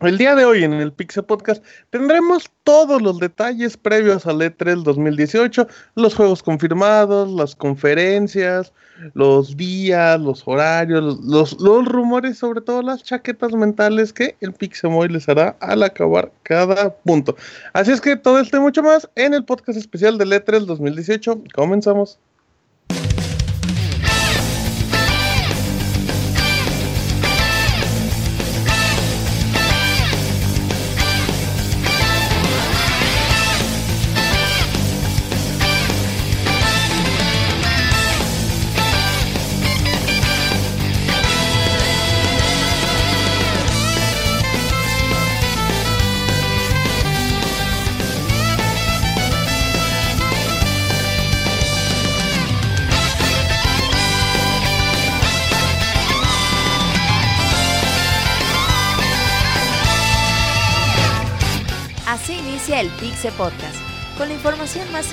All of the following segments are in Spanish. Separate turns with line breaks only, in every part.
El día de hoy en el Pixel Podcast tendremos todos los detalles previos E al E3 2018, los juegos confirmados, las conferencias, los días, los horarios, los, los rumores, sobre todo las chaquetas mentales que el Pixemoy les hará al acabar cada punto. Así es que todo esto y mucho más en el podcast especial del E3 2018. Comenzamos.
el Pixel Podcast, con la información más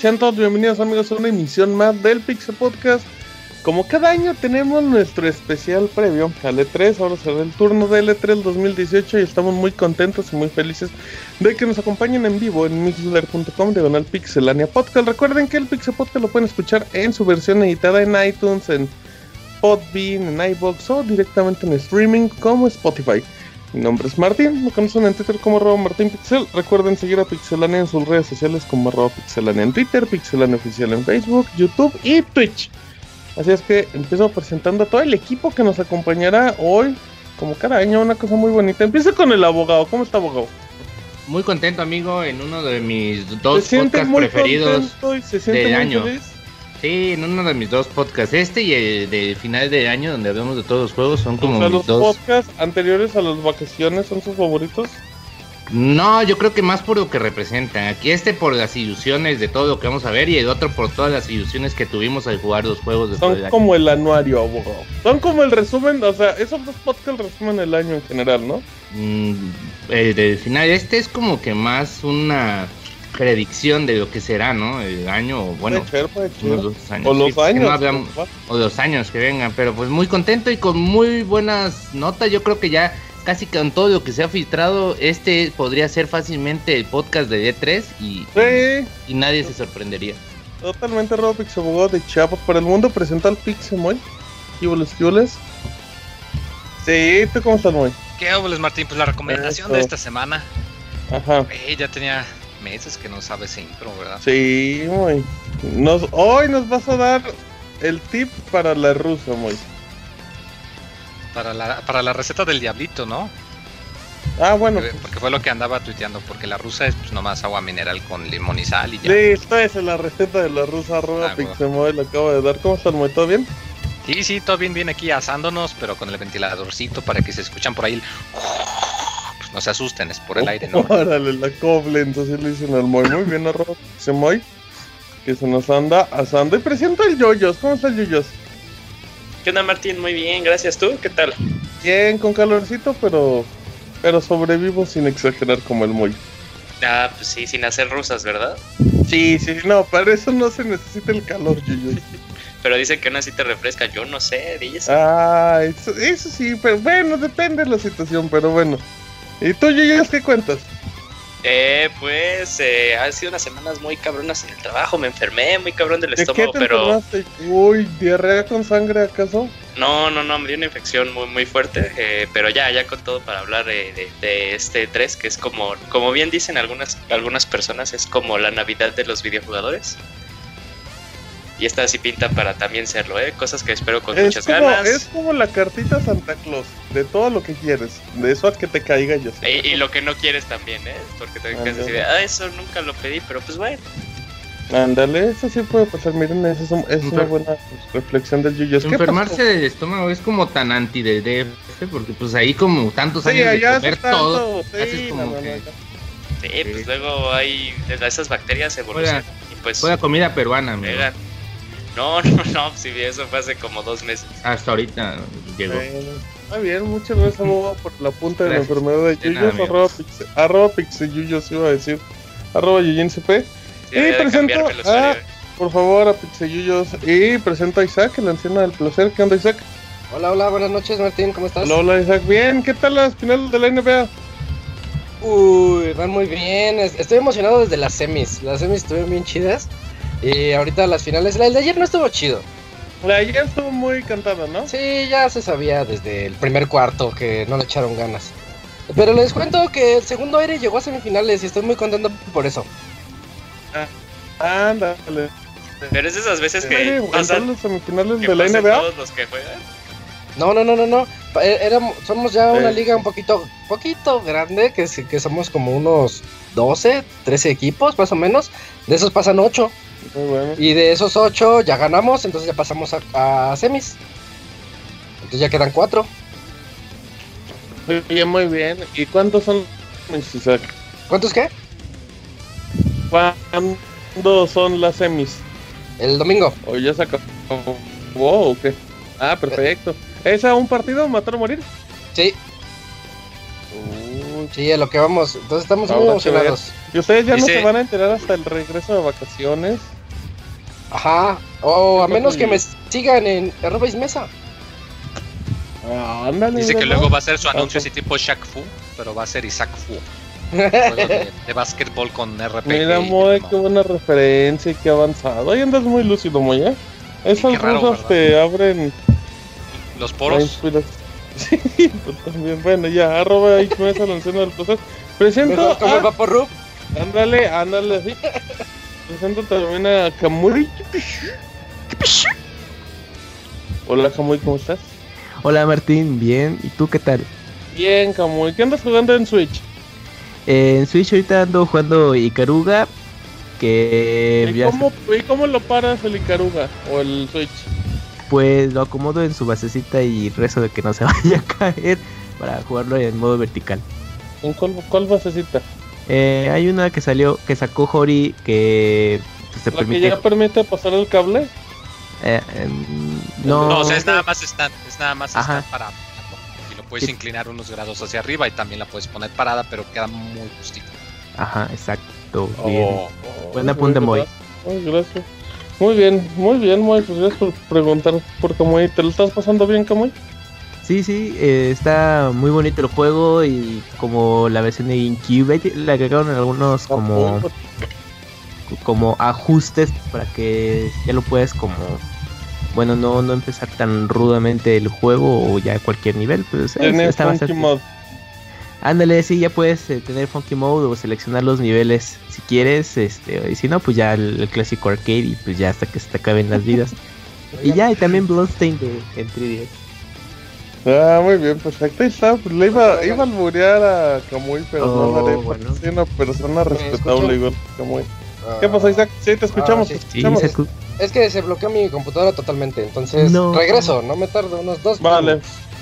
Sean todos bienvenidos amigos a una emisión más del Pixel Podcast. Como cada año tenemos nuestro especial previo al E3, ahora será el turno del E E3 2018 y estamos muy contentos y muy felices de que nos acompañen en vivo en mixler.com diagonal pixelania podcast. Recuerden que el Pixel Podcast lo pueden escuchar en su versión editada en iTunes, en Podbean, en iBox o directamente en streaming como Spotify. Mi nombre es Martín, me conocen en Twitter como arroba Martín Pixel. Recuerden seguir a Pixelania en sus redes sociales como arroba Pixelania en Twitter, Pixelania Oficial en Facebook, YouTube y Twitch. Así es que empiezo presentando a todo el equipo que nos acompañará hoy, como cada año, una cosa muy bonita. Empiezo con el abogado, ¿cómo está abogado?
Muy contento amigo, en uno de mis dos se podcasts muy preferidos
y se siente del muy año.
Feliz. Sí, en uno de mis dos podcasts, este y el de final de año, donde hablamos de todos los juegos, son como o sea,
mis los
dos.
podcasts anteriores a las vacaciones son sus favoritos?
No, yo creo que más por lo que representan. Aquí este por las ilusiones de todo lo que vamos a ver y el otro por todas las ilusiones que tuvimos al jugar los juegos.
Son del como año. el anuario, abogado. Son como el resumen, o sea, esos dos podcasts resumen el año en general, ¿no?
Mm, el del final, este es como que más una predicción de lo que será, ¿no? El año, bueno,
puede ser, puede ser.
Unos dos años,
o los sí, años.
No hablamos, o los años que vengan, pero pues muy contento y con muy buenas notas. Yo creo que ya casi con todo lo que se ha filtrado, este podría ser fácilmente el podcast de D3 y,
sí.
y, y, nadie se sorprendería.
Totalmente robo Pixabogado de Chiapas para el mundo presenta al Pixemoy. Kiboles, Kiboles. Sí, ¿tú cómo estás, Moy?
¿Qué óboles, Martín? Pues la recomendación Eso. de esta semana.
Ajá.
Eh, ya tenía meses que no sabes intro, ¿verdad?
Sí, muy. Nos, hoy nos vas a dar el tip para la rusa, muy.
Para la, para la receta del diablito, ¿no?
Ah, bueno.
Porque, porque fue lo que andaba tuiteando, porque la rusa es pues, nomás agua mineral con limón y sal y ya.
Sí, esta es la receta de la rusa, arroba ah, Pixemoy, lo acabo de dar. ¿Cómo están, muy? ¿Todo bien?
Sí, sí, todo bien, bien aquí asándonos, pero con el ventiladorcito para que se escuchan por ahí el no se asusten, es por el aire, ¿no?
Órale, la Koblenz, así le dicen al Moy. Muy bien, arroba Moy, que se nos anda asando. Y presenta el Yoyos, ¿cómo está el Yoyos?
¿Qué onda, Martín? Muy bien, gracias. ¿Tú? ¿Qué tal?
Bien, con calorcito, pero, pero sobrevivo sin exagerar como el Moy.
Ah, pues sí, sin hacer rusas, ¿verdad?
Sí, sí, no, para eso no se necesita el calor, Yoyos.
pero dicen que aún así te refresca. Yo no sé, dice.
Ah, eso, eso sí, pero bueno, depende de la situación, pero bueno. ¿Y tú, Yuyos, qué cuentas?
Eh, pues, eh, han sido unas semanas muy cabronas en el trabajo, me enfermé muy cabrón del ¿De estómago,
qué te
pero...
Enfermaste? Uy, diarrea con sangre, ¿acaso?
No, no, no, me dio una infección muy, muy fuerte, eh, pero ya, ya con todo para hablar eh, de, de, este 3, que es como, como bien dicen algunas, algunas personas, es como la Navidad de los videojugadores. Y esta sí pinta para también serlo, ¿eh? Cosas que espero con
es
muchas
como,
ganas.
Es como la cartita Santa Claus, de todo lo que quieres, de eso a que te caiga yo.
"Ah, Y, y, lo que no quieres también, ¿eh? Porque te quedas así de, ah, eso nunca lo pedí, pero pues bueno.
Ándale, eso sí puede pasar. Miren, esa es, un- esa es una
Enfer-
buena reflexión del Yuyo. pues,
Enfermarse del estómago es como tan anti del DF, porque pues ahí como tantos
Sí,
años de
allá
comer
es tanto,
todo,
sí,
haces como
no, no,
que
no.
Sí, pues luego hay esas bacterias evolucionan y pues
toda comida peruana, amigo.
pegan. No, no, no, si eso fue hace como dos meses.
Hasta ahorita llegó.
Eh, Está bien, muchas gracias Boba, por la punta de la
Gracias.
enfermedad de
De nada,
Yuyos, arroba pixe, arroba pixe Yuyos iba a decir, arroba Yuyincp,
Sí, debería de
presento
cambiarme el
a-
usuario.
por favor a pixe Yuyos y presento a Isaac, el anciano del placer, ¿qué onda Isaac?
Hola, hola, buenas noches Martín, ¿cómo estás?
Hola, hola Isaac, bien, ¿qué tal las finales de la NBA?
Uy, van muy bien. Es- Estoy emocionado desde las semis. Las semis estuvieron bien chidas. Y ahorita las finales. La- El de ayer no estuvo chido.
La de ayer estuvo muy cantada, ¿no?
Sí, ya se sabía desde el primer cuarto que no le echaron ganas. Pero les cuento que el segundo aire llegó a semifinales y estoy muy contento por eso.
Ándale.
Pero es de esas veces que
Oye, ¿entraron
pasan,
las semifinales
que
de la
pasan
NBA?
todos los que juegan.
No, no, no, no, no. Pa- eh, éramos- somos ya una
Eh.
liga un poquito, poquito grande, que, se- que somos como unos 12, 13 equipos más o menos. De esos pasan 8.
Muy bueno.
Y de esos ocho ya ganamos, entonces ya pasamos a, a semis. Entonces ya quedan cuatro.
Muy bien, muy bien. ¿Y cuántos son mis Isaac?
¿Cuántos qué?
¿Cuándo son las semis?
El domingo.
¿O ya se acabó? ¿O qué? Ah, perfecto. ¿Es a un partido matar o morir?
Sí, Uh,
Uy.
sí, a lo que vamos. Entonces estamos muy
Ahora que
emocionados.
Y ustedes ya no
Dice-
se van a enterar hasta el regreso de vacaciones.
Ajá. O a
Ujú.
menos que me sigan en arroba Mesa.
Ah, ándale.
Dice que
¿verdad?
luego va a ser su
Tanto.
anuncio así tipo Shaq Fu, pero va a ser Isaac Fu. Juego de, de básquetbol con RPG.
Mira,
y-
Moe,
no.
qué buena referencia y qué avanzado. Ahí andas muy lúcido, Moe. ¿eh? Esas
qué raro,
cosas
¿verdad?
te abren
Los
la
poros.
inspiración. Sí, pues también. Bueno, ya, arroba ahí me lanzando del proceso. Presento
Mejor como
a
el Vaporrup.
Ándale, ándale, así. Presento también a Kamui. Hola, Kamui, ¿cómo estás?
Hola Martín, bien. ¿Y tú qué tal?
Bien, Kamui. ¿Qué andas jugando en Switch?
Eh, en Switch ahorita ando jugando Icaruga. Que
¿Y
Eh, ya
cómo, y cómo lo paras el Icaruga o el Switch?
pues lo acomodo en su basecita y rezo de que no se vaya a caer para jugarlo en modo vertical.
¿En cuál, cuál basecita?
Eh, hay una que salió, que sacó Hori que pues, te
¿La que
permite.
ya permite pasar el cable?
eh, em,
No,
no,
o sea, es nada más stand. Es nada más
Ajá.
stand para. Y lo puedes
Sí.
inclinar unos grados hacia arriba y también la puedes poner parada, pero queda muy justito.
ajá, exacto. bien.
Oh, oh,
Buena
muy
punta, Moy.
bien, Muy gracias. Muy bien, muy bien, Moy. Pues gracias por preguntar por Kamui. ¿Te lo estás pasando bien, Kamui?
Sí, sí, eh, está muy bonito el juego y como la versión de GameCube ahí le agregaron algunos como como ajustes para que ya lo puedes como bueno no no empezar tan rudamente el juego o ya a cualquier nivel pues eh,
Tiene
está
Funky
bastante
Mod.
ándale sí ya puedes eh, tener funky mode o seleccionar los niveles si quieres este y si no pues ya el, el clásico arcade y pues ya hasta que se te acaben las vidas y ya y también Bloodstained de- en 3D
Ah, muy bien, perfecto. Ahí está. Pues le iba, iba a alburear a Camuy, pero no
Oh,
lo haré porque
bueno.
soy una persona respetable
escucho?
igual que Camuy. ¿Qué pasó, Isaac? Sí, te escuchamos,
Ah,
te
sí.
sí,
escuchamos.
Saku-
Es que se bloqueó mi computadora totalmente. Entonces
No.
regreso, no me tardo unos dos.
Vale,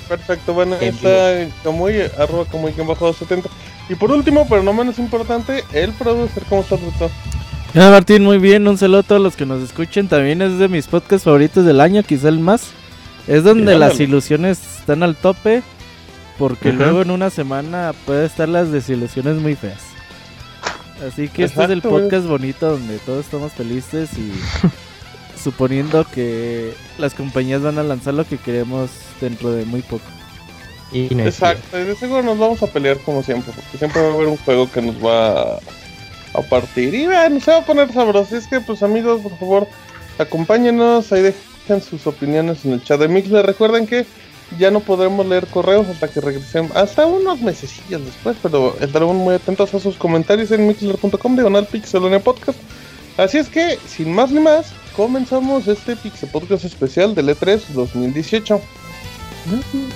perfecto. Bueno, ahí
En
está Camuy, arroba Camuy que bajo 70. Y por último, pero no menos importante, el producer, ¿cómo estás, Ruto?
Ah, Martín, muy bien. Un saludo a todos los que nos escuchen. También es de mis podcasts favoritos del año, quizá el más. Es donde
Sí,
las
ándale.
ilusiones están al tope. Porque
Ajá.
luego en una semana puede estar las desilusiones muy feas. Así que este es el
Exacto, güey.
podcast bonito donde todos estamos felices y suponiendo que las compañías van a lanzar lo que queremos dentro de muy poco.
y Nessie.
Exacto, y de seguro nos vamos a pelear como siempre, porque siempre va a haber un juego que nos va a- a partir. Y vean, se va a poner sabroso. Es que, pues, amigos, por favor, acompáñenos. Ahí dejen sus opiniones en el chat de Mixler. Recuerden que ya no podremos leer correos hasta que regresemos, hasta unos mesecillos después, pero estaremos muy atentos a sus comentarios en mixler.com, diagonal pixelonia podcast. Así es que, sin más ni más, comenzamos este Pixel Podcast especial del E3 2018.
Síguenos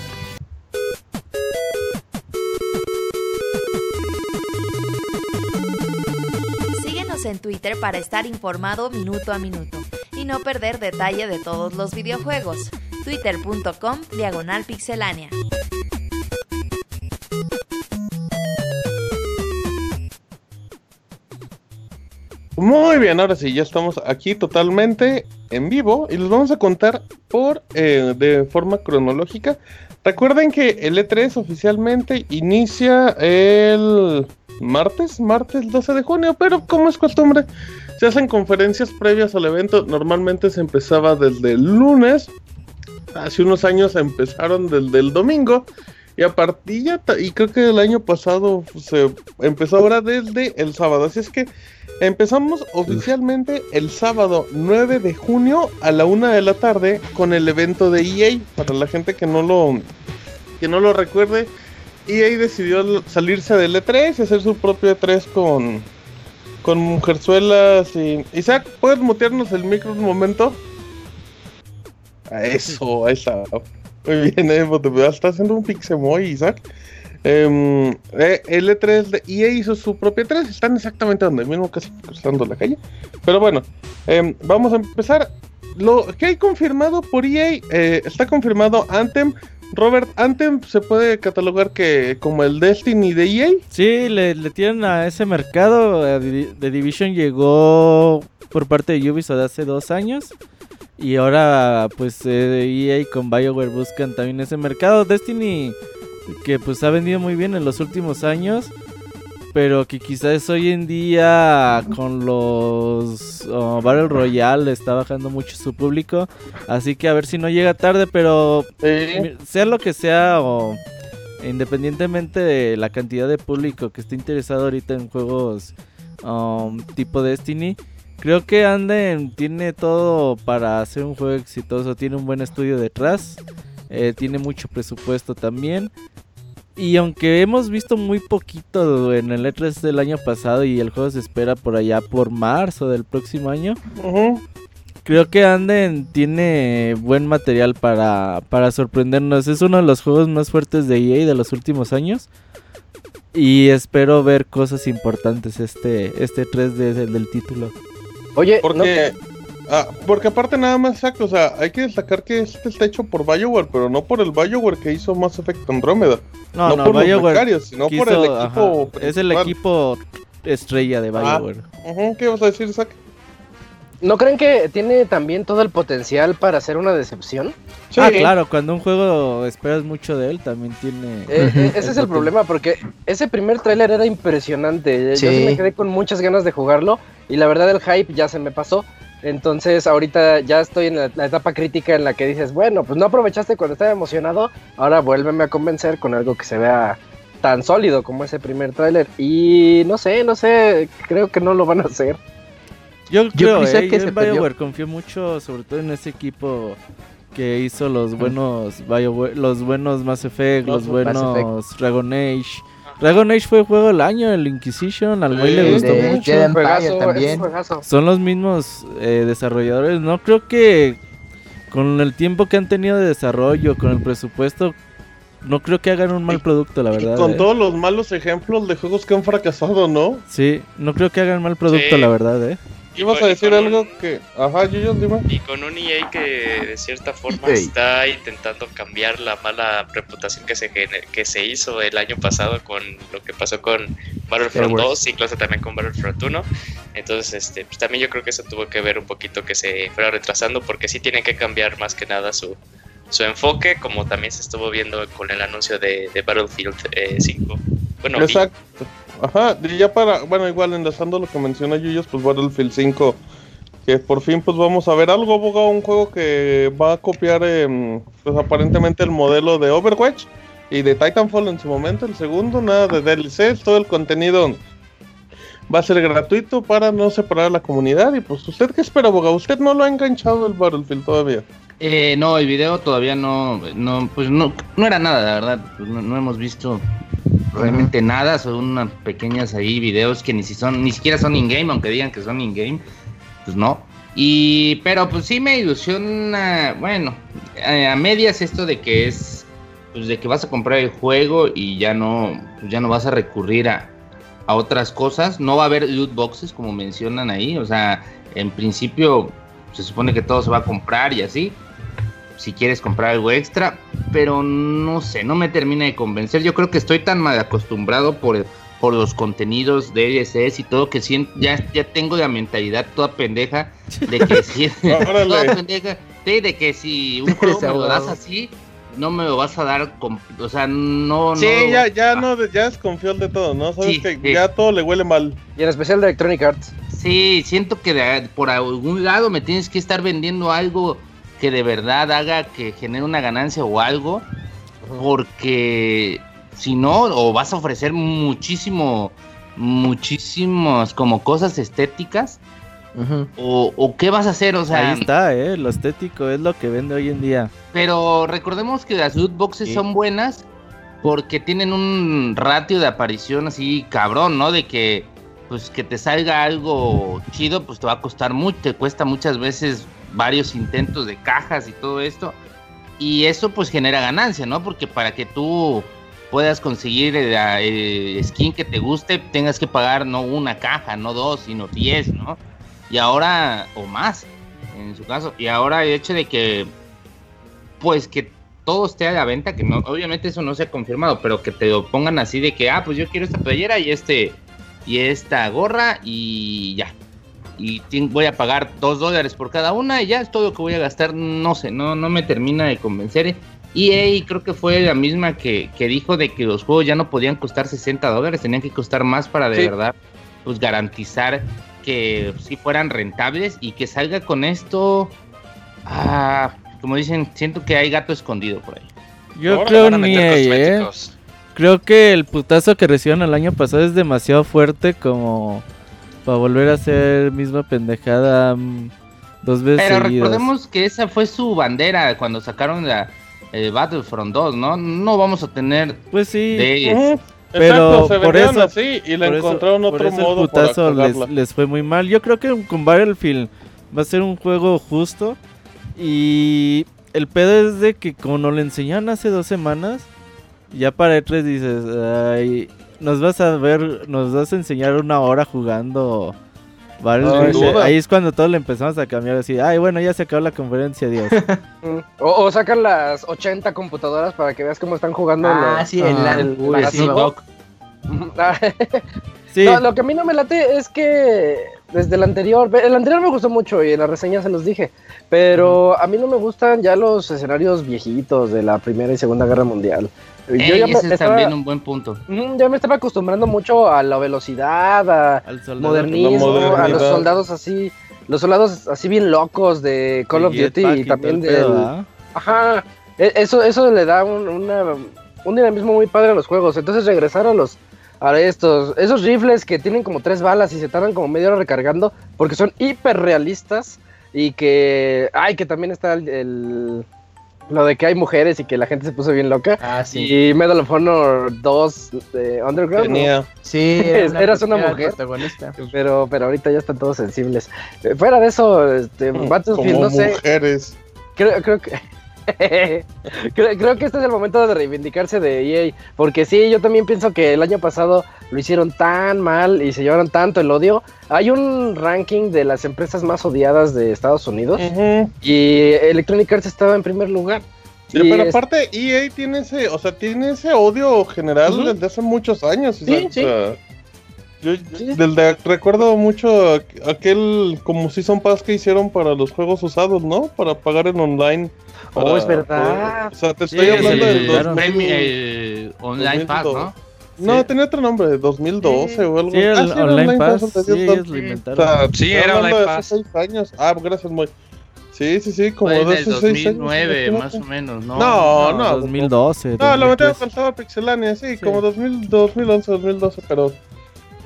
Síguenos en Twitter para estar informado minuto a minuto y no perder detalle de todos los videojuegos. Twitter.com Diagonal Pixelánea.
Muy bien, ahora sí, ya estamos aquí totalmente en vivo y les vamos a contar por eh, de forma cronológica. Recuerden que el E3 oficialmente inicia el martes, martes 12 de junio, pero como es costumbre, se hacen conferencias previas al evento. Normalmente se empezaba desde el lunes. Hace unos años empezaron desde el domingo. Y a partir, ya ta- y creo que el año pasado se empezó ahora desde el sábado. Así es que empezamos oficialmente el sábado 9 de junio a la 1 de la tarde con el evento de EA. Para la gente que no lo, que no lo recuerde, EA decidió l- salirse del E3 y hacer su propio E3 con, con mujerzuelas y... Isaac, ¿puedes mutearnos el micro un momento? A Eso, ahí está. Muy bien, eh, pues, te- está haciendo un pixemoy, Isaac. Em, eh, el E3 de EA hizo su propia E3, están exactamente donde mismo, casi cruzando la calle. Pero bueno, em, vamos a empezar. Lo que hay confirmado por EA eh, está confirmado Anthem. Robert, Anthem se puede catalogar que como el Destiny de E EA.
Sí, le, le tiran a ese mercado. eh, Di- The Division llegó por parte de Ubisoft hace dos años. Y ahora, pues, eh, EA con BioWare buscan también ese mercado. Destiny, que pues ha vendido muy bien en los últimos años. Pero que quizás hoy en día con los oh, Battle Royale está bajando mucho su público. Así que a ver si no llega tarde, pero
Eh,
Mi- sea lo que sea o independientemente de la cantidad de público que esté interesado ahorita en juegos um, tipo Destiny, creo que Anden tiene todo para hacer un juego exitoso, tiene un buen estudio detrás, eh, tiene mucho presupuesto también. Y aunque hemos visto muy poquito en el E3 del año pasado y el juego se espera por allá por marzo del próximo año,
ujú.
Creo que Anden tiene buen material para, para sorprendernos. Es uno de los juegos más fuertes de EA de los últimos años. Y espero ver cosas importantes este, este 3 d del, del título.
Oye, no,
Porque, ah, porque aparte nada más, exacto, o sea, hay que destacar que este está hecho por Bioware, pero no por el Bioware que hizo Mass Effect Andrómeda.
No, no,
por los
BioWare.
becarios, sino por
quiso-
el
ajá,
equipo.
es el
principal.
equipo estrella de
Ah.
BioWare.
Ujú, ¿Qué vas a decir, Isaac?
¿no creen que tiene también todo el potencial para ser una decepción?
Sí.
Ah, claro, cuando un juego esperas mucho de él, también tiene.
Eh, eh, ese es el
Exacto.
problema, porque ese primer tráiler era impresionante. Yo sí
Sí.
me quedé con muchas ganas de jugarlo y la verdad el hype ya se me pasó. Entonces ahorita ya estoy en la, la etapa crítica en la que dices, bueno, pues no aprovechaste cuando estaba emocionado, ahora vuélveme a convencer con algo que se vea tan sólido como ese primer tráiler. Y no sé, no sé, creo que no lo van a hacer.
Yo creo
pensé
eh,
que
yo
se
en
perdió.
BioWare confío mucho, sobre todo en ese equipo que hizo los buenos BioWare, los buenos Mass Effect, los,
Los
buenos
Mass
Dragon Age. Dragon Age fue juego del año, el Inquisition, al güey le
Sí,
El
gustó
de
mucho.
Jedi Empire
Juegazo, es un
también.
juegazo.
Son los mismos eh, desarrolladores, no creo que con el tiempo que han tenido de desarrollo, con el presupuesto, no creo que hagan un mal
Y-
producto, la
Y
verdad.
con
eh.
todos los malos ejemplos de juegos que han fracasado, ¿no?
Sí, no creo que hagan mal producto,
Sí.
la verdad, eh.
Ibas
con-
a
y
decir
con un-
algo que. Ajá, yo, yo, dime.
Y con un EA que de cierta forma
EA.
está intentando cambiar la mala reputación que se gener- que se hizo el año pasado con lo que pasó con Battlefront
Wars.
2, incluso también con Battlefront 1. Entonces, este, pues, también yo creo que eso tuvo que ver un poquito que se fuera retrasando porque sí tienen que cambiar más que nada su su enfoque, como también se estuvo viendo con el anuncio de, de Battlefield eh, 5. Bueno, y-
Exacto. Ajá, y ya para. Bueno, igual enlazando lo que menciona Yuyos, pues Battlefield 5. Que por fin, pues vamos a ver algo, abogado. Un juego que va a copiar, em, pues aparentemente, el modelo de Overwatch y de Titanfall en su momento. El segundo, nada de DLCs, todo el contenido. Va a ser gratuito para no separar a la comunidad. Y pues, ¿usted qué espera, abogado? Usted no lo ha enganchado el Battlefield todavía.
Eh, no, el video todavía no, no, pues no, no era nada, la verdad. Pues no, no hemos visto realmente nada. Son unas pequeñas ahí videos que ni si son, ni siquiera son in-game, aunque digan que son in-game, pues no. Y, pero pues sí me ilusiona, bueno, eh, a medias esto de que es, pues de que vas a comprar el juego y ya no, pues, ya no vas a recurrir a, a otras cosas. No va a haber loot boxes como mencionan ahí. O sea, en principio se supone que todo se va a comprar y así. Si quieres comprar algo extra, pero no sé, no me termina de convencer. Yo creo que estoy tan mal acostumbrado por, el- por los contenidos de DLCs y todo que sien- ya, ya tengo la mentalidad toda pendeja de que si,
Órale.
toda pendeja, sí, de que si un juego me lo das
Desahogado.
así, no me lo vas a dar, com- o sea, no.
Sí,
no lo
ya,
vas-
ya no, de- ya desconfió el de todo, ¿no? Sabes
Sí,
que
sí.
ya todo le huele mal.
Y en especial de Electronic Arts.
Sí, siento que de- por algún lado me tienes que estar vendiendo algo que de verdad haga que genere una ganancia o algo, porque si no, o vas a ofrecer muchísimo, muchísimas como cosas estéticas, o, o qué vas a hacer, o sea,
Ahí está, ¿eh? Lo estético es lo que vende hoy en día.
pero recordemos que las loot boxes
Sí.
son buenas porque tienen un ratio de aparición así cabrón, ¿no? De que pues que te salga algo chido, pues te va a costar mucho, te cuesta muchas veces varios intentos de cajas y todo esto. Y eso pues genera ganancia, ¿no? Porque para que tú puedas conseguir el, el skin que te guste, tengas que pagar no una caja, no dos, sino diez, ¿no? Y ahora, o más, en su caso. Y ahora el hecho de que pues que todo esté a la venta, que no, obviamente eso no se ha confirmado, pero que te lo pongan así de que, ah, pues yo quiero esta playera y este, y esta gorra y ya. Y ti- voy a pagar dos dólares por cada una y ya es todo lo que voy a gastar, no sé, no, no me termina de convencer. EA creo que fue la misma que, que dijo de que los juegos ya no podían costar 60 dólares, tenían que costar más para de
Sí.
verdad pues garantizar que sí fueran rentables y que salga con esto, ah, como dicen, siento que hay gato escondido por ahí.
Yo
Ahora
creo
Van a
ni
meter
¿eh?
cosméticos.
Creo que el putazo que recibieron el año pasado es demasiado fuerte como para volver a hacer misma pendejada mm, dos veces
Pero
seguidas.
recordemos que esa fue su bandera cuando sacaron la, el Battlefront 2, ¿no? No vamos a tener
Pues sí,
de...
Ujú,
Pero
Exacto, se
por
vendieron
eso-
así y le
por eso-
encontraron
por
otro
eso
modo
el putazo
para
les,
jugarla.
les fue muy mal. Yo creo que con Battlefield va a ser un juego justo y el pedo es de que como nos lo enseñaron hace dos semanas, ya para E3 dices, ay, nos vas a ver, nos vas a enseñar una hora jugando. Battlefield".
Sin duda.
ahí es cuando todos le empezamos a cambiar así, ay bueno, ya se acabó la conferencia, Dios.
Mm. O, o sacan las 80 computadoras para que veas cómo están jugando.
Ah,
los- Ah,
sí, el
Ah,
LAN.
el-
así,
Ujú.
Doc.
Sí,
No, lo que a mí no me late es que desde el anterior, el anterior me gustó mucho y en la reseña se los dije, pero a mí no me gustan ya los escenarios viejitos de la Primera y Segunda Guerra Mundial. Pues Yo
Ey,
ya,
ese
me
es
estaba,
también un buen punto.
Ujú, ya me estaba acostumbrando mucho a la velocidad, a
al soldado.
La
modernismo,
modernidad.
a los soldados así, los soldados así bien locos de Call of
Y
Duty
jetpack
y
todo
también
el pedo,
del,
¿ah?
Ajá, e- eso, eso le da un, una- un dinamismo muy padre a los juegos. Entonces regresar a los a estos, esos rifles que tienen como tres balas y se tardan como media hora recargando, porque son hiperrealistas y que, ay, que también está el, el- lo de que hay mujeres y que la gente se puso bien loca.
Ah, sí.
Y Medal of Honor 2 de Underground. ¿no?
Tenía.
Sí,
Eras una
era
mujer.
protagonista.
Pero, pero ahorita ya están todos sensibles. Eh, Fuera de eso, este, Battlefield,
Mm, como
no sé.
mujeres.
Creo, creo que. creo, creo que este es el momento de reivindicarse de EA. Porque sí, yo también pienso que el año pasado lo hicieron tan mal y se llevaron tanto el odio. Hay un ranking de las empresas más odiadas de Estados Unidos.
Ujú.
Y Electronic Arts estaba en primer lugar.
Pero,
Y
pero
es-
aparte EA tiene ese, o sea, tiene ese odio general
Ujú.
desde hace muchos años. o sea,
Sí, sí.
o sea, yo del de- recuerdo mucho aqu- aquel como Season Pass que hicieron para los juegos usados, ¿no? Para pagar en online.
Oh,
para
es verdad.
poder- o sea, te
Sí,
estoy
Eh,
es
hablando
el-
del
claro.
2000.
Premium, el eh, Online Pass, ¿no?
No,
Sí.
tenía otro nombre, 2012 o algo.
Sí, el
Ah, sí, era
Online Pass,
o sea,
sí, ellos lo
o sea,
inventaron.
Sí,
estoy
era
hablando
Online
de
Pass.
Hace seis años. Ah, gracias, Moy. Sí, sí, sí, como
Fue en
de
el
hace seis años.
2009, más
imagínate.
o menos, ¿no?
No,
No,
no.
2012.
No, lo metieron
2013.
con todo Pixelania, sí,
Sí.
como 2000, 2011, 2012, pero...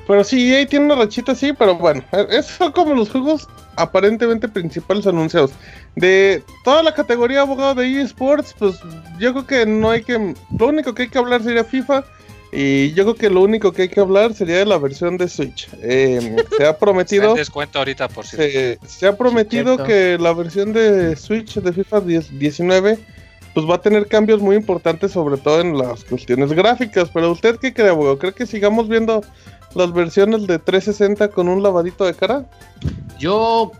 Pero sí, EA tiene una rachita así, pero bueno, eh, esos son como los juegos aparentemente principales anunciados. De toda la categoría abogado de eSports, pues yo creo que no hay que... Lo único que hay que hablar sería FIFA y yo creo que lo único que hay que hablar sería de la versión de Switch. Eh, se ha
Está
prometido...
en descuento ahorita, por cierto.
Se, se ha prometido
cierto.
que la versión de Switch de FIFA 10 19 pues va a tener cambios muy importantes, sobre todo en las cuestiones gráficas. Pero usted qué cree, abogado? ¿Cree que sigamos viendo las versiones de 360 con un lavadito de cara?
Yo,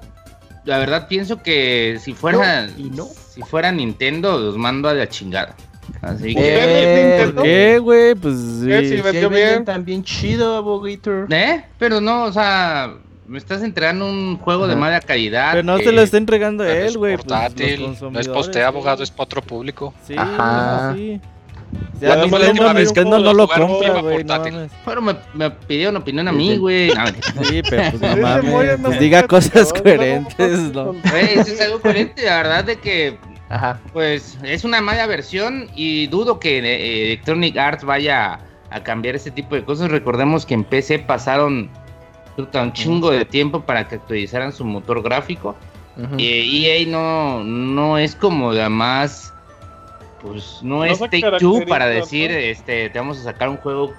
la verdad, pienso que si fuera,
No, y no.
si fuera Nintendo, los mando a la chingada.
Pues
Así que.
Usted,
Eh,
Nintendo.
¿Por qué, güey? Pues
¿Qué,
sí.
sí, ¿Eh? vendió bien.
También chido, abogator.
¿Eh? Pero no, o sea, me estás entregando un juego de
Ajá.
mala calidad.
Pero no
que-
se lo está entregando
Pero es
él, güey. pues, los
portátil, no es
consumidores,
poste
güey.
abogado, es para otro público.
Sí,
Ajá.
sí.
Ya,
Ya,
además, la
Nintendo
última vez
Nintendo
un
no
juego
lo
de jugar
compra,
FIFA
güey. No
portátil.
mames.
Pero me, me pidieron opinión a mí, güey. No,
Sí, pero pues no
Ese Moy
mames.
anda
pues,
muy
diga cosas
platicador,
coherentes,
luego,
¿no?
güey, eso es algo coherente, la verdad, de que
Ajá.
Pues es una mala versión y dudo que eh, Electronic Arts vaya a cambiar ese tipo de cosas. Recordemos que en PC pasaron puta, un chingo de tiempo para que actualizaran su motor gráfico.
Ujú.
Y EA no, no es como la más. Pues no,
No
es
se
Take Two
caracteriza,
para decir,
¿no?
este, te vamos a sacar un juego.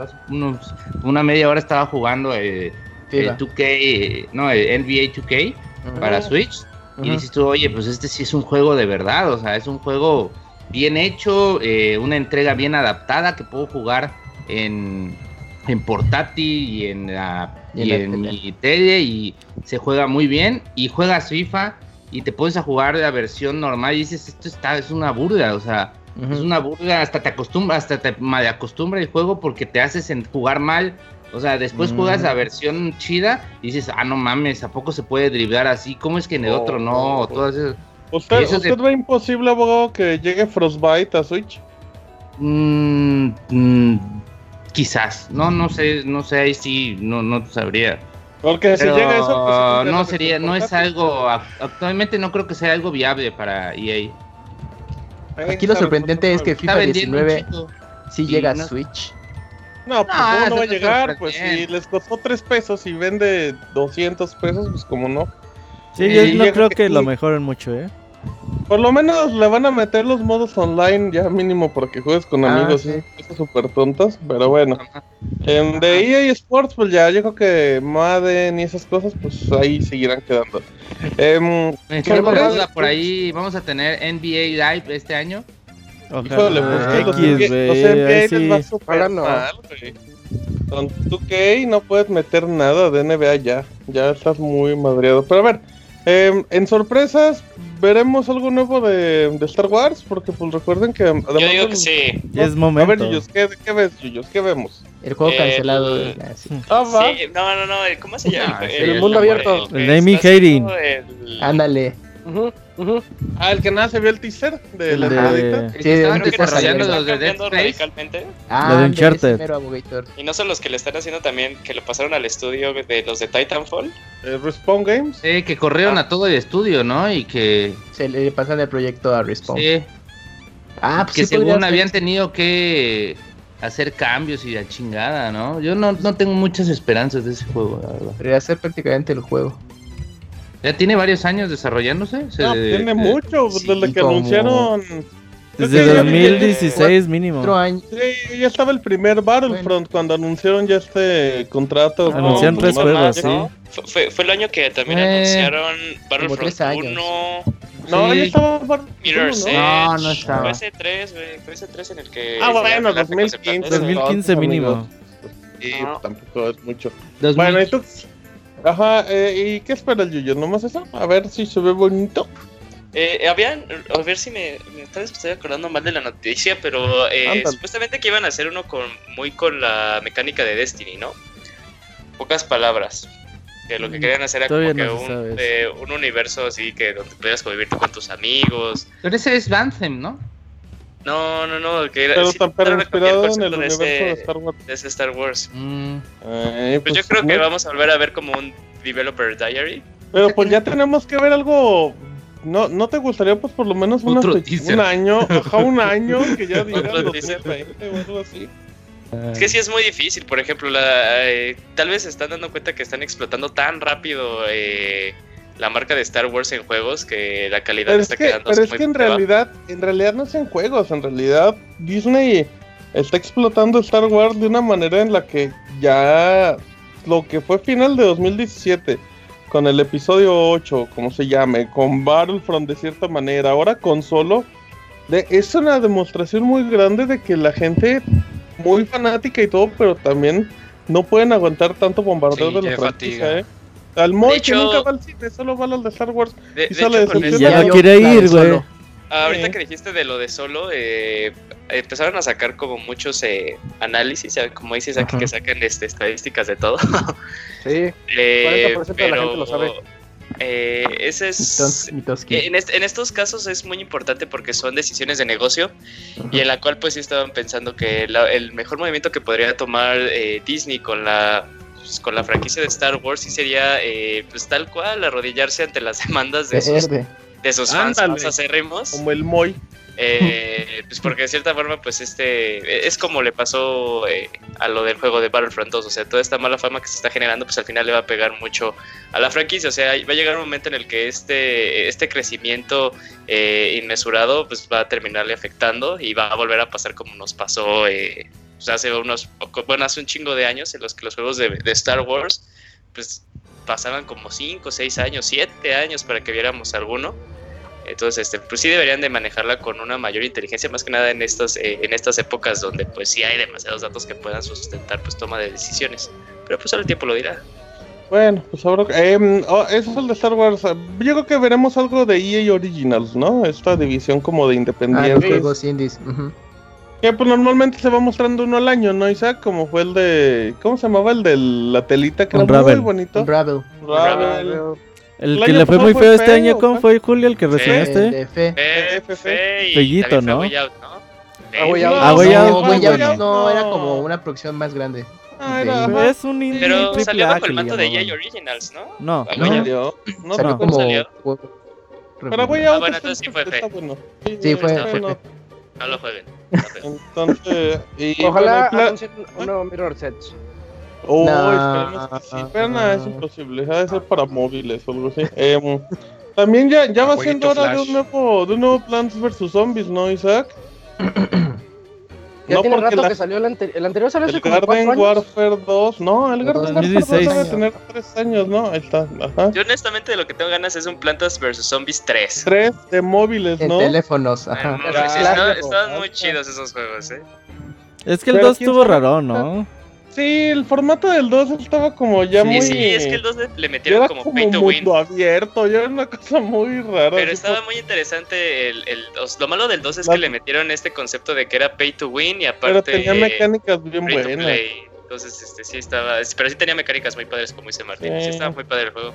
Hace unos- una media hora estaba jugando eh, el
Viva.
2K, eh, no, el NBA 2K
Ujú.
para Switch. Y dices tú, oye, pues este sí es un juego de verdad, o sea, es un juego bien hecho, eh, una entrega bien adaptada que puedo jugar en, en portátil y en, la-
Y
y
en la
en
tele.
mi tele y se juega muy bien y juegas FIFA y te pones a jugar la versión normal y dices, esto está, es una burla, o sea,
Ujú.
es una burla, hasta te acostumbra, hasta te malacostumbra el juego porque te haces en jugar mal. O sea, después juegas la
Mm.
versión chida y dices, ah, no mames, ¿a poco se puede driblar así? ¿Cómo es que en el
Oh,
otro no?
oh,
Todas esas-
¿Usted,
Y eso
usted
se-
ve imposible, abogado, que llegue Frostbite a Switch?
Mm, mm, quizás, no, no sé, no sé, ahí sí, no, no sabría.
Porque
Pero
si llega eso, pues, entonces ya
no
se
sería, no es
comporta.
algo, ac- actualmente no creo que sea algo viable para E EA.
Aquí lo sorprendente es que
Está
FIFA
vendiendo
19
un chingo.
sí
Y
llega a
no-
Switch.
No, pues ¿cómo
No,
no
eso
va a
no
llegar?
sorprende.
Pues si les costó 3 pesos y vende 200 pesos, pues como no.
Sí, yo
Y
no
llega
creo
que
que lo
sí.
mejoren mucho, ¿eh?
Por lo menos le van a meter los modos online ya mínimo para que juegues con
Ah,
amigos.
sí.
Esas cosas súper tontas, pero bueno.
Ajá.
En de EA Sports, pues ya yo creo que Madden y esas cosas, pues ahí seguirán quedando. Em,
Tengo
Pero-
una duda por ahí, vamos a tener NBA Live este año.
híjole, pues
Ojalá.
que los
Ah, X,
NBA los NBA
güey.
les va
así.
súper
Ahora no.
mal, güey. Con 2K no puedes meter nada de NBA ya. Ya estás muy madreado. Pero a ver, em, en sorpresas, veremos algo nuevo de, de Star Wars, porque pues recuerden que además...
Yo digo
de
que
los-
sí.
Es
A ver,
momento.
Yuyos, ¿qué, ¿qué ves, Yuyos? ¿Qué vemos?
El juego
Eh,
cancelado.
eh,
ah, sí.
Ah, va.
Sí, no, no, no, el- ¿cómo se llama?
Ah, sí,
el mundo
el-
abierto.
El de Amy
está
Hating.
haciendo el- Ah,
Ándale.
Ujú, ujú.
Ah, el que nada se vio el teaser de
El
la
de-
entradita.
El
Sí,
que estaban
¿dónde está
desarrollando
saliendo?
los de Dead
cambiando
Space.
radicalmente.
Ah, ándale, ese
Uncharted.
mero abogator.
Y no son los que le están haciendo también, que lo pasaron al estudio de los de Titanfall.
Eh, Respawn Games.
Sí, que corrieron
Ah.
a todo el estudio, ¿no? Y que,
Se le pasan el proyecto a
Oh.
Respawn.
sí,
Ah, pues
que
sí podría
según
ser.
habían tenido que hacer cambios y la chingada, ¿no? Yo no, no tengo muchas esperanzas de ese juego, la verdad.
Podría ser prácticamente el juego.
Ya tiene varios años desarrollándose. se-
No, tiene
eh,
mucho, pues,
sí,
desde que
como-
anunciaron. Creo que
Desde
ya-
2016 mínimo.
Cuatro años.
Sí, ya estaba el primer Battlefront cuando anunciaron ya este contrato. con-
Anunciaron
con
tres
Mad-
juegos, sí.
Oh, ¿no?
Fue, fue, fue el año que también
Eh,
anunciaron
tres
Battlefront
años.
1,
No,
Sí.
ya estaba Battlefront
Mirror's
uno,
Edge.
¿no?
No, no estaba.
Fue ese 3, güey. Fue ese 3 en el que.
Ah, bueno,
ya
2015.
se lanzó.
2015 mínimo.
Sí,
No.
tampoco es mucho.
2000.
Bueno, ¿y tú? Ajá, eh, ¿y qué espera el Yuyo? ¿Nomás eso? A ver si se ve bonito.
Eh, eh, habían, a ver si me, me- tal vez me estoy acordando mal de la noticia, pero eh,
Ándale.
supuestamente que iban a hacer uno con muy con la mecánica de Destiny, ¿no? Pocas palabras. Que lo que
Mm,
querían hacer era como
todavía
que
no se
un,
sabe
eh, un universo así que donde pudieras convivirte con tus amigos.
Pero ese es Bantham, ¿no?
No, no, no, que era
Pero
sí,
tan
trataron
pero
de
inspirado en el
copiar concepto de
universo de
ese-
Star Wars.
de ese Star Wars.
Mm,
Eh,
Pues, yo creo que
no-
vamos a volver a ver como un developer diary.
Pero pues ya tenemos que ver algo. ¿No, ¿no te gustaría, pues, por lo menos una
Otro
fe-
teaser.
un año? Ajá, un año que ya diga
Otro teaser.
2020 o algo así.
Es que sí es muy difícil, por ejemplo, la, eh, tal vez se están dando cuenta que están explotando tan rápido eh, la marca de Star Wars en juegos que la calidad
Pero es
está
que,
quedando
pero es
muy
que en
por debajo.
realidad, en realidad no es en juegos, en realidad Disney está explotando Star Wars de una manera en la que ya lo que fue final de 2017, con el episodio 8, como se llame, con Battlefront de cierta manera, ahora con solo, de- es una demostración muy grande de que la gente muy fanática y todo, pero también no pueden aguantar tanto bombardeo
Sí,
de
ya
la franquicia,
fatiga.
¿eh? Al Moy que
hecho-
nunca va al cine, solo va a las de Star Wars.
De,
Y
de
solo
hecho, con
decepciona.
esto-
Y ya no
yo,
quiere
la
ir,
de
güey.
solo.
Ahorita
Sí.
que dijiste de lo de solo, eh, empezaron a sacar como muchos eh, análisis, ya como dices, aquí
Ajá.
que sacan este, estadísticas de todo.
Sí,
Eh,
40% de la
pero
gente lo sabe.
eh, ese es...
Mitos- Mitoski.
En, est- en estos casos es muy importante porque son decisiones de negocio y en la cual pues sí estaban pensando que la- el mejor movimiento que podría tomar eh, Disney con la pues, con la franquicia de Star Wars sí sería eh, pues tal cual arrodillarse ante las demandas de sus,
Verde.
de sus fans
Ándale.
más acérrimos
Como el Moy.
eh, pues porque de cierta forma, pues este es como le pasó eh, a lo del juego de Battlefront 2. O sea, toda esta mala fama que se está generando, pues al final le va a pegar mucho a la franquicia. O sea, va a llegar un momento en el que este, este crecimiento eh, inmesurado, pues va a terminarle afectando y va a volver a pasar como nos pasó eh, pues, hace unos, poco- bueno, hace un chingo de años en los que los juegos de, de Star Wars, pues pasaban como 5, 6 años, 7 años para que viéramos alguno. Entonces, este, pues sí deberían de manejarla con una mayor inteligencia, más que nada en estas, eh, en estas épocas donde pues sí hay demasiados datos que puedan sustentar pues toma de decisiones. Pero pues ahora el tiempo lo dirá.
Bueno, pues ahora. em, oh, eso es el de Star Wars. Yo creo que veremos algo de EA Originals, ¿no? Esta división como de
Ah, los
independientes.
juegos indies. ujú.
que pues normalmente se va mostrando uno al año, ¿no, Isaac? Como fue el de. ¿Cómo se llamaba? El de la telita que era
Unravel.
muy bonito.
Unravel.
Unravel.
El
El
que
año
le fue
pasado
muy
fue
feo este
feo,
año, ¿cómo
¿no?
fue Julio el que este?
El
reseñaste?
de
Eh,
Fe.
Fe Eh, y
Fellito,
también fue
¿no?
Way Out, ¿no? Eh,
Ah, Way
Fe-
Out.
No,
Ah, Way
no,
Out,
no,
muy
Way Out
bueno.
no, era como una producción más grande.
Ah, era,
de-
ajá.
Es un indie
Pero
triple
salió
A
bajo
que
el
le
manto de
llamaban.
EA Originals, ¿no?
No,
Ah,
No
Way Out.
salió. No,
Salió
no.
como.
¿Salió?
Pero voy
Ah,
a
bueno, entonces sí fue fe.
bueno.
Sí, fue-
está
fue
bueno.
No lo jueguen. está feo.
Entonces. Y,
Ojalá
bueno, el pla-
anuncien un nuevo Mirror Edge.
Oh,
Nah.
esperemos que sí. Pero nada, es imposible. Ha de ser para móviles o algo así. Em, también ya, ya va
Jueguito
siendo hora de un,
Flash.
nuevo, de un nuevo Plants vs. Zombies, ¿no, Isaac?
Ya tiene rato
la-
que salió el, anterior. el anterior, salió hace
el
como cuatro
Garden
años.
Warfare 2. No, el Garden Warfare 2 debe
2016.
tener 3 años, ¿no? Ahí está. Ajá.
Yo honestamente de lo que tengo ganas es un Plantas vs Zombies 3.
3 de móviles,
En
¿no?
teléfonos,
Ah,
ajá.
no,
Era
sí,
clásico,
no, estaban muy
ajá.
chidos esos juegos, ¿eh?
es que el
Pero
2
quién
estuvo
sabe.
raro, ¿no?
Sí, el formato del 2 estaba como ya
Sí,
muy.
sí, es que el 2 le, le
ya
metieron
era
como,
como
pay to
mundo
win.
abierto, ya era una cosa muy rara.
Pero
así
estaba
como-
muy interesante el, el- os- lo malo del 2 es
La-
que le metieron este concepto de que era pay to win y
pero
aparte
tenía
eh,
mecánicas bien
free to
buenas.
play. Entonces este sí estaba, pero sí tenía mecánicas muy padres como dice Martín, sí
Sí.
estaba muy padre el juego.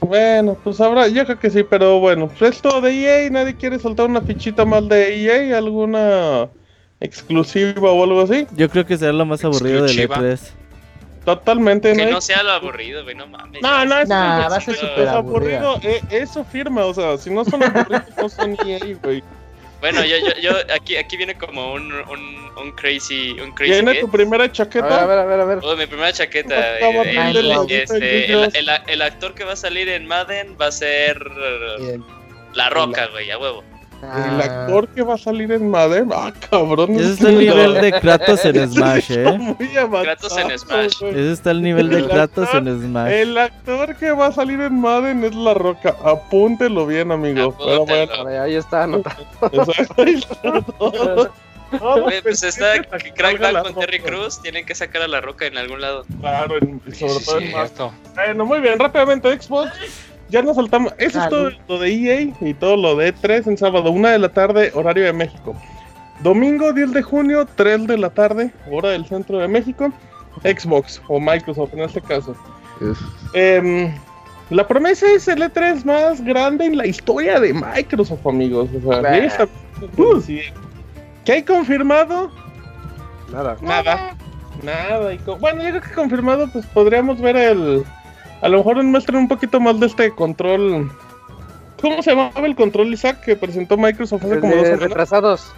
Bueno, pues ahora yo creo que sí, pero bueno, pues esto de EA, nadie quiere soltar una fichita más de EA, alguna exclusiva o algo así.
Yo creo que será lo más aburrido E del
Exclusiva.
E3.
Totalmente.
Que
nadie-
no sea lo aburrido, güey, no mames.
No, no, es
Nah,
que-
va a ser
es
súper aburrida.
aburrido. eh, es su firma, o sea, si no son aburridos, no son EA, güey.
Bueno, yo, yo, yo aquí aquí viene como un, un, un crazy, un crazy
Tiene
get.
tu primera
A ver, a
Ah,
chaqueta.
ver, a ver, a ver.
Oh, mi primera chaqueta.
Estaba
eh,
tan
el,
loco,
este,
Dios.
el- el- el actor que va a salir en Madden va a ser
Ah.
eh,
Bien.
La Roca, güey, a huevo.
ah,
El actor que va a salir en Madden, ah, cabrón.
Ese
no
está el
tiene
nivel
nada.
de Kratos en Smash,
Está
¿eh?
muy avanzado,
Kratos en Smash.
güey.
Ese está el nivel de
El
Kratos
actor-
en Smash.
El actor que va a salir en Madden es La Roca. Apúntelo bien, amigo.
Apúntalo.
Pero bueno,
A ver, ahí está
Uh.
anotado.
exacto, ahí está todo. Todo
Güey, pues está
pendiente para que
Crack
salga La
Down con Terry
Roca.
Cruz, tienen que sacar a La Roca en algún lado.
Claro, en- y sobre
Sí,
todo en Madden.
cierto.
Bueno, muy bien, rápidamente Xbox. Ya nos saltamos. Eso
Salud.
es todo lo de EA y todo lo de 3 en sábado, una de la tarde, horario de México. Domingo 10 de junio, 3 de la tarde, hora del centro de México. Xbox o Microsoft en este caso.
Uf.
Em, la promesa es el E3 más grande en la historia de Microsoft, amigos. O sea,
Bah.
esa- uh, sí. ¿Qué hay confirmado?
Nada.
Nada. Nada. y co- bueno, yo creo que confirmado, pues podríamos ver el. A lo mejor nos muestran un poquito más de este control. ¿Cómo se llamaba el control Isaac que presentó Microsoft hace
El
como dos
de
semanas?
Eh, retrasados.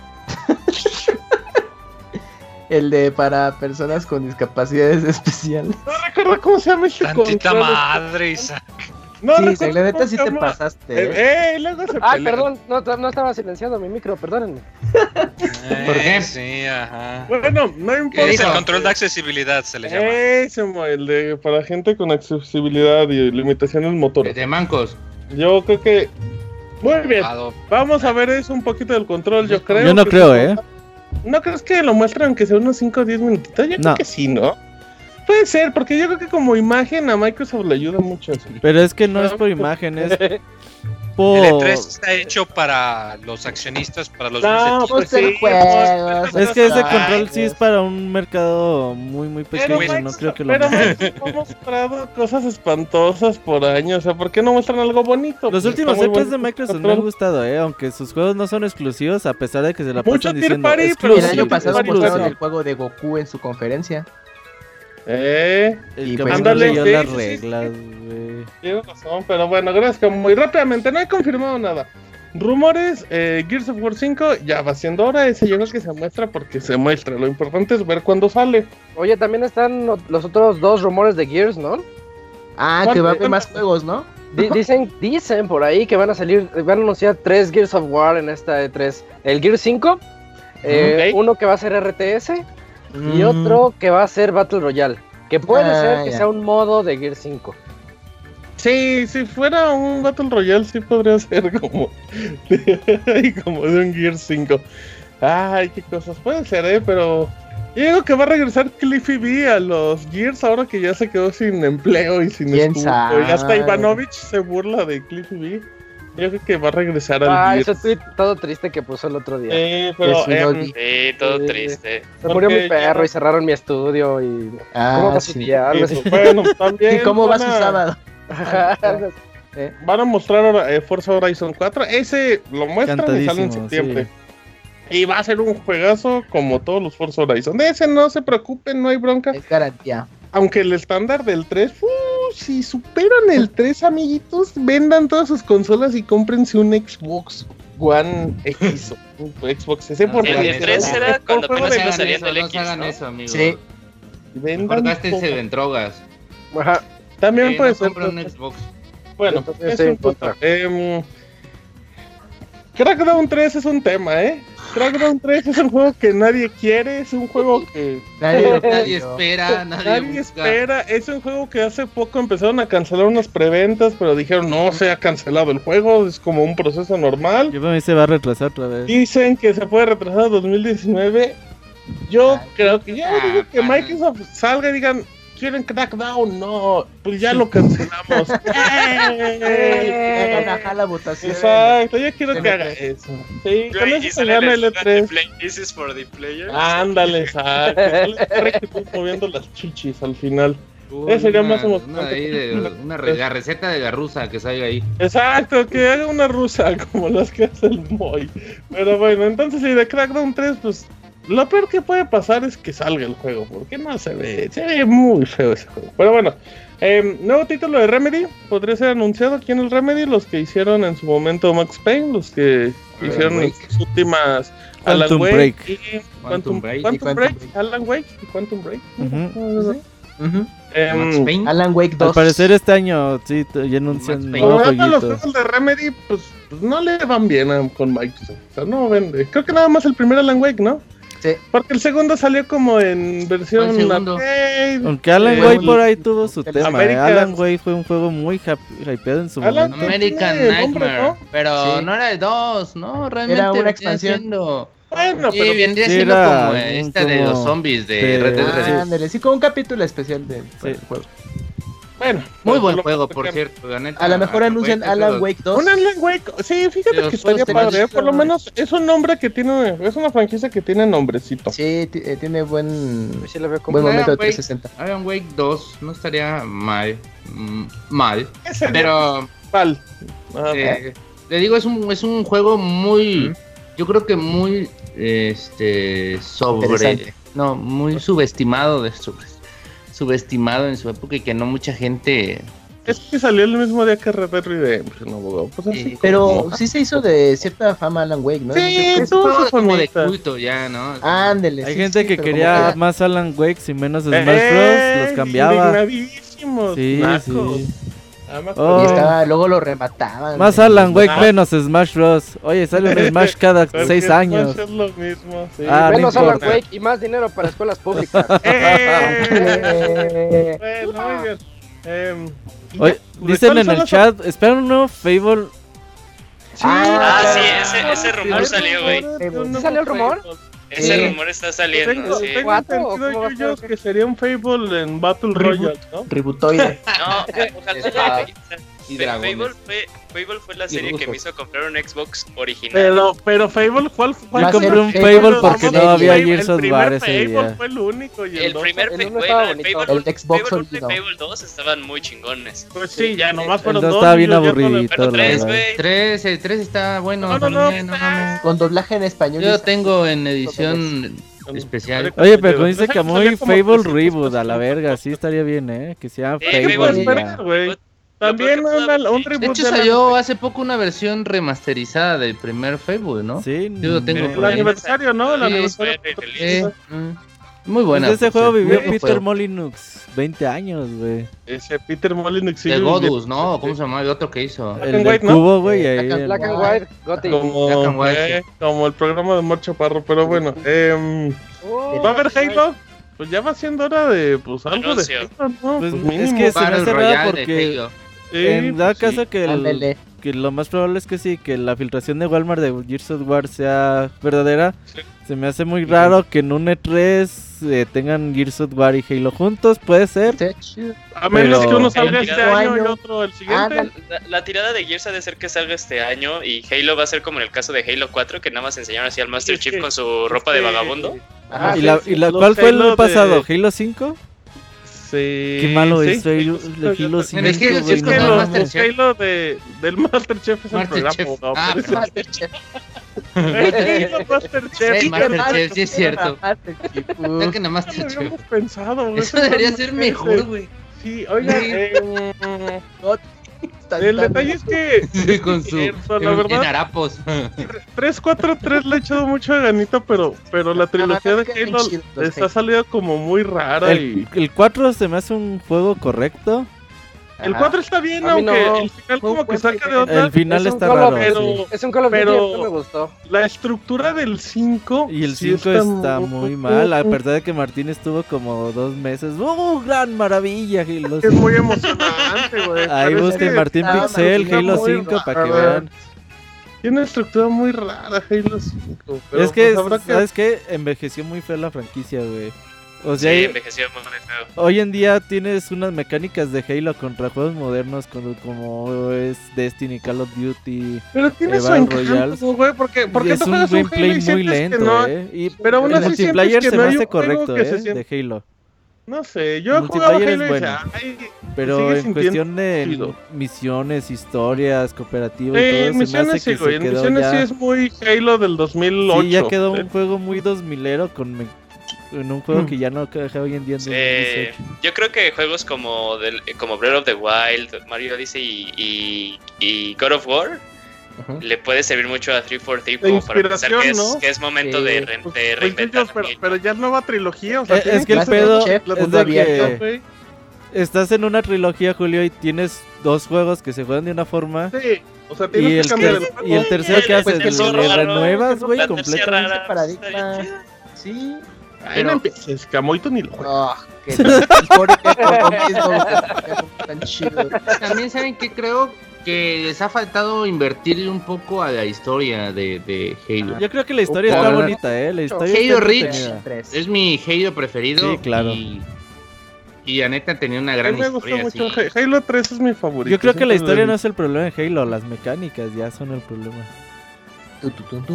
El de para personas con discapacidades especiales.
No recuerdo cómo se llama este
Tantita
control.
madre, Isa.
No
sí,
recuerdo
la neta
cómo
sí
se
te
llama.
pasaste. ¿eh?
Eh, eh, luego se pelean.
Ay, Ah, perdón, no, no estaba silenciado mi micro, perdónenme.
¿Por
qué?
Eh, Sí, ajá.
Bueno, no importa.
Es el control de accesibilidad, se le
Eh,
llama.
Eso, el de para gente con accesibilidad y limitaciones motoras.
De mancos.
Yo creo que Muy bien.
Ado-
Vamos a ver eso un poquito del control, yo creo.
Yo no
que
creo,
sí.
¿eh?
¿No crees que lo muestran aunque sea unos 5 o 10 minutitos? Yo creo
No.
que sí, ¿no? Puede ser, porque yo creo que como imagen a Microsoft le ayuda mucho eso.
Pero es que no es por imagen, es
E
El
por...
E3 está hecho para los accionistas, para los
No,
dulcetitos.
pues
Son
sí,
juegos,
pues,
Es que ese
Ay,
control
Dios.
sí es para un mercado muy, muy
Pero
pequeño, no
Microsoft-
creo que lo...
pero Microsoft ha mostrado cosas espantosas por año. O sea, ¿por qué no muestran algo bonito? Pues
Los últimos
está muy
E3 de
bonito.
Microsoft me han gustado, eh, aunque sus juegos no son exclusivos, a pesar de que se la
Mucho
pasan
third
diciendo
party, pero
El
sí,
año
sí,
pasado
varios
mostraron
años.
el juego de Goku en su conferencia.
Eh,
y
El
pues,
cabrón
ándale,
leyó
sí,
las
sí, sí,
reglas, güey.
tienes razón, pero bueno, gracias. Como muy rápidamente, no he confirmado nada. Rumores, eh, Gears of War 5 ya va siendo hora. Ese yo creo que se muestra porque se muestra. Lo importante es ver cuándo sale.
Oye, también están o- los otros dos rumores de Gears, ¿no?
Ah,
¿Cuál?
que va a haber más juegos, ¿no?
Di- dicen, dicen por ahí que van a salir, van a anunciar tres Gears of War en esta E3. El Gears 5, eh,
Ok.
uno que va a ser RTS y
Mm,
otro que va a ser Battle Royale. Que puede
Ah,
ser que
ya.
sea un modo de Gears 5.
Sí, si fuera un Battle Royale, sí podría ser como, ay, como de un Gear 5. Ay, qué cosas puede ser, ¿eh? Pero yo digo que va a regresar Cliffy B a los Gears ahora que ya se quedó sin empleo y sin
¿Quién
estudio. Y hasta
sabe?
Ivanovich se burla de Cliffy B. Yo creo que va a regresar al
Ah,
Gears.
ese tweet todo triste que puso el otro día.
Eh,
que
pero,
es un
em,
oldie.
Sí, todo
Sí.
triste.
Se murió
porque
mi perro
ya-
y cerraron mi estudio y... ¿Cómo
Ah,
vas a
sí.
estudiar? Algo así.
y, bueno, también
¿Y cómo va su
van a-
sábado?
Ajá, algo así.
Van a mostrar ahora, eh, Forza Horizon 4. Ese lo muestran y sale en
Cantadísimo,
septiembre. Y va a ser un juegazo como todos los Forza Horizon. De ese no se preocupen, no hay bronca.
Eh.
Es garantía.
Aunque el estándar del 3, ¡fu! si superan el 3, amiguitos, vendan todas sus consolas y cómprense un Xbox One X o un Xbox S.
Ah,
Porque
El de
literal,
3
era
mejor
cuando
juego
No
apenas
de
se
la-
iba
hagan
saliendo
eso, no
el X,
se hagan
¿no?
eso, amigos.
Sí.
vendan
Mejor gástense
todo.
en drogas.
Ajá.
También
Eh,
puede
no
ser.
compren un Xbox.
Bueno,
Entonces,
es
sí,
un punto.
otra.
Em, Crackdown 3 es un tema, ¿eh? Crackdown 3 es un juego que nadie quiere, es un juego que
Nadie, lo
Nadie
pidió.
espera, nadie,
nadie
busca.
espera, es un juego que hace poco empezaron a cancelar unas preventas, pero dijeron no se ha cancelado el juego, es como un proceso normal.
Yo para mí se va a retrasar otra vez.
Dicen que se puede retrasar a 2019. Yo
Ay,
creo que ya
ah,
digo que
para-
Microsoft salga y digan, ¿quieren Crackdown? No, pues ya lo cancelamos.
Hagan
¡Ey!
ajá la votación.
Exacto, yo quiero que
Pero-
haga eso. Sí, con
Güey,
eso
y
se
sale la
gana el E
escena de
E3.
Play, This is for the player.
Ah, Ándale, exacto. Sale Rick y tú moviendo las chichis al final. Ese sería
Una-
más emocionante.
Una, ahí de- una re- la receta de garruza que salga ahí.
Exacto, que haga una rusa como las que hace el Moy. Pero bueno, entonces si de Crackdown 3, pues lo peor que puede pasar es que salga el juego, porque no se ve, se ve muy feo ese juego. Pero bueno, em, nuevo título de Remedy, podría ser anunciado aquí en el Remedy, los que hicieron en su momento Max Payne, los que
Alan
hicieron en
Wake.
sus últimas
Quantum
Alan Wake
Break.
y
Quantum Break y
Quantum
Quantum
Break,
Break.
Alan Wake y Quantum Break.
Ujú.
Ujú.
Em,
Max Payne.
Alan Wake 2.
Al parecer este año sí, t- ya anuncian
Max
un
Payne.
nuevo
Como ahorita los
jueguito.
juegos de Remedy, pues, pues, no le van bien a- con Microsoft. O sea, no vende. Creo que nada más el primer Alan Wake, ¿no?
Sí.
Porque el segundo salió como en versión
¿Cuál segundo?
arcade.
Aunque Alan
Eh,
Way
bueno,
por ahí tuvo su
el
tema. eh.
American-
Alan Way fue un juego muy hype- hypeado en su
Alan-
momento.
American
tiene
Nightmare.
nombre, ¿no?
Pero
Sí.
no era el 2, ¿no? Realmente
Era una
vendría
expansión.
siendo-
Bueno,
sí,
pero
vendría
Sí,
siendo
era
como
un-
esta de
como-
los zombies de
de-
Red Dead
Ah,
Redemption.
Ándale, sí, con un capítulo especial del
Sí.
juego.
bueno.
Muy
pero
buen
lo-
juego, por cierto. la neta.
A lo mejor
Alan
anuncian
Ah, Wake es
Alan
lo-
Wake 2.
Un Alan Wake, sí, fíjate
Pero
que estaría
todos
padre, ¿eh?
tenían
por lo
nombres.
menos es un nombre que tiene, es una franquicia que tiene nombrecito.
Sí, ti- eh, tiene buen,
Pues sí la veo como-
buen
Ah,
Alan
momento de
Wake.
360.
Alan Wake 2 no estaría mal. mm, mal.
¿Qué sería
Pero
mal? Ah,
eh, le digo, es un, es un juego muy. Yo creo que muy. Este. Sobre.
Interesante.
No, muy subestimado. De, sobre- subestimado en su época y que no mucha gente.
Es que salió el mismo día que Red Dead Redemption, abogado. Pues así
Eh,
Pero
como-
sí se hizo de cierta fama Alan Wake, ¿no? pues,
Sí,
Es
todo
todo
se
como de
conecta.
culto ya, ¿no?
Ándele.
Hay
sí,
gente
sí,
que
pero como
quería
que-
más Alan Wake y menos Smash
¡Eh!
Bros. Los cambiaba.
Indignadísimos,
Sí,
nacos.
sí.
Ah, me
Oh.
acuerdo.
Y estaba, luego lo remataban.
Más
¿no?
Alan Wake
Ah.
menos Smash Bros. Oye, sale un Smash cada
Porque
seis
Smash
años.
Es lo mismo, sí.
Ah, no
Menos Alan
importa.
Wake y más dinero para escuelas públicas.
¡Eh!
Eh,
bueno, muy bien. Em,
Oye,
¿de
dicen
cuáles
en
son
el
las-
chat, esperan un nuevo Fable
Ah, sí,
claro.
ese, ese rumor salió, güey.
¿Salió el rumor?
Ese
Sí.
rumor está
Tengo,
saliendo, sí.
tengo
¿Guato o
entendido,
cómo va a
Yuyos,
ser?
que sería un Fable en Battle
Reboot.
Royale, ¿no?
Tributoide.
No, ojalá.
Espadas.
güey.
Y
Fable
dragones.
fue, Fable fue la serie que
brujos.
me hizo comprar un Xbox original.
Pero, pero Fable, ¿cuál fue?
Yo
compré un
Fable
Fable porque
Fable,
no había
Fable,
Gears of
El
War
primer
ese
Fable
día.
fue el único y el,
El
dos.
primer
el
Fable,
uno
güey,
estaba
no, el
bonito.
Fable
El
uno-
Xbox
Fable uno y
olvidó.
Fable 2 estaban muy chingones.
Pues sí, ya nomás
El
fueron
dos
dos.
estaba bien
y yo ya no le-
aburridito,
Pero
la
tres,
verdad.
güey.
Tres, el tres está bueno.
No, no,
pero
no, ah.
no
está-
mames.
Con doblaje en español.
Yo
y
lo tengo en edición especial.
Oye, pero como dice
Salió
Camuy,
como
Fable
300
Reboot, a la verga, sí estaría bien, ¿eh? Que sea
Sí,
Sí, pues,
Fable. y
Fable,
verga,
ya.
güey.
Lo peor
También
que pudo
una-
haber
un
hecho.
reboot
De hecho
de la-
salió hace poco una versión remasterizada del primer Fable, ¿no?
Sí,
Yo lo tengo
no.
El
por ahí.
aniversario, ¿no? El
Sí,
aniversario.
fue
Sí.
release.
Mm. Muy buena.
Pues de ese
por
juego
cierto.
vivió
Muy
Peter
Fue
Molyneux, 20 años, güey.
Ese Peter Molyneux. sí,
De
yo-
Godus, ¿no? ¿Cómo se llamaba el otro que hizo?
Black
El
and
del
White, ¿no?
cubo, güey, ahí.
Black and-
el-
Black and White, Gotti.
Black and
Como,
White,
eh, como el programa de Mor Chaparro, pero bueno. em,
Oh,
¿Va a haber Halo? Pues ya va siendo hora de pues algo
Anuncio.
de Halo, ¿no?
Pues,
Pues,
es
mínimo.
que se me
Battle
hace raro
Royale de
porque
Halo.
Sí,
en dado
pues, sí.
caso que, el-
Ándale.
que lo más probable es que sí, que la filtración de Walmart de Gears of War sea verdadera,
Sí.
se me hace muy raro que en un E3 eh, tengan Gears of War y Halo juntos, puede ser.
Está chido.
A menos
Pero-
que uno salga
El
este
otro
año y
año.
otro el siguiente.
Ándale.
La, la tirada de Gears ha de ser que salga este año y Halo va a ser como en el caso de Halo 4, que nada más enseñaron así al Master
Es que- este,
Chief con su ropa de vagabundo.
Ah,
¿Y
sí,
la,
sí.
y la-
Los
cuál fue el
Halo de-
pasado? ¿Halo 5?
Sí.
Qué malo
sí,
es soy yo-
sí,
el
sí,
Halo
sí.
5.
es que-
güey,
es
no
que
Halo,
los
mames.
Masterchef.
Halo de, del Masterchef es el programa.
Masterchef.
no,
Ah,
pero-
Masterchef.
Eh, Halo Masterchef.
Sí,
¿qué
Masterchef, sí es cierto.
Masterchef.
Saquen a
tal? No lo
Masterchef.
habíamos pensado. güey,
Eso
ese
debería
programa
ser
merece.
mejor, güey.
Sí, oiga,
Sí.
eh,
Está-
el
está-
detalle es que
Sí, Con su.
Cierto, la
en-
verdad.
En harapos.
343 le he echado mucho ganito, pero, pero
Ah,
la trilogía
verdad
de
es que
Halo
están chidos los
está
Halo.
salida como muy rara.
El,
y...
el 4 se me hace un juego correcto.
el
Ajá.
4 está bien,
A mí no.
aunque el final
Fue un
como que
buen
saca de
primero.
onda.
El final
Es un
está
Call of
raro.
pero
sí.
Es un Call of Duty,
Pero-
no me gustó.
La estructura del 5.
Y el
sí
5 está muy mal, a pesar de que Martín estuvo como dos meses. ¡Uh, gran maravilla! Halo
Es
5!
muy emocionante, güey.
Ahí
pero es
busquen
que
Martín
está-
Pixel,
está
Halo
muy
5, para que
raro.
vean.
Tiene una estructura muy rara, Halo 5. pero
Es que,
pues habrá
¿sabes qué? Envejeció muy feo la franquicia, güey.
pues
O
Sí,
sea,
envejeció muy feo.
hoy en día tienes unas mecánicas de Halo contra juegos modernos como, como es Destiny, Call of Duty.
Pero tiene
Eh,
su
Battle
encanto,
Royales.
güey. Porque, porque
es
tú
un
juegas un Halo
gameplay
y
muy
sientes
lento,
que no.
¿eh? Y
Pero aún
el
así sientes
multiplayer se
que
me
no hay
hace
un juego
correcto,
que
¿eh?
se sienta-
De Halo.
No sé, yo he
El
jugado Halo y
multiplayer es
decía,
bueno.
ay,
Pero
Sigue
en
sintiendo
cuestión de
chido.
misiones, historias, cooperativas
Eh,
y todo,
en
se me hace
misiones sí,
que
güey.
se
En
quedó
misiones
ya...
sí es muy Halo del 2008.
sí, ya quedó un
¿eh? Mm.
juego muy 2000ero con me- en un juego que ya no caja hoy en día en
Sí,
2018.
yo creo que juegos como, del, como Breath of the Wild, Mario Odyssey y, y, y God of War
Ajá.
le puede servir mucho a 343 como para pensar que es,
inspiración, ¿no?
que es momento
Sí.
de, re-
Pues-
de
pues,
reinventar.
ellos, pero,
también.
pero ya es nueva trilogía. O sea,
Eh,
tienen
es que el
hacer
pedo
un-
es
mundo
de que-
abierto, güey.
Estás en una trilogía, Julio, y tienes dos juegos que se juegan de una forma.
Sí, o sea,
Y
tienes que
el,
cambiar
ter-
el juego.
y el tercero
Pues
que haces,
que
le,
son
le
raros,
renuevas, güey,
La tercera
completamente.
rara,
paradigma.
está
Sí.
Ahí no empieces, Camoito ni lo juega.
Ah, que mejor que por lo mismo, güey, tan chido.
También saben que creo que les ha faltado invertir un poco a la historia de, de Halo.
Yo creo que la historia está
Ojalá.
bonita, ¿eh? La historia
Halo
está
Reach.
entretenida.
Tres.
Es mi Halo preferido.
Sí, claro.
Y, y la neta tenía una
A
gran
mí me gustó
historia.
mucho.
sí.
Ha- Halo 3 es mi favorito.
Yo creo que la
siempre lo
historia
he
no
dicho.
es el problema de Halo, las mecánicas ya son el problema.
Tu, tu, tu, tu.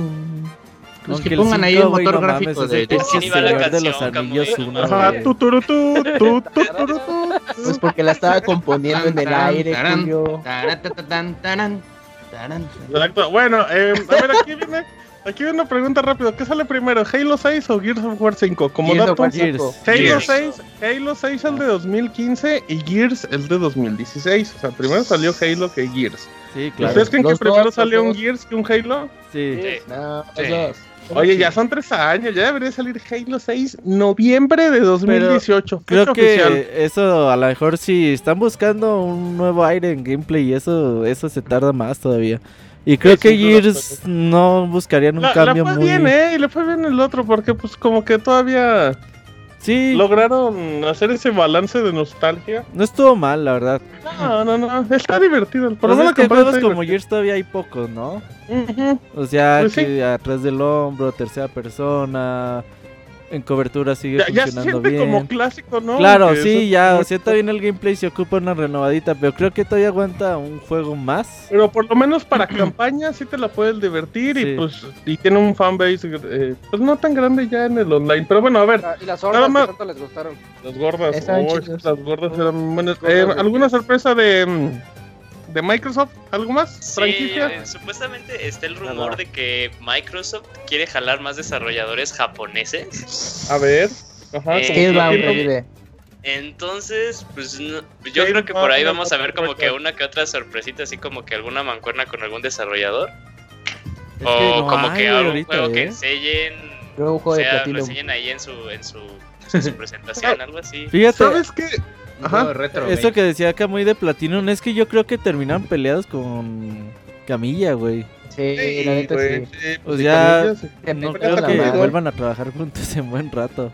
Pues
Aunque
que pongan
cinco,
ahí el
güey,
motor
no
gráfico
mames,
de-
ese pinche
Así va la
Señor de
canción,
los Anillos
Camuy, no
1,
Ajá,
güey.
tu, tu, tu, tu, tu, tu, tu, tu.
Pues porque la estaba componiendo en el aire,
Tarán,
Julio.
Taratatán, tarán, tarán.
Exacto. Bueno, eh, a ver, aquí viene, aquí viene una pregunta rápido. ¿Qué sale primero, Halo 6 o Gears of War 5? Como
Gears of
dato,
War
Halo
Gears.
cinco.
Gears.
6, Halo 6 el de 2015 y Gears el de 2016. O sea, primero salió Halo que Gears.
Sí, claro.
¿Ustedes creen que
Los dos,
primero
los
salió un
dos.
Gears que un Halo?
Sí.
Sí.
No, los
Sí.
dos.
Oye, ya son tres años, ya debería salir Halo 6 noviembre de 2018.
Creo
fecha
que
oficial.
eso, a lo mejor si están buscando un nuevo aire en gameplay y eso, eso se tarda más todavía. Y creo
Sí,
que
sin duda,
Gears no buscarían un
La, la
cambio
fue
muy...
bien, ¿eh? Y le fue bien el otro porque pues como que todavía...
Sí,
Lograron hacer ese balance de nostalgia.
no estuvo mal, la verdad.
No, no, no. Está divertido. El
Pero
problema
es que juegos como
yo.
Gears todavía hay pocos, ¿no? O sea,
Pues sí.
que atrás del hombro, tercera persona, en cobertura sigue
Ya, ya se
funcionando
siente
bien.
como clásico, ¿no?
Claro,
Porque
sí,
eso-
ya, o sea, está bien el gameplay, se ocupa una renovadita, pero creo que todavía aguanta un juego más.
Pero por lo menos para campaña sí te la puedes divertir
Sí.
y pues y tiene un fanbase eh, pues no tan grande ya en el online. Pero bueno, a ver,
Ah, Y las
Nada
hordas que
más. Ah,
tanto les gustaron.
las gordas,
Estaban
oh,
chidas.
las gordas eran buenas.
Gordas
Eh,
de-
¿Alguna sorpresa de, mm, de Microsoft? ¿Algo más?
Sí,
¿Franquicia?
eh, supuestamente está el
Ah, no.
rumor de que Microsoft quiere jalar más desarrolladores japoneses.
A ver. Ajá, como
Eh, ¿qué
que
va,
Scalebound
Tiene-
revive.
Entonces, pues no- yo
Sí,
creo que
no,
por ahí
no,
vamos a ver como que
correcto.
una que otra sorpresita, así como que alguna mancuerna con algún desarrollador.
Es
o
no
como
hay,
que algún
ahorita,
juego
¿eh?
que sellen,
Luego
o
un juego de
sea, lo
platino.
sellen ahí en su, en su, en su presentación, algo así.
Fíjate,
¿Sabes qué? Ajá.
Ajá. retro.
eso que decía acá muy de Platinum es que yo creo que terminaron peleados con Camilla, güey.
Sí, la neta
güey,
sí.
sí,
O
pues,
sea,
comillas, sí.
Te
No
pegas
creo
la
que
madre.
vuelvan a trabajar juntos en buen rato.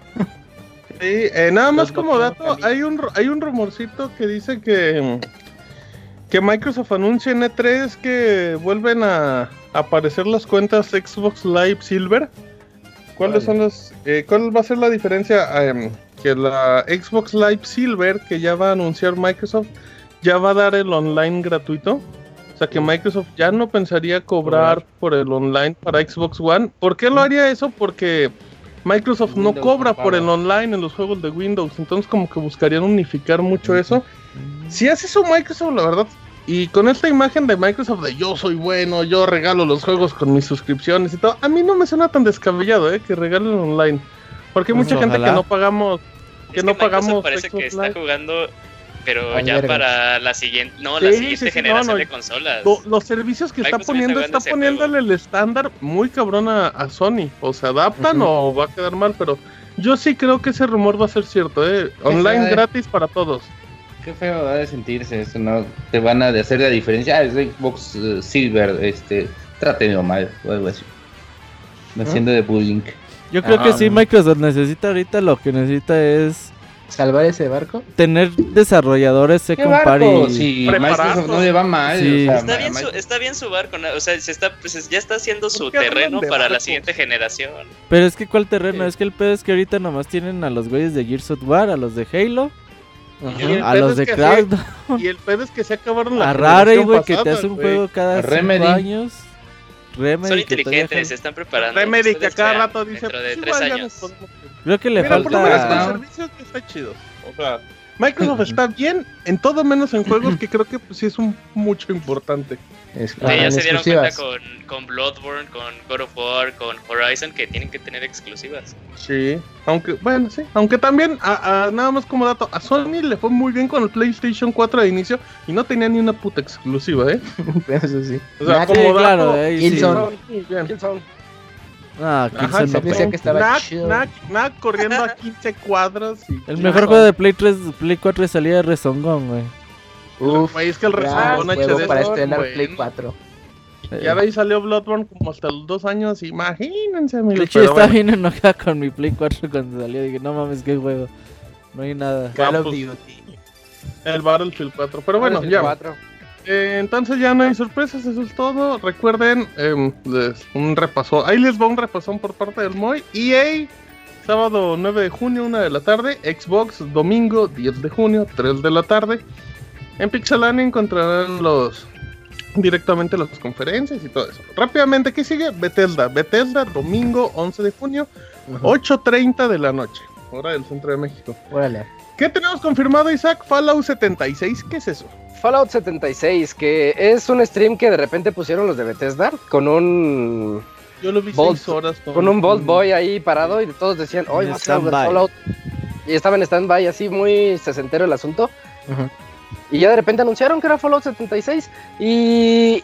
Sí, eh, nada más
Los
como
botones
dato,
caminan.
hay un ru- hay un rumorcito que dice que que Microsoft anuncia en E3 que vuelven a aparecer las cuentas Xbox Live Silver. ¿Cuáles son las eh, cuál va a ser la diferencia Em, que la Xbox Live Silver que ya va a anunciar Microsoft ya va a dar el online gratuito? O sea que Microsoft ya no pensaría cobrar por el online para Xbox One. ¿Por qué lo haría eso? Porque Microsoft no
Windows
cobra
no paga.
por el online en los juegos de Windows, entonces como que buscarían unificar mucho eso. Si hace eso Microsoft, la verdad, y con esta imagen de Microsoft de yo soy bueno, yo regalo los juegos con mis suscripciones y todo, a mí no me suena tan descabellado, ¿eh? Que regalen online. Porque hay
Pues
mucha gente
ojalá.
que no pagamos,
Es
que no
Microsoft
pagamos
Parece que
Xbox
está
Live.
jugando, pero
Ay,
ya
verga.
para la siguiente, no, la
Sí,
siguiente
sí, sí, no,
generación
no.
de consolas.
Lo- los servicios que está
Microsoft está
poniendo, está
jugando ese
poniéndole el estándar muy cabrón a, a Sony. O se adaptan o va a quedar mal, pero yo sí creo que ese rumor va a ser cierto, ¿eh? Online
sabe.
gratis para todos.
Qué feo va de sentirse eso, ¿no? Te van a hacer la diferencia. Ah, es Xbox eh, Silver, este, tráteme mal, o algo así. Me haciendo de bullying.
Yo creo
Ah,
que sí,
no.
Microsoft necesita ahorita lo que necesita es
Salvar ese barco.
tener desarrolladores second
Pues
party.
Si
Prepararlos.
Microsoft no le va mal,
Sí.
o sea,
Está bien,
Ma-
su, está bien su barco, ¿no? o sea, se está, pues, ya está haciendo su
¿Por qué hablan
terreno
de
para la
barcos?
siguiente generación.
Pero es que cuál terreno,
Eh.
es que el pedo es que ahorita nomás tienen a los güeyes de Gears of War, a los de Halo,
Y el
a
pedo
los
es
de
que
Crackdown,
se- Y el pedo es que se acabaron la
a Rare,
generación
güey, que te
pasada,
hace un
güey.
juego cada
Remedy.
cinco años. Remedy,
Son
que todavía
inteligentes, se
jala.
están preparando.
Remedy que a
Ustedes
cada
vean,
rato dice,
Dentro de
"Pues
tres
igual ya
años.
nos podemos ir".
Creo que le
Mira, por lo menos
falta...
con servicios que está chido. O sea, Microsoft está bien en todo menos en juegos que creo que pues, sí es un mucho importante.
Es
Sí,
Ah,
ya
en
se dieron
exclusivas.
cuenta con, con Bloodborne, con God of War, con Horizon que tienen que tener exclusivas.
Sí. Aunque, bueno, sí. Aunque también, a- a- nada más como dato, a Sony le fue muy bien con el PlayStation 4 de inicio y no tenía ni una puta exclusiva, ¿eh?
Eso sí.
O sea,
Naco.
como
Sí,
dato,
claro, ahí sí.
Killzone.
muy bien.
Killzone.
Ah,
Ajá,
Killzone
se
no
decía
pegó.
que estaba
Knack,
chido.
Knack, Knack corriendo a 15 cuadros. Y
El mejor juego de Play 3, Play 4 de salida de Rezongón, güey.
Uf.
Güey, es que el
gran
Resident
juego
HD
para
está
estrenar
bueno.
Play 4.
Ya de ahí salió Bloodborne como hasta los dos años, imagínense,
De
amigos.
hecho,
pero
estaba
bueno.
bien enojada con mi Play 4 cuando salió. Dije, no mames, qué juego. No hay nada.
Call of
pues,
Duty.
El Battlefield 4. Pero bueno,
Battlefield
ya.
4.
Eh, entonces ya no hay sorpresas, eso es todo. Recuerden, em, les- un repaso. Ahí les va un repasón por parte del Moy. EA, sábado 9 de junio, 1 de la tarde. Xbox, domingo 10 de junio, 3 de la tarde. En Pixelania encontrarán los directamente las conferencias y todo eso. Rápidamente, ¿qué sigue? Bethesda. Bethesda, domingo 11 de junio, 8.30 de la noche. Hora del centro de México.
Órale.
¿Qué tenemos confirmado, Isaac? Fallout 76, ¿qué es eso?
Fallout 76, que es un stream que de repente pusieron los de Bethesda con un
Yo lo vi
Bolt.
seis horas con,
con un Bolt Boy ahí parado y todos decían, hoy
En
va a ser algo de
stand-by.
Fallout. Y estaban en stand-by, así muy sesentero el asunto.
Ujú.
Y ya de repente anunciaron que era Fallout 76. Y,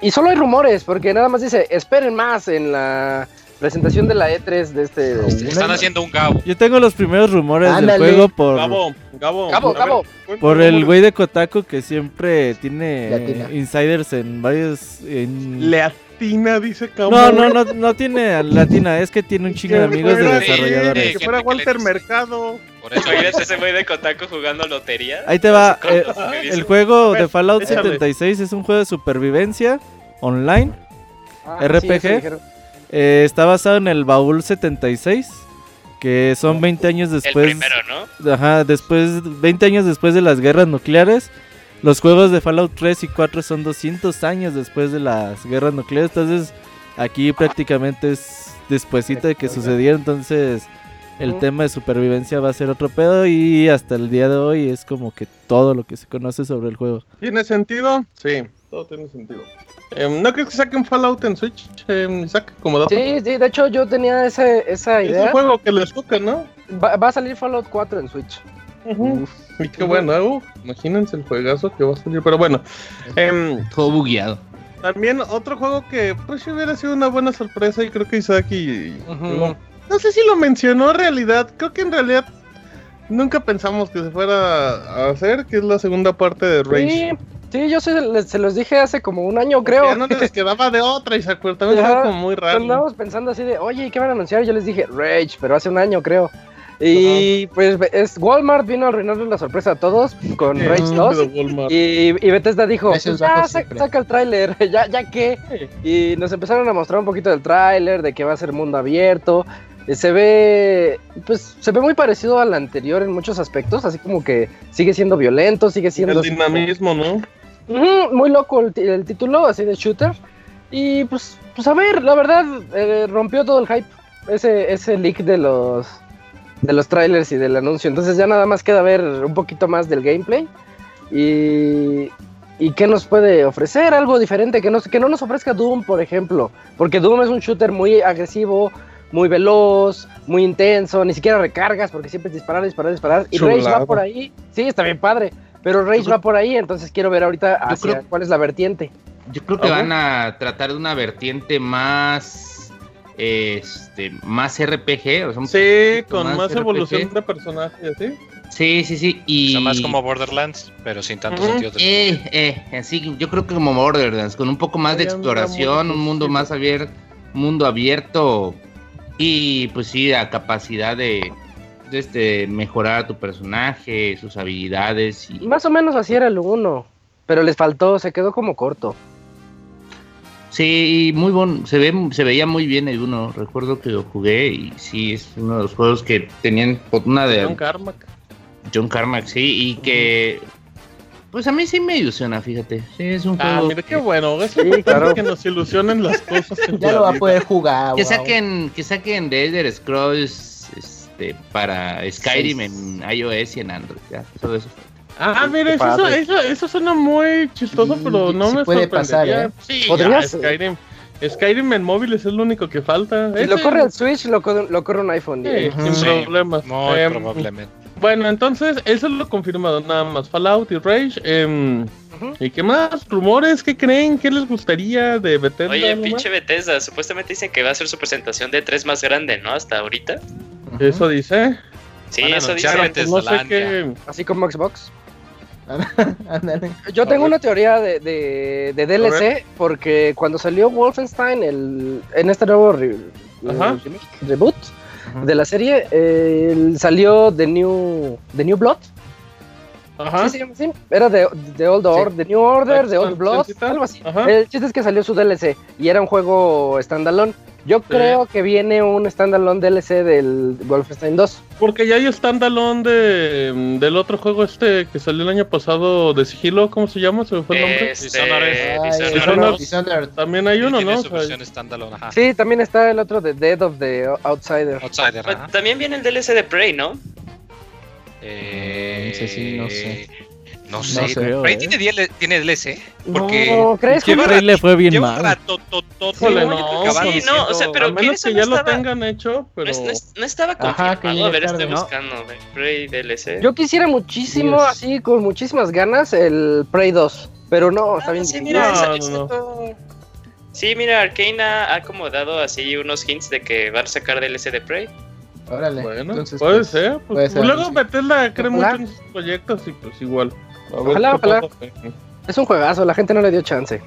y solo hay rumores, porque nada más dice, esperen más en la presentación de la E3 de este...
Ah,
de este-
Están haciendo un gabo.
Yo tengo los primeros rumores
Ándale.
del juego por,
Gabo, Gabo,
Gabo,
a ver,
Gabo.
cuéntame,
por el
Gabo.
güey de Kotaku que siempre tiene
Latina.
eh, insiders en varios. en-
Le, latina, dice Camus.
No, no, no, no tiene latina, es que tiene un chingo de amigos de
fuera-
desarrolladores.
Que fuera
Gente que le
Walter
dice.
Mercado.
Por eso
Imagínate ese güey de Kotaku jugando lotería.
Ahí te va.
Con
eh,
los que dice,
el juego
Bueno,
de Fallout
échale.
76 es un juego de supervivencia online.
Ah,
RPG.
eso dijeron.
Eh, está basado en el baúl 76, que son 20 años
El
después.
primero, ¿no?
Ajá, después, 20 años después de las guerras nucleares. Los juegos de Fallout 3 y 4 son 200 años después de las guerras nucleares. Entonces, aquí prácticamente es despuesito de que sucediera. Entonces, el
Ujú.
tema de supervivencia va a ser otro pedo. Y hasta el día de hoy es como que todo lo que se conoce sobre el juego.
¿Tiene sentido? Sí, todo tiene sentido. Em, ¿No crees que saquen Fallout en Switch, em, Isaac? Como dato.
Sí, sí, de hecho yo tenía ese- esa
es un
idea.
juego que les toca, ¿no?
Va, va a salir Fallout 4 en Switch.
Y qué bueno, ¿eh? Uf, imagínense el juegazo que va a salir. Pero bueno,
Este.
em,
Todo bugueado.
también otro juego que pues sí hubiera sido una buena sorpresa y creo que Isaac y...
Ujú.
No sé si lo mencionó en realidad, creo que en realidad nunca pensamos que se fuera a hacer, que es la segunda parte de Rage.
Sí, sí, yo se, les- se los dije hace como un año,
Porque
creo.
Ya no les quedaba de otra, Isaac, pero también
Ajá, Pues
estaba como muy raro.
Andábamos pensando así de, oye, ¿y ¿qué van a anunciar? Yo les dije, Rage, pero hace un año creo. Y pues es, Walmart vino a arruinarle la sorpresa a todos con
Sí,
Rage 2.
de Walmart.
Y, y Bethesda dijo,
Precios
"Pues ya,
bajos
sa-
siempre".
saca el tráiler, ya, ya qué. Y nos empezaron a mostrar un poquito del tráiler, de que va a ser mundo abierto. Eh, Se ve, pues, se ve muy parecido al anterior en muchos aspectos, así como que sigue siendo violento, sigue siendo...
el dinamismo, ¿no?
Ujú, muy loco el, ti- el título, así de shooter. Y pues, pues a ver, la verdad, eh, rompió todo el hype. Ese, ese leak de los de los trailers y del anuncio. Entonces ya nada más queda ver un poquito más del gameplay. Y. ¿Y qué nos puede ofrecer? Algo diferente, que no, que no nos ofrezca Doom, por ejemplo. Porque Doom es un shooter muy agresivo, muy veloz, muy intenso, ni siquiera recargas, porque siempre es disparar, disparar, disparar. Y Rage va
Chulada.
por ahí. Sí, está bien padre. Pero Rage va por ahí, entonces quiero ver ahorita
Yo
hacia
creo-
cuál es la vertiente.
Yo creo que
Ajá.
van a tratar de una vertiente más. Este, más RPG. o sea, un
Sí,
poquito
con más,
RPG.
evolución de personaje, ¿sí?
Sí, sí, sí. Y.
O sea, más como Borderlands, pero sin tanto
Ujú.
sentido. de-
Eh, eh, así, yo creo que como Borderlands, con un poco más de
Ahí anda
exploración,
muy
un mundo
difícil.
más abierto, mundo abierto y pues sí, la capacidad de, de, este, mejorar a tu personaje, sus habilidades y
Más o menos así era el 1. Pero les faltó, se quedó como corto.
sí, muy bon, se ve, se veía muy bien el uno, recuerdo que lo jugué y sí es uno de los juegos que tenían una de
John Carmack.
John Carmack, sí, y que pues a mí sí me ilusiona, fíjate, sí es un
Ah,
juego
mira qué bueno. Es
Sí,
importante
claro.
que nos ilusionen las cosas. en
Ya
la
lo va a
vida.
poder jugar.
Que
wow.
saquen, que saquen The Elder Scrolls este, para Skyrim en iOS y en Android. Ya, solo eso.
Ah, mira, eso,
padre.
eso, eso suena muy chistoso,
Sí,
pero no
sí
me
puede
sorprendería.
pasar, ¿eh?
Sí,
Podrías-
ya, Skyrim. Skyrim en móviles es lo único que falta.
Si lo
Ese-
corre el Switch, lo, co- lo corre un iPhone.
Sí,
diez.
sin
Sí,
problemas.
Muy
Em,
probablemente.
Bueno, entonces, eso es lo confirmado, nada más. Fallout y Rage. em,
Ujú.
¿Y qué más? ¿Rumores? ¿Qué creen? ¿Qué les gustaría de Bethesda?
Oye,
nomás?
pinche Bethesda, supuestamente dicen que va a ser su presentación de tres más grande, ¿no? Hasta ahorita.
Eso dice.
Sí,
Van a
eso
anunciar
dicen.
Bethesda.
No sé
Tezlandia.
qué.
Así como Xbox.
Ándale.
Yo tengo una teoría de, de- de DLC, porque cuando salió Wolfenstein el, en este nuevo re-
Ajá.
eh, remake, reboot de la serie, eh, el- salió The New, The New Blood.
Ajá.
¿Sí se llama así? Era de The Old Order, The New Order, The Old Blood,
Expansioncita.
algo así.
Ajá.
El chiste es que salió su DLC y era un juego standalone. Yo creo que viene un standalone DLC del Wolfenstein 2.
Porque ya hay standalone de, em, del otro juego este que salió el año pasado de sigilo. ¿Cómo se llama? ¿Se me fue el nombre?
Este,
Dishonored.
Ay,
Dishonored
Dishonored.
dos.
Dishonored.
También hay
Y
uno,
tiene
¿no? Pues,
su
O sea,
versión standalone, ajá.
Sí, también está el otro de Dead of the Outsider.
Outsider,
Pero
ajá.
Pues, También viene el DLC de Prey, ¿no?
Eh,
Mm, sí, sí, no sé.
No sé.
sé,
Pero
eh.
ahí tiene DL tiene DLC. Porque
No, ¿crees que
Que
Lleva
Bray le fue bien
lleva un
mal.
Híjole,
ratotototole,
no,
¿no?
sí,
Acabaron
no,
siendo-
o sea,
a
pero que
menos
eso
que
no
ya lo
estaba-
tengan hecho,
No,
pero.
es- no es- no estaba
Ajá, que
confirmado.
llegue
A ver,
tarde,
estoy
¿no?
buscando. de Prey DLC.
Yo quisiera muchísimo,
Dios.
así, con muchísimas ganas, el Prey 2. Pero no, está
Ah,
bien.
sí,
difícil.
mira,
No,
esa-
no,
esa-
no.
Sí, mira, Arkane ha ha acomodado así unos hints de que va a sacar DLC de Prey.
Órale.
Bueno,
entonces,
puede
pues,
ser. pues,
puede ser,
luego
sí.
Bethesda cree
Ojalá.
mucho en sus proyectos y pues igual. A ver
Ojalá,
qué
ojalá.
pasa.
Es un juegazo, la gente no le dio chance.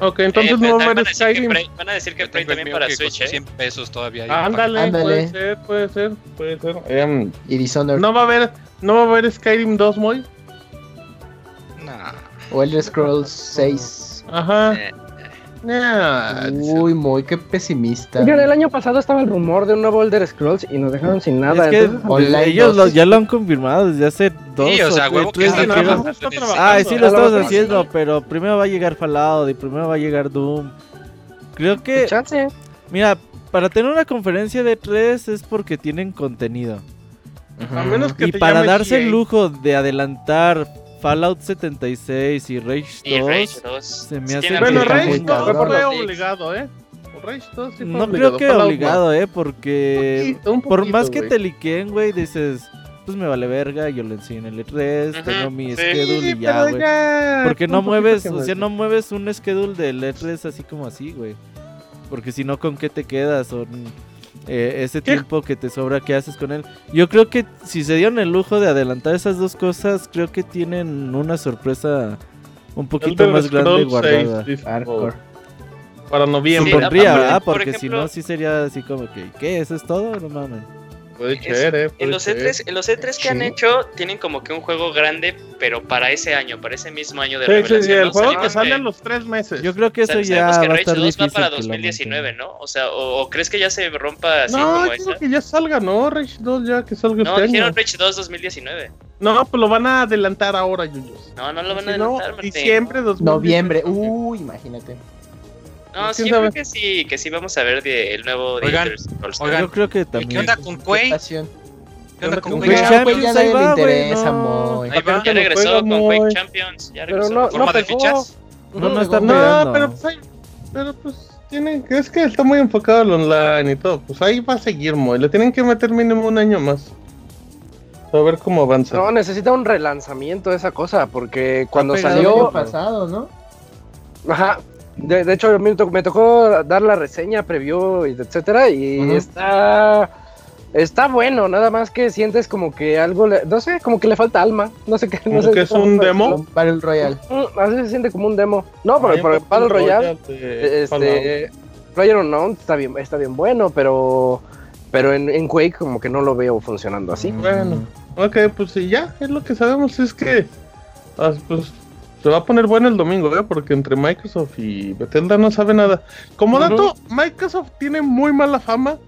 Ok, entonces
Eh,
no va a
también
haber
van, a decir que
Skyrim.
Prey- van a decir que
Yo tengo
Prey
el
también
mío
para
que
Switch,
costó
¿eh?
100 pesos todavía. ahí.
Ándale,
Ándale.
puede ser, puede ser, puede ser. Em,
Y Dishonored.
no va a haber, no va a haber Skyrim 2, Moy.
Nah.
O Elder Scrolls 6.
Ajá.
Eh.
Nah,
Uy, muy qué pesimista.
Oigan, el año pasado estaba el rumor de un nuevo Elder Scrolls y nos dejaron sin nada.
Es que
entonces,
Online
ellos
dos.
lo- ya lo han confirmado desde hace dos
Sí, o sea,
tres-
huevo que
tres
sí,
está
no,
años.
no,
trabajando en el-
no,
Ah, sí lo
Ah,
estamos
lo-
haciendo, pero primero va a llegar Fallout y primero va a llegar Doom. Creo que,
chance.
mira, para tener una conferencia de tres es porque tienen contenido.
A menos que
Y
te
para
llame
darse el
EA.
lujo de adelantar Fallout 76 y Rage 2,
Y Rage 2.
se me
Sí
hace
tiene
Bueno,
algo que-
Rage
muy
no
cabrón.
fue
Los leaks.
obligado, ¿eh? Rage 2 sí fue
no
obligado.
creo que
Fallout,
obligado, eh,
no. Un
porque
poquito, un
por
poquito,
más que
güey.
te liqueen, güey, dices, pues me vale verga, yo lo enseño en el E3,
Ujú,
tengo mi
sí.
schedule
Sí,
y ya,
pero
güey.
ya,
Porque
Ah, un
no
poquito
mueves,
que
o
mueves.
sea, no mueves un schedule del E3 así como así, güey. Porque si no, ¿con qué te quedas? O mm, eh, ese
¿Qué?
tiempo que te sobra, ¿qué haces con él? Yo creo que si se dieron el lujo de adelantar esas dos cosas, creo que tienen una sorpresa un poquito
Elder
más grande
Scrolls seis,
guardada.
dice,
Hardcore.
Para noviembre.
Sí,
Supondría,
aparte,
¿verdad?
por
Porque si
ejemplo-
no, sí sería así como que, ¿qué? ¿Eso es todo? No mames.
Puede
Es-
ser, eh. puede
En los,
ser.
E3, en los E3 que han
Sí.
hecho, tienen como que un juego grande, pero para ese año, para ese mismo año de
Sí, sí,
revelación.
sí, el
¿no?
juego que
Sabemos
sale a los tres meses.
Yo creo que eso
sa-
ya
sabemos que
va a
Rage
estar
2 va
difícil.
para
que lo
2019,
mantengan.
¿no? O sea, o, o crees que ya se rompa así
no,
como
yo creo
esta?
que ya salga, ¿no? Rage 2 ya que salga
No,
este
dijeron
año.
Rage 2 2019.
No, pues lo van a adelantar ahora, Yuyos.
No, no lo van a
Si no,
adelantar, Martín.
diciembre 2019.
Noviembre. Uy, imagínate.
No, sí,
¿Quién
yo
sabe?
creo que sí, que sí vamos a ver de- el nuevo de
Oigan,
Elder Scrolls.
oigan,
Yo creo que
¿Y ¿Qué
también.
onda con Quay?
Pasión.
¿Qué onda con
Con
Quake?
Quake
Ya, pues,
Champions,
ya
ahí
nadie le
va, güey,
interesa,
no.
muy.
Ahí va,
Ya regresó
Juega
con
muy-
Quake Champions, ya
Pero
regresó.
no-
forma de
pegó.
fichas.
No, no está
No,
pegando.
pero pues, hay- pero pues tienen, es que está muy enfocado al online y todo. Pues ahí va a seguir, Moy. Le tienen que meter mínimo un año más. A ver cómo avanza.
No, necesita un relanzamiento de esa cosa, porque cuando
Pegado
salió...
el año pasado, ¿no?
Ajá. De, de hecho, me, to- me tocó dar la reseña, preview, y etcétera, y
Ujú.
está. Está bueno, nada más que sientes como que algo. le- no sé, como que le falta alma. No sé qué.
Como
No sé
que es
cómo
un
decirlo.
demo.
Un Battle Royale.
Mm, así se siente como un demo. No, pero para Battle Royale.
de Fallout.
Este. Player está bien, está bien bueno, pero. Pero en, en Quake, como que no lo veo funcionando
Mm.
así.
Bueno. Ok, pues sí, ya, es lo que sabemos es que ah, pues, se va a poner bueno el domingo, ¿eh? porque entre Microsoft y Bethesda no sabe nada. Como dato, Microsoft tiene muy mala fama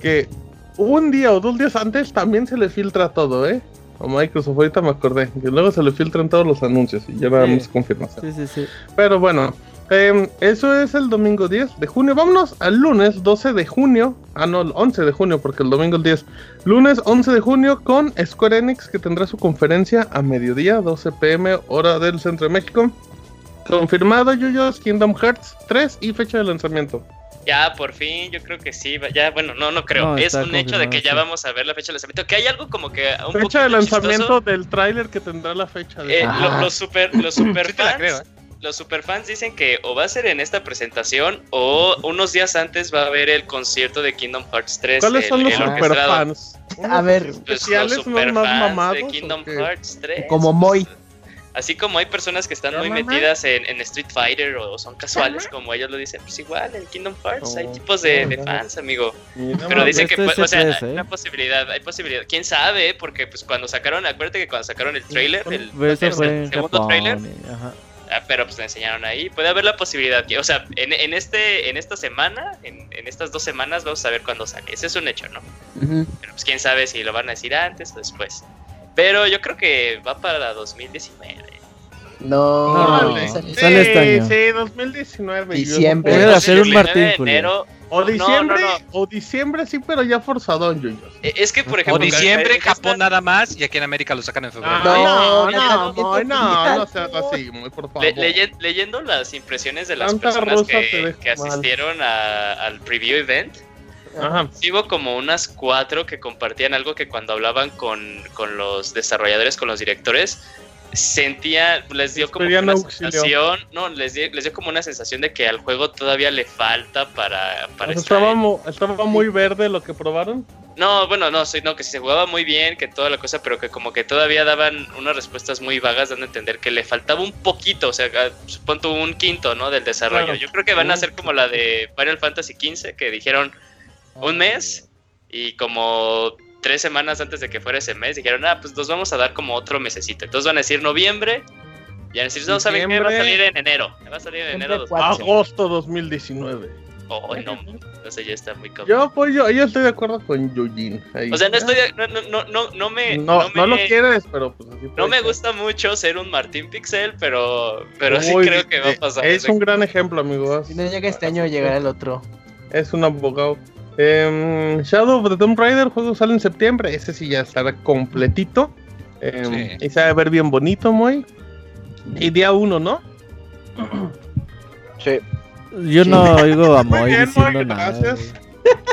que un día o dos días antes también se le filtra todo, ¿eh? A Microsoft, ahorita me acordé, que luego se le filtran todos los anuncios y ya nada
Sí.
más confirmación.
Sí, sí, sí.
Pero bueno, em, eso es el domingo 10 de junio. Vámonos al lunes 12 de junio. Ah, no, el 11 de junio, porque el domingo es 10. Lunes 11 de junio con Square Enix, que tendrá su conferencia a mediodía, 12 pm, hora del centro de México. Confirmado, Yuyos, Kingdom Hearts 3 y fecha de lanzamiento.
Ya, por fin, yo creo que sí. va- Ya, bueno, no, no creo.
No,
es
está
un hecho de que ya
confirmado, sí.
vamos a ver la fecha de lanzamiento. Que hay algo como que. Un
Fecha de
poquito chistoso.
lanzamiento del tráiler que tendrá la fecha de...
Eh,
Ah,
lo- los super, los super
Sí te la creo, ¿eh?
Los superfans dicen que o va a ser en esta presentación o unos días antes va a haber el concierto de Kingdom Hearts 3.
¿Cuáles
el-
son los
el
superfans?
orquestado.
A ver,
Pues,
especiales,
los
unos
superfans
más mamados,
de
¿o
Kingdom
qué?
Hearts 3.
Como Moy.
Así como hay personas que están
¿Ya,
muy
mamá?
metidas en, en Street Fighter o son casuales, como ellos lo dicen, pues igual en Kingdom Hearts hay
Oh,
tipos de,
oh,
de
no.
fans, amigo.
Mira,
Pero
mames.
dicen que,
esto es
fue- o sea,
E3, ¿eh?
hay una posibilidad, hay posibilidad. ¿Quién sabe? eh? Porque pues cuando sacaron, acuérdate que cuando sacaron el trailer, el,
Pero Pues, eso
el
fue en
segundo
Japón.
trailer,
y- Ajá.
Ah, pero pues le enseñaron ahí. Puede haber la posibilidad que, o sea, en, en este, en esta semana, en, en estas dos semanas, vamos a ver cuándo saque. Ese es un hecho, ¿no?
Ujú.
Pero pues quién sabe si lo van a decir antes o después. Pero yo creo que va para 2019.
No.
Órale.
sale-
Sale este año.
Sí, sí, 2019. Yuyos.
Diciembre.
Debe de hacer un
2019
Martín,
de
Julio.
enero.
O diciembre,
no,
o diciembre sí, pero ya forzado, Yuyos.
Eh, Es que, por
O
ejemplo,
diciembre, en
esta-
Japón nada más, y aquí en América lo sacan en
Ah,
febrero.
No.
no,
no,
no, no, no,
no
no seas así, muy por favor.
le- leyen- leyendo las impresiones de las
Tanta
personas
rosa te
que,
deja
que
mal.
asistieron a- al preview event,
Ajá. Pues
Sí, hubo como unas cuatro que compartían algo que cuando hablaban con, con los desarrolladores, con los directores, sentía, les dio como que
Pedían
una
auxilio.
sensación, no, les dio, les dio como una sensación de que al juego todavía le falta para, para
O sea,
estar
estaba,
en-
mu- estaba muy verde lo que probaron.
No, bueno, no, sí, no, que se jugaba muy bien, que toda la cosa, pero que como que todavía daban unas respuestas muy vagas, dando a entender que le faltaba un poquito, o sea, a- supón tú un quinto, ¿no? Del desarrollo.
Claro.
Yo creo que van a ser como la de Final Fantasy XV, que dijeron un mes y como tres semanas antes de que fuera ese mes, dijeron, ah, pues nos vamos a dar como otro mesecito. Entonces van a decir noviembre y van a decir, no, ¿saben qué? Va a
Diciembre.
salir en enero. Va a salir en enero.
Diciembre cuatro.
Agosto 2019.
Oh, no, no sé, ya está muy cabrón.
Yo apoyo, yo estoy de acuerdo con Yujin. ahí.
O sea, no estoy. de- No, no, no, no, no me.
No,
me-
no lo quieres, pero pues así
No
puede
me
ser.
gusta mucho ser un Martín Pixel, pero, pero sí
Uy, eh,
creo que va a pasar.
Es
eso.
un gran ejemplo, amigos.
Si no llega este año, llegará el otro.
Es un abogado. Em, Shadow of the Tomb Raider, juego sale en septiembre. Ese sí ya estará completito. Em,
Sí.
Y se va a ver bien bonito, muy. Y día uno, ¿no?
Sí.
Yo no oigo a Moy
bien,
diciendo
Moy,
nada.
gracias.
güey.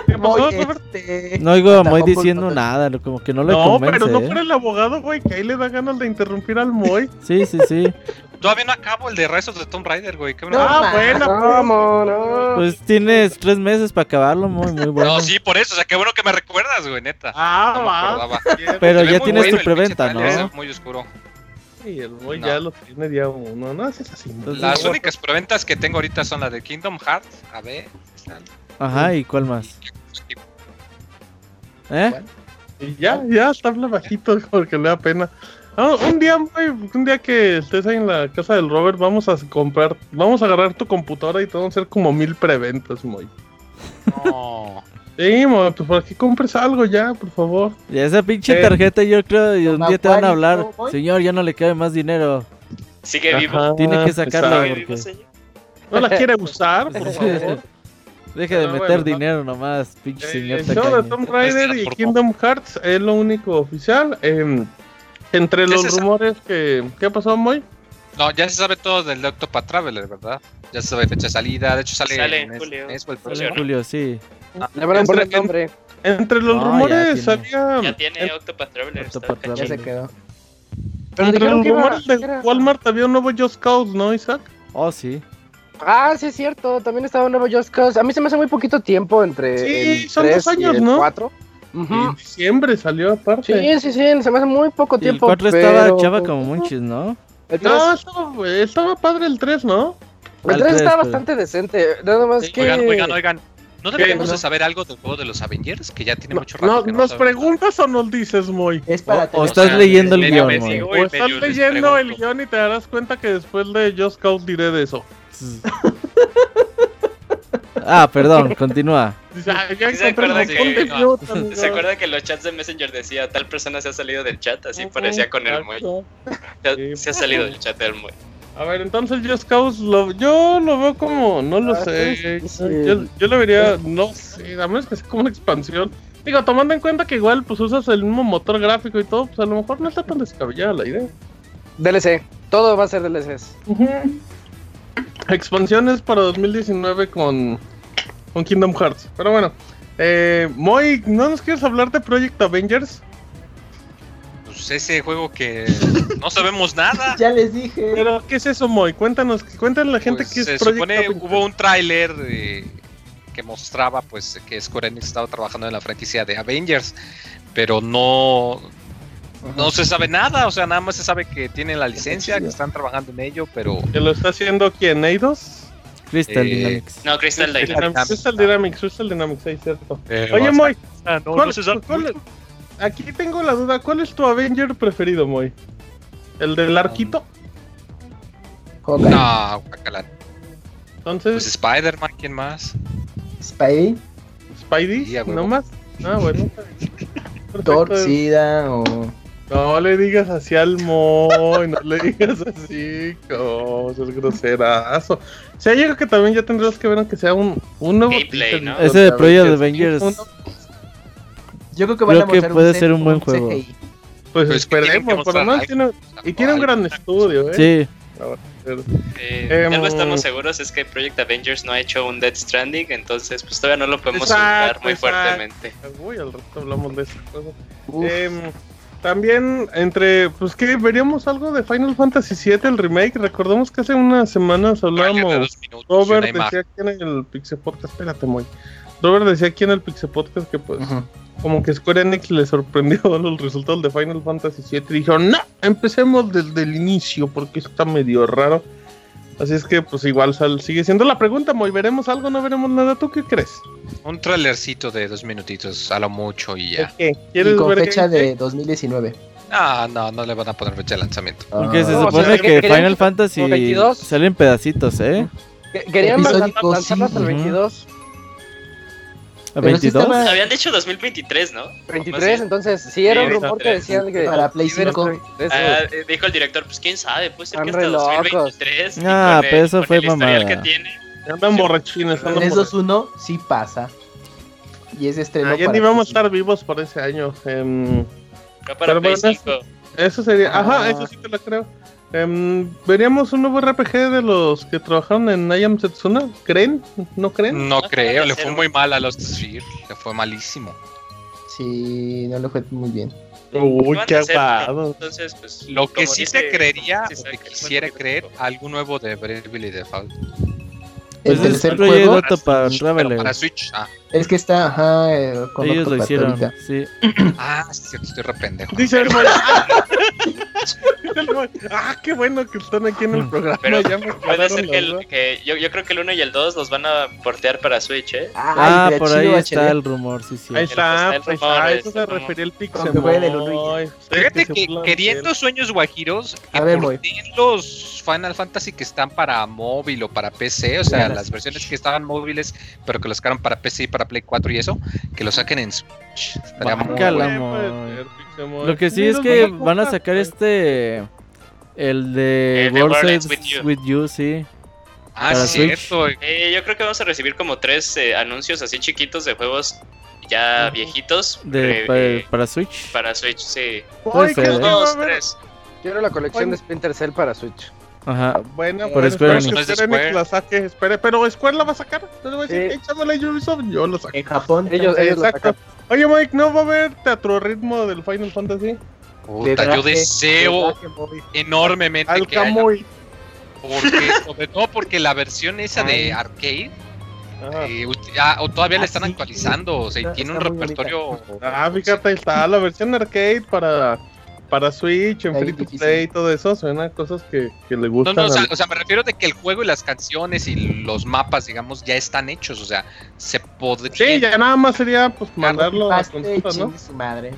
¿Qué pasó,
Oye,
Robert?
este,
No oigo a Moy
Tampoco-
diciendo nada, lo- como que no lo
No,
convence.
pero no
¿eh?
por el abogado, güey, que ahí le da ganas de interrumpir al Moy.
Sí, sí, sí.
Todavía no acabo el de rezos de Tomb Raider, güey. ¿Qué me-
No,
ah,
ma.
bueno,
Vámonos.
Pues tienes tres meses para acabarlo, muy, muy bueno.
No, sí, por eso. O sea, qué bueno que me recuerdas, güey, neta.
Ah,
No me
va.
acordaba.
Pero
Se ve
ya
muy
tienes
bueno
tu
el pinche
preventa,
tráiler,
¿no?
es muy oscuro.
Sí, el Moy
No.
ya lo tiene día uno. No, ese es así. ¿no?
Entonces-
Las únicas preventas que tengo ahorita son la de Kingdom Hearts. A ver.
Ajá, ¿y cuál más? ¿Eh?
Y ya, ya, está habla bajito porque le da pena. Ah, un día, güey, un día que estés ahí en la casa del Robert, vamos a comprar, vamos a agarrar tu computadora y te vamos a hacer como mil preventas, muy.
No.
Sí, Moy, pues por aquí compres algo ya, por favor.
Y esa pinche
Eh,
tarjeta yo creo y un día te van a hablar,
Maguari, ¿no, Moy?
señor, ya no le cabe más dinero.
Sigue vivo.
Ajá,
Tiene que sacarla,
exacto.
Sigue vivo,
porque-
señor.
No la quiere usar, por favor.
Deja de
Pero
meter
bueno,
dinero nomás, pinche
Eh,
señor
El show de
tacaño.
Tomb Raider y Kingdom Hearts es lo único oficial. eh, entre
¿Qué
los
es esa?
rumores que... ¿Qué pasó, Moy?
No, ya se sabe todo del Octopath Traveler, ¿verdad? Ya se sabe fecha de salida. De hecho, sale,
Sale en
mes-
julio.
mes o el
Sale
próximo.
en julio, sí.
Le van a poner
Entre-
nombre.
Entre los
No, ya
rumores
tiene.
había...
Ya tiene Octopath Traveler. está
Octopath
cachín.
Ya se
Traveler.
quedó.
Pero
Entre
Ah, dijeron
los
que iba-
rumores
que
de
era-
Walmart había un nuevo Just Cause, ¿no, Isaac?
Oh, sí.
Ah, sí es cierto, también estaba Nuevo Just Cause. A mí se me hace muy poquito tiempo entre
Sí,
el
son dos
3 y
años,
el
¿no?
4.
En diciembre salió aparte.
Sí, sí, sí, se me hace muy poco
Y el
tiempo.
4
pero-
estaba chava como Munchies, ¿no?
El 3,
no, estaba, estaba padre el 3, ¿no?
al
el 3
tres,
está
pero-
bastante decente. Nada más que.
Oigan, oigan, oigan. ¿No
¿Qué?
deberíamos de
No.
saber algo del juego de los Avengers? Que ya tiene
No,
mucho rato.
no,
que no
¿Nos
sabemos.
preguntas o nos dices, Moy?
Es para
O
tener-
estás leyendo el
medio
guión,
mes,
güey.
digo.
O
Uy,
estás
medio les
leyendo el
pregunto.
guión y te darás cuenta que después de Just Cause diré de eso.
Ah, perdón, continúa.
Ya, "Ah, ya
¿Sí se
encontré
acuerdan
el botón
que-
de mute, amigo.
¿Se acuerda que en los chats de Messenger decía tal persona se ha salido del chat? Así
Ujú,
parecía con el muy.
exacto.
Se, se ha salido del chat del muy.
A ver, entonces Just Cause, lo, yo lo veo como, no lo
Ah,
sé.
sí, sí.
Yo, yo lo vería, no sé, a menos que sea como una expansión. Digo, tomando en cuenta que igual pues usas el mismo motor gráfico y todo, pues a lo mejor no está tan descabellada la idea.
DLC. Todo va a ser DLCs.
Expansiones para 2019 con, con Kingdom Hearts. Pero bueno, eh, Moy, ¿no nos quieres hablar de Project Avengers?
Pues ese juego que no sabemos nada.
Ya les dije.
Pero, ¿qué es eso, Moy? Cuéntanos, cuéntale a la gente
Pues,
qué es
se
Project
supone
Avengers.
hubo un tráiler eh, que mostraba pues que Square Enix estaba trabajando en la franquicia de Avengers, pero no no se sabe nada, o sea, nada más se sabe que tienen la licencia, que están trabajando en ello, pero
¿Que lo está haciendo quién? ¿Eidos?
Crystal
Eh,
Dynamics.
No, Crystal Dynamics.
Dynamics.
Crystal Dynamics, Crystal Dynamics, ahí cierto.
eh,
Oye,
o sea,
Moy,
no,
¿cuál-
no se sabe
cuál-
mucho.
aquí tengo la duda, ¿cuál es tu Avenger preferido, Moy? ¿El del arquito?
Um,
Hawkeye,
No, guacala. Pues
Entonces,
Spider-Man, ¿quién más?
Spidey,
Spidey,
pues, sí, a huevo.
¿no más? Ah, bueno. está bien.
Thor,
Perfecto.
Sida o.
No le digas así al Moy, no le digas así, cosas groserazo. O sea, yo creo que también ya tendrás que ver que sea un, un nuevo
Gameplay,
teaser,
¿no?
Ese de Project
Avengers.
Avengers.
Yo creo que van
Creo
a
que
mostrar
puede
set
ser un buen
con
juego.
CGI.
Pues
Pues, ¿qué tienen que
esperemos, por lo
mostrar?
menos tiene, y tiene un gran estudio, ¿eh?
Sí,
Eh,
Em,
de algo estamos seguros es que Project Avengers no ha hecho un Dead Stranding, entonces pues todavía no lo podemos
Exacto,
juzgar muy
exacto.
fuertemente.
Uy, al rato hablamos de esa cosa.
Uf,
Em, también entre, pues que veríamos algo de Final Fantasy VII, el remake. Recordemos que hace unas semanas
Tráiler de
hablábamos
dos minutos,
Robert
una imagen.
decía aquí en el Pixel Podcast, espérate, muy. Robert decía aquí en el Pixel Podcast que pues
ujú.
Como que Square Enix le sorprendió los resultados de Final Fantasy VII y dijeron, no, empecemos desde el inicio porque está medio raro. Así es que pues igual sal- sigue siendo la pregunta, Moy, ¿veremos algo? ¿No veremos nada? ¿Tú qué crees?
Un trailercito de dos minutitos a lo mucho y ya.
Ok,
Y
¿Quieres
con
ver
fecha
gameplay?
de 2019.
Ah, no, no le van a poner fecha de lanzamiento.
Porque se
No, o
supone
sea,
que
¿qué creen?
Final Fantasy
¿Como 22?
salen pedacitos, ¿eh?
Que- Querían lanzar-
Episódico,
lanzarlo hasta el
sí.
22,
¿A
Pero sí
22?
estaba-
Pues Habían dicho 2023, ¿no?
23, entonces sí era un
Sí,
rumor que decían que...
Para Play 5.
Ah, eh, dijo el director, pues quién sabe, puede ser que hasta
Están re locos.
2023. y
Ah,
con el-
pero eso
con
fue
el historial
mamada.
que tiene.
Andan borrachines, andan
3-2-1 sí pasa. Y es estreno
borrachines. Ah, Ya
para
ni vamos a
PC.
estar vivos por ese año. em,
Va para
Pero
Play
bueno,
5.
Eso sería,
Ah.
ajá, eso sí te lo creo. Em, veríamos un nuevo RPG de los que trabajaron en I Am Setsuna, ¿creen? ¿No creen?
No
No,
creo,
no,
le
cero.
fue muy mal a los Sphere, le fue malísimo.
Sí, no le fue muy bien.
Uy,
Van a
qué
hacer, ¿no?
aguado.
Entonces, pues.
Lo que
como
sí
dice- pues,
se creería,
sí
o
se
que
cree,
quisiera
bueno,
creer,
bueno.
algún nuevo de Bravely Default.
El
Pues es
tercer
Project
juego
Octopath
Pero para
Traveler.
Switch, ah,
es que está, ajá, eh, con
Ellos lo
Octopath
hicieron,
ahorita.
sí.
ah, sí, es cierto, estoy re pendejo.
Dice el Moy, ¡ah! Dice el Moy, ah, qué bueno que están aquí en el programa.
Pero
ya me
Puede ser
aclararon
que,
las
el-
dudas.
que yo, yo creo que el 1 y el 2 los van a portear para Switch, ¿eh?
Ay,
Ah,
estaría
por ahí
chido
está
HD.
el rumor, sí, sí.
Ahí está,
Está el
pues,
rumor,
a
está
eso
el
se
rumor.
refería el Pixel.
Aunque juegue del uno
Moy.
Fíjate
Ustedes se
que
burlan de
queriendo
él.
sueños guajiros, que
A ver, voy.
porteen los Final Fantasy que están para móvil o para PC, o sea,
Ya,
las
las-
versiones que estaban móviles, pero que los sacaron para PC y para Play 4 y eso, que lo saquen en Switch. Estaría muy
Guácala.
bueno.
Puede
Moy.
ser, Pixel Moy.
Lo que sí es
Mira,
que
Moy,
van a
puta,
sacar
pues.
este... El de
El de
World
World Ends
Ends
With You.
With You, sí.
Ah,
para
sí, cierto.
Eh, yo creo que vamos a recibir como tres eh, anuncios así chiquitos de juegos ya viejitos
De,
eh, eh,
para, para Switch.
para Switch, sí.
Moy,
Puede
¿qué
ser,
es que
¿eh?
va a
Dos,
haber?
tres.
Quiero la colección de Splinter Cell para Switch.
Ajá.
Bueno, bueno,
Por Square
espero
Enix.
que
No es de
Square Enix
Square.
la saque, espere, pero Square la va a sacar. Yo le voy a decir,
Sí.
échamela a Ubisoft, yo la saco.
En Japón,
Ellos, ellos lo
Exacto.
sacan.
Oye, Mike, ¿no va a haber teatro ritmo del Final Fantasy?
de
Puta, yo
traje,
deseo
de traje, Bobby.
enormemente
Al
que haya,
Camuy.
porque, sobre todo porque la versión esa de arcade
Ah,
eh, ut- ah, o todavía la
Ah,
están
sí.
actualizando, o sea, y
Está-
tiene un
está muy bonita.
repertorio.
ah, fíjate, ahí está la versión arcade para, para Switch, en
Está
free
bien
to
difícil.
play y todo eso. Suena a cosas que, que le
No,
gustan.
no, o sea,
al-
o sea, me refiero de que el juego y las canciones y los mapas, digamos, ya están hechos, o sea, se podría...
Sí, ya nada más sería pues mandarlo a la
Paste,
consola, ¿no?
Ah, chingue su madre.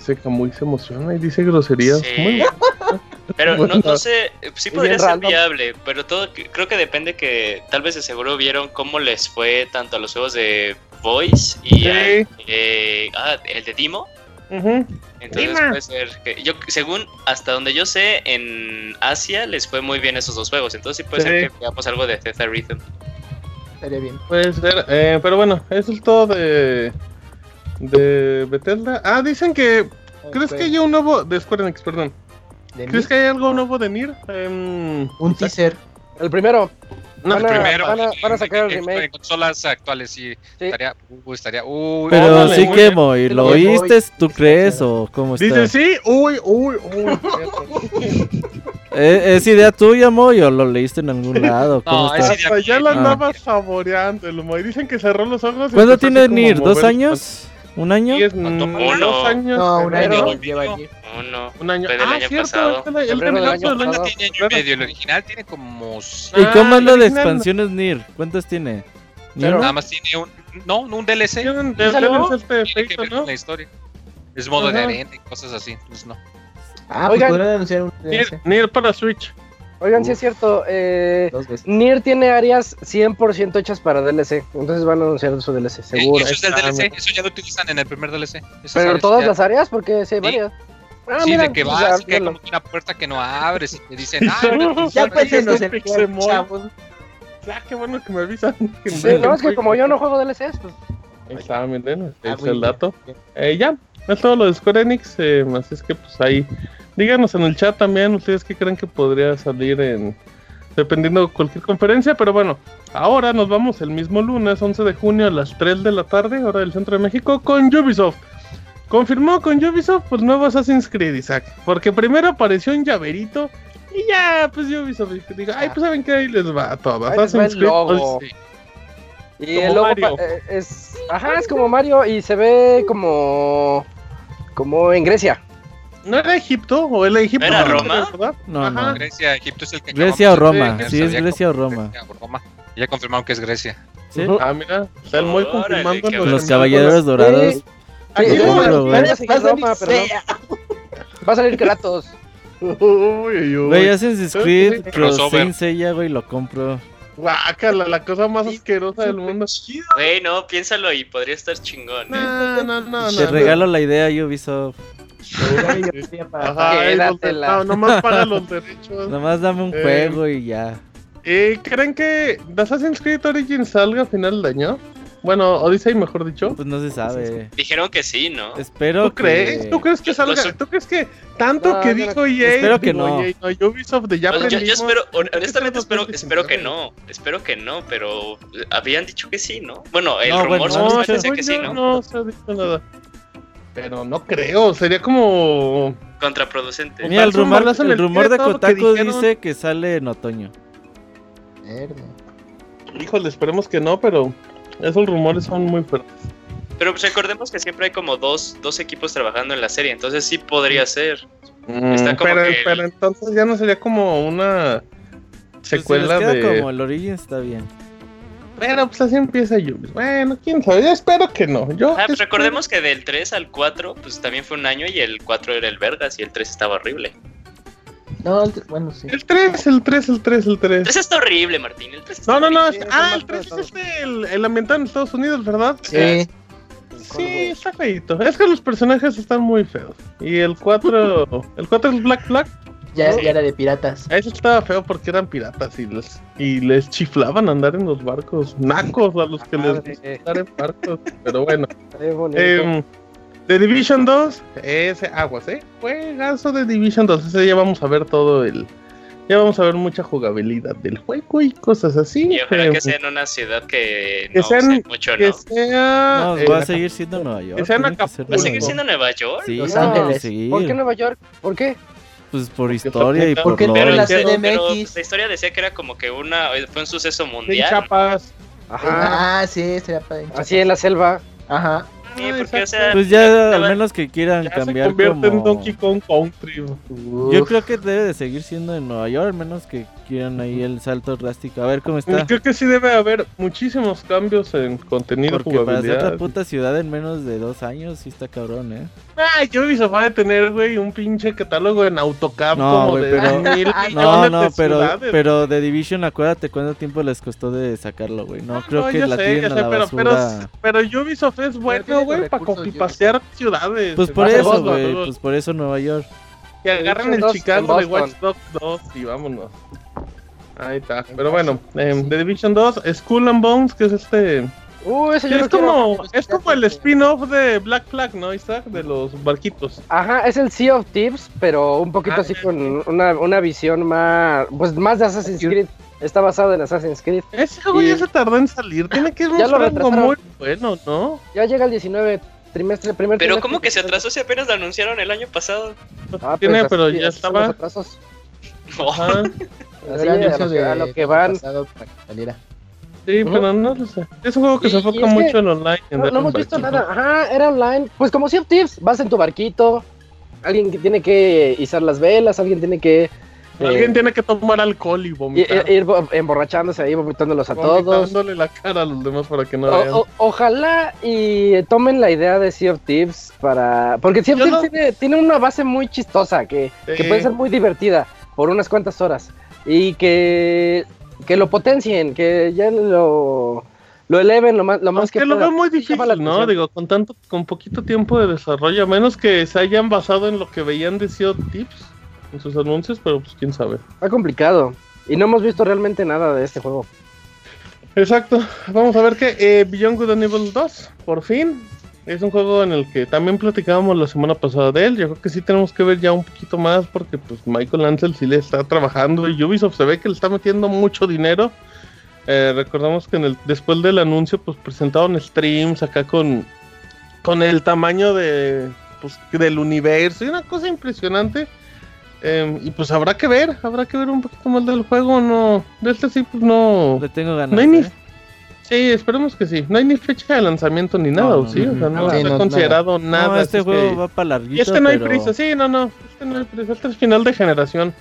Ese Camuy se emociona y dice groserías.
Sí.
Muy bien.
Pero no,
Bueno.
no sé, eh, sí
Bien
podría ser
random.
viable, pero todo que- creo que depende que tal vez de seguro vieron cómo les fue tanto a los juegos de Voice y
Sí.
al- eh, ah, el de Dimo.
Ujú.
Entonces
Dima.
puede ser que yo según hasta donde yo sé en Asia les fue muy bien esos dos juegos, entonces sí puede
Sí.
ser que veamos algo de Theta Rhythm.
Estaría bien.
Puede ser, eh, pero bueno, eso es todo de, de Betelda. Ah, dicen que. ¿Crees que hay un nuevo. de Square Enix, perdón.
De
¿Crees
mí,
que hay algo nuevo de Nier? Em,
Un teaser.
El primero.
No,
van, a,
Primero,
van a- van a sacar el
en- en- En
remake.
consolas actuales sí,
Sí.
estaría... Uh, estaría uh,
Pero
Órale,
sí
muy
que,
bien.
Moy, ¿lo
Muy bien,
oíste? ¿Tú
Muy
crees
bien.
o cómo Pues está?
Dice sí, uy, uy, uy.
¿E- ¿Es idea tuya, Moy, o lo leíste en algún lado? ¿Cómo
No, es
está?
idea
Hasta ya
mía.
la
Ah.
andaba saboreando el Moy. Dicen que cerró los ojos. y empezó
¿Cuándo
así
tiene
como
NIR? ¿Dos
mover-
años? ¿Un año?
Sí, es-
¿Cuánto?
mm,
Uno.
dos años.
No, un
febrero.
año
Pero-
lleva allí.
Uno.
Un año.
Fue del
Ah,
año pasado.
cierto. El, el,
Febrero del
año
año
del año
pasado.
Tiene año y
Claro.
medio, el original tiene como... s-
¿Y cómo
Ah,
anda de
original.
expansiones NIR? ¿Cuántas tiene? ¿Ni
Cero.
una?
Nada más tiene un... No, un DLC.
Tienen- deben
¿Salió?
ser este
Tiene que
efecto,
ver
¿no?
con la historia. Es modo de
Ajá.
arena y cosas así, entonces no. Eh,
pues
Oigan.
podrán anunciar un
Nier,
DLC.
Nier para Switch.
Oigan, si es cierto, eh,
Dos veces.
Nier tiene áreas 100% hechas para DLC. Entonces van a anunciar su DLC,
Eh,
seguro.
Eso es del
Ah,
DLC, eso ya lo utilizan en el primer DLC. esas
Pero
áreas
todas
ya-
las áreas, porque sí hay
Sí.
varias. Ah,
sí,
mira,
de que
pues,
vas,
ya,
y que hay
míralo.
como que una puerta que no abres y te dicen, ah,
Ya
pues,
pueden
es
hacer
un pixel
chavos.
Ah, qué bueno que me avisan.
Sí, no, es que como yo no juego DLCs, pues.
Ahí está, miren, ahí
Ah,
está
muy
el dato.
bien.
Eh, ya, es todo lo de Square Enix. eh, así es que, pues ahí. Díganos en el chat también ustedes qué creen que podría salir en. Dependiendo de cualquier conferencia, pero bueno, ahora nos vamos el mismo lunes, 11 de junio a las 3 de la tarde, hora del centro de México, con Ubisoft. Confirmó con Ubisoft, pues nuevo Assassin's Creed, Isaac. Porque primero apareció un llaverito y ya, pues Ubisoft dijo, ay, pues saben que ahí les va todo.
Ahí les va el
Assassin's Creed
logo.
Odyssey.
Y
Como
el logo
Mario.
pa- eh, es. Ajá, es como Mario y se ve como. Como en Grecia.
¿No era Egipto? ¿O era Egipto?
¿Era
No,
Roma?
¿verdad?
No,
Ajá.
no.
Grecia, Egipto es el que
Grecia o
acabamos de
Roma.
ver,
Sí, es
sabía
Grecia o
como-
Roma.
Grecia o Roma. Ya confirmaron que es Grecia.
¿Sí?
Ah, mira, está el muy
Órale,
confirmando
qué
los
Los
bueno.
caballeros dorados.
Sí,
Aquí
sí,
lo
sí,
veo, güey.
sí, sí, sí, Roma, pero no. Va a salir Kratos.
Uy, uy, uy.
Güey, Assassin's
Creo que sí.
Creed, pero
Crossover.
Saint Seiya, güey, lo compro.
Guácala, la cosa más asquerosa del mundo.
Güey, no, piénsalo y podría estar chingón, ¿eh?
No, no, no, no.
Te regalo la idea a Ubisoft.
Ah,
Ajá, ahí los de-
Quédatela.
no, nomás paga los derechos.
Nomás dame un
Eh.
juego y ya.
Eh, ¿Creen que Assassin's Creed Origins salga a final de año? Bueno, Odyssey, mejor dicho.
Pues no se sabe.
Dijeron que sí, ¿no?
Espero
¿Tú crees?
que-
¿Tú crees que
Yo- yo
salga?
sé-
¿Tú crees que tanto
No,
que
yo
dijo EA?
espero que
digo
no.
EA, no, Ubisoft de ya
Pues yo, yo
aprendimos,
espero, hon-
¿por qué
honestamente
tenemos
espero,
que
espero que
intentarlo?
no, espero que no, pero eh, habían dicho que sí, ¿no? Bueno, el
No,
rumor
bueno,
solo
no,
decía
Según
que sí,
yo,
¿no?
No se ha dicho nada. Pero no creo, sería como.
Contraproducente.
Mira, el
Darse un
rumor,
balazo en
el
el
rumor de
pie, todo lo que
Kotaku
dijeron.
dice que sale en otoño. Pues
Híjole, esperemos que no, pero esos rumores son muy fuertes.
Pero pues, recordemos que siempre hay como dos, dos equipos trabajando en la serie, entonces sí podría ser. Está como
pero,
que el-
pero entonces ya no sería como una
Pues si
secuela
nos queda
de.
como el Origins está bien.
Pero pues así empieza Yubi. Bueno, quién sabe, yo espero que no. Yo
Ah, pues
espero-
recordemos que del 3 al 4, pues también fue un año y el 4 era el Vergas y el 3 estaba horrible.
No, el tr- bueno, sí.
El 3, el 3, el 3, el
El
3.
3 está horrible, Martín. El 3 está
No, no, no.
horrible.
es- ah, el 3 es el, el ambientado en Estados Unidos, ¿verdad?
Sí.
Sí, está feito. Es que los personajes están muy feos. Y el 4, el 4 es Black Flag.
Ya, ya era de piratas.
Eso estaba feo porque eran piratas y les, y les chiflaban andar en los barcos. Nacos a los que les
Madre.
gusta andar en barcos. Pero bueno.
Qué bonito.
em, The Division 2, ese aguas, ¿eh? Juegazo de Division 2. Ese ya vamos a ver todo el. Ya vamos a ver mucha jugabilidad del juego y cosas así.
Y ojalá
em,
que sea en una ciudad que,
que
no
sean-
use mucho,
que
¿no?
sea,
No,
eh,
va a seguir siendo Nueva York.
que sea en
tiene que
Acapulco.
¿Va a
Nueva
seguir
York.
siendo Nueva York?
Sí,
Los
tiene que
Ángeles.
seguir.
¿Por qué Nueva York? ¿Por qué?
Pues por historia y
está
por
apuntado.
lore.
Pero la
Pero-
CDMX.
pero la historia decía que era como que una fue un suceso
en
mundial.
Chiapas.
Ajá.
Ah, sí, sería padre.
Así en la selva.
Ajá.
Sí,
Ah,
porque, o
exacto.
sea,
Pues ya al
estaban-
menos que quieran
Ya se
cambiar
convierte en
como...
Donkey Kong Country.
Yo creo que debe de seguir siendo en Nueva York, al menos que quieran ahí el salto drástico. A ver cómo está.
Creo que sí debe haber muchísimos cambios en contenido,
Porque para hacer
jugabilidad.
la puta ciudad en menos de dos años sí está cabrón, ¿eh?
Ay, yo Ubisoft va a tener, güey, un pinche catálogo en AutoCAD
No,
como
güey,
de
pero-
2000
No,
millones
no,
de
pero,
ciudades.
pero The Division, acuérdate cuánto tiempo les costó de sacarlo, güey. No, creo
Ah, No,
que
yo
la
sé,
tienen
ya
a
sé,
la
pero,
basura.
pero, pero Ubisoft es
tiene
bueno,
los
güey, para
recursos,
copipasear ciudades.
Pues
Se
por
va a
eso,
Boston,
güey,
luego.
pues por eso Nueva York.
Que agarran
Division
el
2
Chicago
en
de Watch
Boston.
Dogs 2 y vámonos. Ahí está. Pero bueno, em, The Division 2, Skull and Bones, que es este...
Uh, ese yo
es,
lo quiero.
como,
quiero.
es como el spin-off de Black Flag, ¿no, Isaac? De los barquitos.
Ajá, es el Sea of Tips, pero un poquito
Ah,
así con una, una visión más. Pues más de Assassin's Creed. Está basado en Assassin's Creed.
Ese güey
Y-
ya se tardó en salir. Tiene que
Ya lo
mostrar algo
retrasaron.
muy bueno, ¿no?
Ya llega el 19 trimestre, primer
Pero
trimestre,
¿cómo que se
trimestre.
atrasó si apenas lo anunciaron el año pasado?
Ah,
Tiene,
pues,
pero
así-
ya
así son
estaba.
los atrasos.
Ajá.
Sí, a lo que- a lo que van.
pasado para que saliera.
Sí,
Ujú.
pero no lo sé. Es un juego que
Y-
se
y
enfoca
es que
mucho en online. en
No,
dar
no
un
hemos visto
barquito.
nada. Ajá, era online. Pues como Sea of Tips, vas en tu barquito. Alguien que tiene que izar las velas, alguien tiene que. eh,
Alguien tiene que tomar alcohol y
i- i-
vomitar.
ir bo- emborrachándose ahí, vomitándolos a todos. Oh,
Dándole la cara a los demás para que no eh. vean.
O- o- ojalá y tomen la idea de Sea of Tips para. Porque Sea of
Yo
Tips
no-
tiene, tiene una base muy chistosa que, que
Sí.
puede ser muy divertida por unas cuantas horas. Y que, que lo potencien, que ya lo, lo eleven lo más, lo más
Aunque
que,
lo veo
puedan.
muy difícil,
llama la
¿no?
atención.
Digo, con tanto, con poquito tiempo de desarrollo, a menos que se hayan basado en lo que veían de CEO Tips en sus anuncios, pero pues quién sabe.
Está complicado. Y no hemos visto realmente nada de este juego.
Exacto. Vamos a ver que eh, Beyond Good and Evil 2, por fin. Es un juego en el que también platicábamos la semana pasada de él. Yo creo que sí tenemos que ver ya un poquito más porque pues Michael Ansel sí le está trabajando y Ubisoft se ve que le está metiendo mucho dinero. Eh, recordamos que en el, después del anuncio pues presentaron streams acá con, con el tamaño de, pues, del universo y una cosa impresionante. Eh, y pues habrá que ver, habrá que ver un poquito más del juego. no De este sí pues no...
Le tengo
No
ganas.
hay, ni,
¿eh?
Sí, esperemos que sí. No hay ni fecha de lanzamiento ni nada,
No,
¿o sí? O sea, no
no,
se
no,
ha
nada.
considerado nada.
no, este
así
juego
que-
va para larguito.
Y este no hay
pero-
prisa, sí, no, no. Este no hay prisa. Este es final de generación.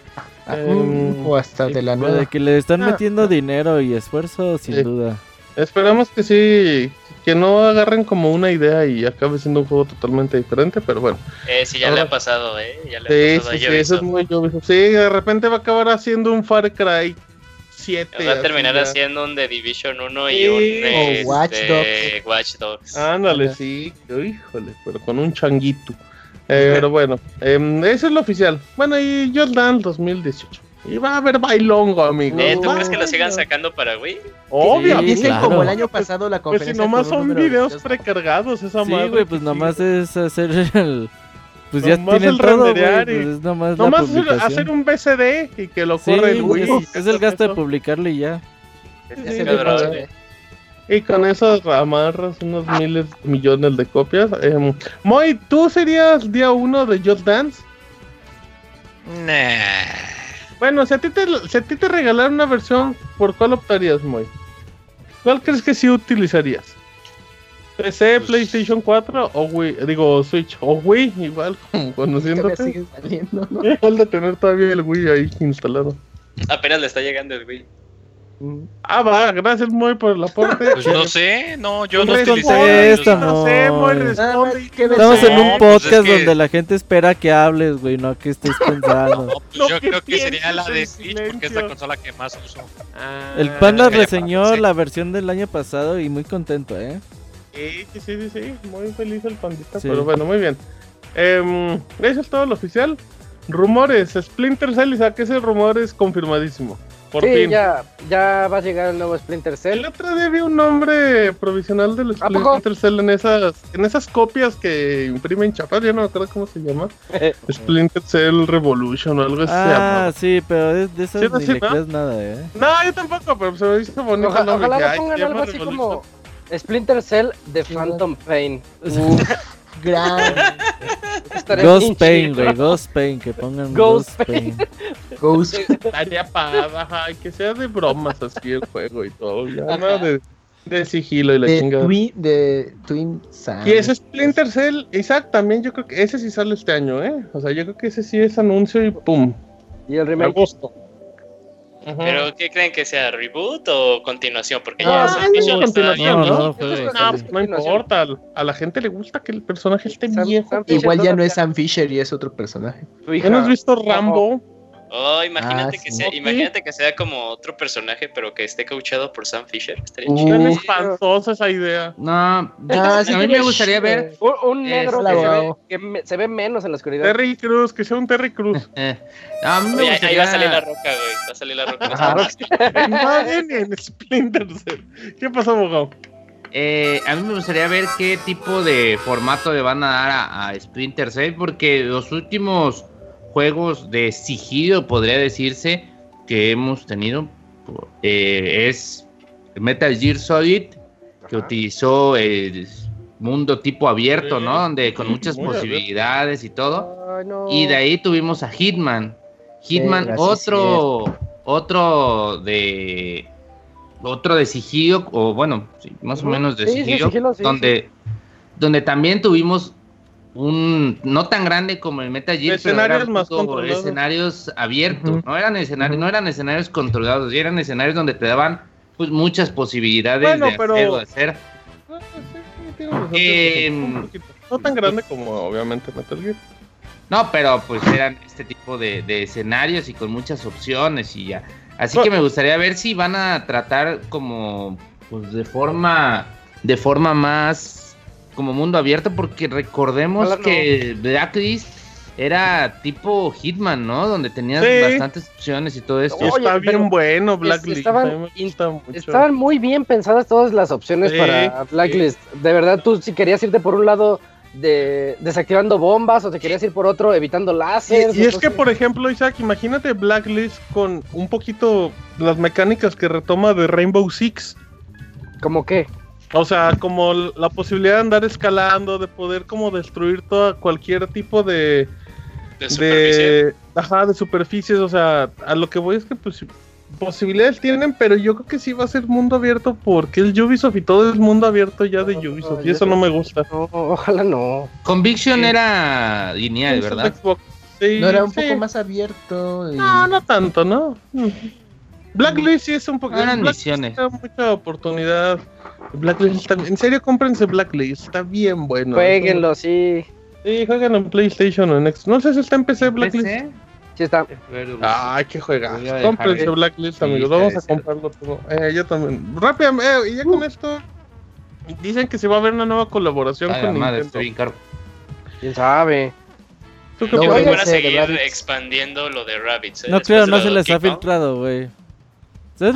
Ah,
Eh,
o hasta de la
Pero de
nueva.
que le están
Ah.
metiendo dinero y esfuerzo, sin
Sí.
duda.
Esperamos que sí, que no agarren como una idea y acabe siendo un juego totalmente diferente, pero bueno.
Eh, sí, ya le
Ahora-
ha pasado, ¿eh? Ya le
Sí,
ha pasado
sí,
a
sí, eso es
Ubisoft.
muy Ubisoft. Sí, de repente va a acabar haciendo un Far Cry 7.
Va a terminar
así ya.
haciendo un The Division 1
Sí.
y un
O Watch
este, Watch Dogs.
Ándale,
Ajá.
sí, híjole, pero con un changuito. Eh, pero bueno, em, eso es lo oficial. Bueno, y Jordan 2018. Y va a haber bailongo, amigo.
Eh, ¿Tú
Va a
crees que lo
haber
sigan
bailongo.
sacando para Wii?
Obviamente.
Sí,
Dicen
claro.
como el año pasado la
Pues si
conferencia.
nomás
con
son
uno de los
videos
videos-
precargados, esa
Sí,
madre.
güey, pues nomás es hacer el. Pues ya
Nomás
tienen
el
todo, güey.
renderear y-
pues es nomás, la
Nomás hacer,
publicación.
hacer un BCD y que lo
Sí,
corra el
güey,
Wii.
es, es el gasto de publicarle y ya.
Sí,
Ya
sí,
se
sí,
me pasó,
sí.
eh.
Y con eso amarras unos miles, millones de copias. Em, Moy, ¿tú serías día uno de Just Dance?
Nah.
Bueno, si a ti te, si a ti te regalaran una versión, ¿por cuál optarías, Moy? ¿Cuál crees que sí utilizarías? ¿PC,
Pues-
PlayStation 4 o Wii? Digo, Switch o Wii, igual, como
Todavía
conociéndote.
sigue saliendo, ¿no?
Igual de tener todavía el Wii ahí instalado.
Apenas le está llegando el Wii.
Ah, va, gracias, Moy, por el aporte.
Pues no sé, no,
Pues
yo no
Responde,
utilicé.
esto,
yo-
No sé, Moy,
amor.
Nada más
responde.
que
Estamos
decir-
en un
No, pues
podcast
es que-
donde la gente espera que hables, güey, no que estés pensando.
pues
lo
yo
que
creo que sería
pienses
la de
en
Switch porque es la
silencio.
consola que más uso.
El
pues,
pan la
ya,
reseñó
sí.
la versión del año pasado y muy contento, ¿eh?
Sí, sí, sí, sí, sí, muy feliz el pandita,
Sí.
pero bueno, muy bien. Em, eso es todo lo oficial. Rumores, Splinter Cell, Isaac, ese rumor es confirmadísimo. Por
Sí,
fin.
ya, ya va a llegar el nuevo Splinter
El
Cell.
otro día vi un nombre provisional del
¿A poco?
Splinter Cell en esas, en esas copias que imprimen chapas, yo no me acuerdo cómo se llama.
Eh.
Splinter Cell Revolution o algo así. se
Ah,
llamaba.
sí, pero de, de esas
Sí, no,
ni
sí,
le
¿no?
creas nada, ¿eh?
No, yo tampoco, pero se me hizo bonito. el
Oja-
nombre,
ojalá
que, ay,
le
se
pongan
llama
algo así
Revolution.
como Splinter Cell de Phantom Pain.
Gran
Estaría bien
Ghost
chido.
Pain, güey, Ghost Pain, que pongan
Ghost
Ghost, Pain.
Ghost.
Estaría padre, ajá, y que sea de bromas así el juego y todo, ya nada de, de sigilo y la
De,
chingada.
Twi- de Twin Sam.
Y ese Splinter Cell, Isaac, también yo creo que ese sí sale este año, ¿eh? O sea, yo creo que ese sí es anuncio y pum.
Y el remake.
Agosto. Ajá.
¿Pero qué creen que sea? ¿Reboot o continuación? Porque
Ah,
ya
es
ese Division
una
está-
continuación,
No,
¿no?
no,
Esto es
güey.
No,
una-
pues no importa, al- a la gente le gusta que el personaje esté
Sam-
viejo.
Sam Fisher
Igual ya no es
todavía-
Sam Fisher y es otro personaje.
su
¿Ya no has
hija.
visto Rambo?
Oh, imagínate,
Ah,
que
sí.
sea, imagínate que sea como otro personaje, pero que esté coachado por Sam Fisher. Estaría
Uh,
chido.
Tan
no.
espantosa esa idea.
No, a mí
tiene
me gustaría
chido.
ver.
Un, un negro
Es
que,
la
se ve,
abogado.
que me- se ve menos en la oscuridad.
Terry Cruz, que sea un Terry Cruz.
eh, a mí me
Oye, ahí va a salir
gustaría.
la roca, güey. Va a salir la roca.
Ajá.
Imagen en Splinter Cell. ¿Qué pasó, Bogao?
eh, a mí me gustaría ver qué tipo de formato le van a dar a, a Splinter Cell, porque los últimos juegos de sigilo, podría decirse, que hemos tenido eh, es Metal Gear Solid, que utilizó el mundo tipo abierto,
Sí,
¿no? Donde con
sí,
muchas
muy abierto.
posibilidades y todo.
Ay, no.
Y de ahí tuvimos a Hitman. Hitman,
Verga, sí,
otro, otro de otro de sigilo, o bueno, sí, más o
Ujú.
menos de
Sí, sí,
sigilo,
sigilo, sí,
donde, donde también tuvimos un no tan grande como el Metal Gear, pero
Escenarios
eran
más
tipo
controlados.
escenarios abiertos,
Ujú.
no eran escenarios,
Ujú.
no eran escenarios controlados, y eran escenarios donde te daban pues muchas posibilidades
Bueno,
de
pero-
hacer o hacer.
Ah, sí, sí, tiene razón,
Eh,
tiene razón, un poquito. No tan grande como obviamente Metal Gear.
No, pero pues eran este tipo de, de escenarios y con muchas opciones y ya. Así que me gustaría ver si van a tratar como pues de forma de forma más como mundo abierto porque recordemos
Ojalá no.
que Blacklist era tipo Hitman, ¿no? Donde tenías
Sí.
bastantes opciones y todo esto.
Y está
Oye,
bien
pero
bueno Black
es-
League.
estaban
a mí me gusta mucho.
Estaban muy bien pensadas todas las opciones
Sí,
para Blacklist. De verdad, tú si querías irte por un lado de, desactivando bombas o te querías ir por otro evitando
Y,
láseres.
y es que,
entonces-
por ejemplo, Isaac, imagínate Blacklist con un poquito las mecánicas que retoma de Rainbow Six.
¿Cómo qué?
O sea, como l- la posibilidad de andar escalando, de poder como destruir toda cualquier tipo de,
De superficie.
de, ajá, de superficies. O sea, a lo que voy es que pues posibilidades tienen, pero yo creo que sí va a ser mundo abierto porque es Ubisoft y todo es mundo abierto ya de Ubisoft y eso no me gusta.
No, ojalá no.
Conviction era lineal,
Ubisoft
¿verdad?
Xbox. Sí,
No era un
sí.
poco más abierto. y-
No, no tanto, ¿no? Mm. Black Lace sí es un poco.
Eran
Black
misiones.
Lace da mucha oportunidad. Black Lace está- En serio, cómprense Black Lace, está bien bueno.
Jueguenlo, sí.
Sí, juegan en PlayStation o en Xbox. No sé si está en PC Black Lace.
¿PC?
Sí está.
Pero-
Ay, qué juegas.
Voy a dejar
Cómprense
de-
Blacklist,
Sí,
amigos.
está
Vamos
de
a
ser.
comprarlo todo. Eh, yo también. Rápidamente, eh, y ya con esto. Dicen que se va a ver una nueva colaboración
Ay, la
con
madre,
Nintendo.
estoy bien caro.
¿ Quién sabe?
¿Tú qué
No,
Yo creo que
opinas?
van a
Oigan,
seguir
de Rabbids.
expandiendo lo de
este,
Rabbits.
No creo, no se les ha filtrado, güey. ¿Sabes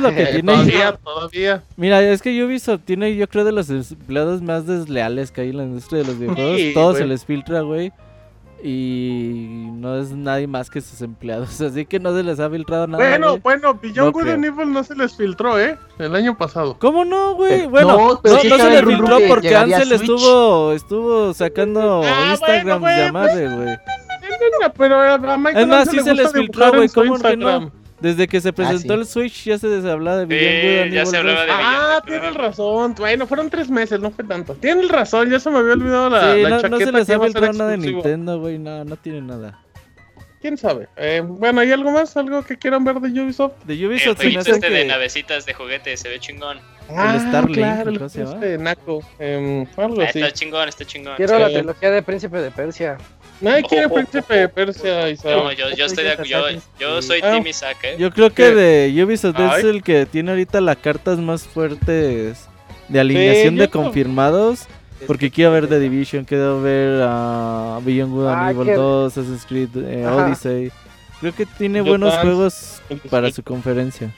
lo que
Eh,
tiene?
Todavía, todavía.
Mira, es que Ubisoft tiene, yo creo, de los empleados más desleales que hay en la industria de los videojuegos.
Sí,
Todo se
güey.
les filtra, güey. Y no es nadie más que sus empleados. Así que no se les ha filtrado nada.
Bueno, pues,
güey.
bueno, Beyond
No
Good
creo.
and Evil no se les filtró, ¿eh? El año pasado.
¿Cómo no, güey?
Eh,
Bueno, no,
no, pero sí
no se
estaba
le
el rumor
filtró
que
porque
llegaría a
Ansel
Switch.
estuvo, estuvo sacando
Ah, bueno,
Instagram
güey,
llamadas, güey.
Pero eh, a Michael
Es más,
Anson
sí
le
se les
gusta
filtró,
dibujar en
güey,
su
¿cómo que
Instagram.
Desde que se presentó
Ah, sí.
el Switch ya se les hablaba de Beyond Good and
ya
Evil
se hablaba
2.
de
Ah, tienes razón. Bueno, fueron tres meses, no fue tanto. Tienes razón, ya se me había olvidado la,
Sí,
la
no,
chaqueta
no se les
que
ha
iba a ser
filtrado nada de
exclusivo.
Nintendo, güey. No, no tiene nada.
¿Quién sabe? Eh, bueno, ¿hay algo más? ¿Algo que quieran ver de Ubisoft?
De
El
Ubisoft se me
jueguito
hace
este de
que...
navecitas de juguete se ve chingón.
Starlink,
Ah, claro, el
¿cómo se llama?
este Naco. em, algo
Ah,
así.
está chingón, está chingón.
Quiero la
Sí.
trilogía de Príncipe de Persia.
Nadie quiere Príncipe de Persia,
No,
Isabel.
yo, yo estoy de acuerdo. Yo, yo soy
Ah.
Team Isaac, ¿eh?
Yo creo que
¿Qué?
de Ubisoft es
Ay.
el que tiene ahorita las cartas más fuertes de alineación
yo
de
no-
confirmados. Porque quiero ver The Division, quiero ver a Beyond Good and
Ah,
Evil
que-
2, Assassin's Creed, eh,
Ajá.
Odyssey. Creo que tiene
Yo
buenos
tan-
juegos para su conferencia.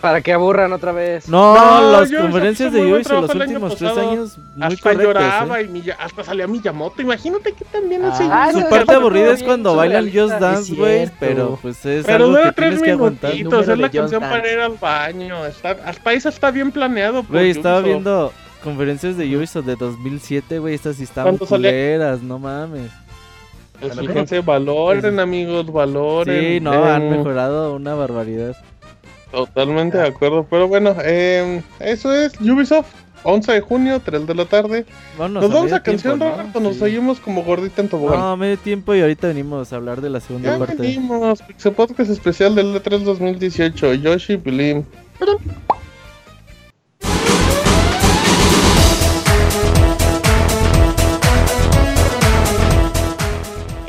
Para que aburran otra vez.
No,
No,
las
Ubisoft
conferencias
hizo
de
muy buen
Ubisoft los
trabajo el año
últimos tres
pasado.
años muy
Hasta lloraba
correctas. ¿eh?
y Milla- hasta salía Miyamoto. Imagínate que también hace
Ah,
Su
eso
parte
estuvo
aburrida es
bien
cuando bailan Just
surrealista,
Dance,
es
güey,
cierto.
pero pues es
Pero
algo
dura
que
tres
tienes que aguantar.
El
minutitos,
número
es la
de Just
canción
Dance.
para ir al baño. Está, hasta eso está bien planeado. por
Güey, estaba
Ubisoft.
viendo conferencias de Ubisoft de 2007, güey, estas sí estaban
¿Cuánto salía?
culeras, no mames.
Pues, fíjense, valoren, amigos, valoren.
Sí, no,
Em,
han mejorado una barbaridad.
Totalmente de acuerdo. Pero bueno, em, eso es Ubisoft. 11 de junio, 3 de la tarde.
Vámonos
Nos vamos
medio
a canción,
tiempo, ¿no?
Roberto. Nos
Sí.
seguimos como gordita en tobogán.
No, medio tiempo y ahorita venimos a hablar de la segunda
Ya
parte.
venimos, Pixel Podcast especial del E E3 2018, Yoshi Pilim.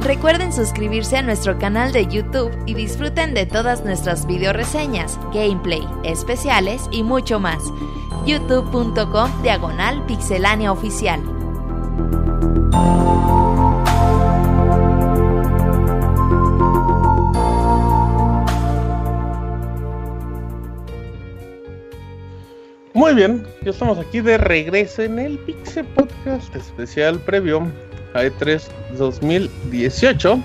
Recuerden suscribirse a nuestro canal de YouTube y disfruten de todas nuestras videoreseñas, gameplay, especiales y mucho más. youtube.com diagonal pixelánea oficial.
Muy bien, ya estamos aquí de regreso en el Pixel Podcast especial previo a E E3 2018.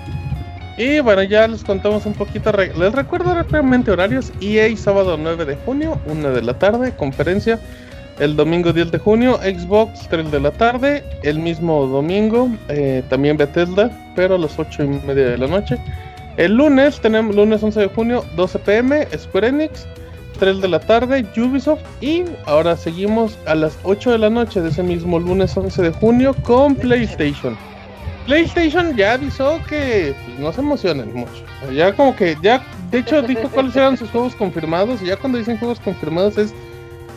Y bueno, ya les contamos un poquito. re- Les recuerdo rápidamente horarios: EA sábado 9 de junio, 1 de la tarde, conferencia. El domingo 10 de junio, Xbox 3 de la tarde. El mismo domingo, eh, también Bethesda, pero a las 8 y media de la noche. El lunes, tenemos lunes 11 de junio, 12 pm, Square Enix. 3 de la tarde, Ubisoft. Y ahora seguimos a las 8 de la noche de ese mismo lunes 11 de junio con PlayStation. PlayStation ya avisó que pues, no se emocionen mucho. O sea, Ya como que, ya, de hecho, dijo cuáles eran sus juegos confirmados. Y ya cuando dicen juegos confirmados es,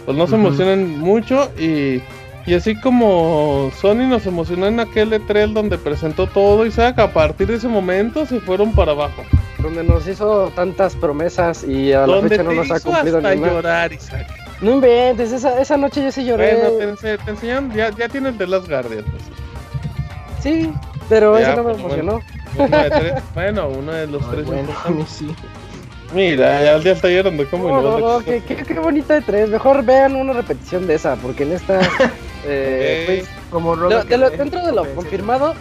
pues no se
Ujú.
emocionen mucho. Y, y así como Sony nos emocionó en aquel E3 donde presentó todo Isaac, a partir de ese momento se fueron para abajo.
Donde nos hizo tantas promesas y a la
Donde
fecha no
te
nos ha
hizo
cumplido
hasta
ninguna.
llorar, Isaac.
No inventes, esa, esa noche yo sí lloré.
Bueno, te, ense- te enseñan, ya, ya tienes The Last Guardian. pues.
Sí, pero
Ya,
eso no me
pues, bueno.
emocionó.
Uno de tres, bueno, uno de los tres. importantes.
sí.
Mira, ya, ya está llorando como
No, no, no, Oh, qué, qué- qué bonita de tres. Mejor vean una repetición de esa, porque en esta. eh,
Ok.
pues,
Como
Lo-
Robert.
de lo-
que-
dentro de lo
pensé.
confirmado,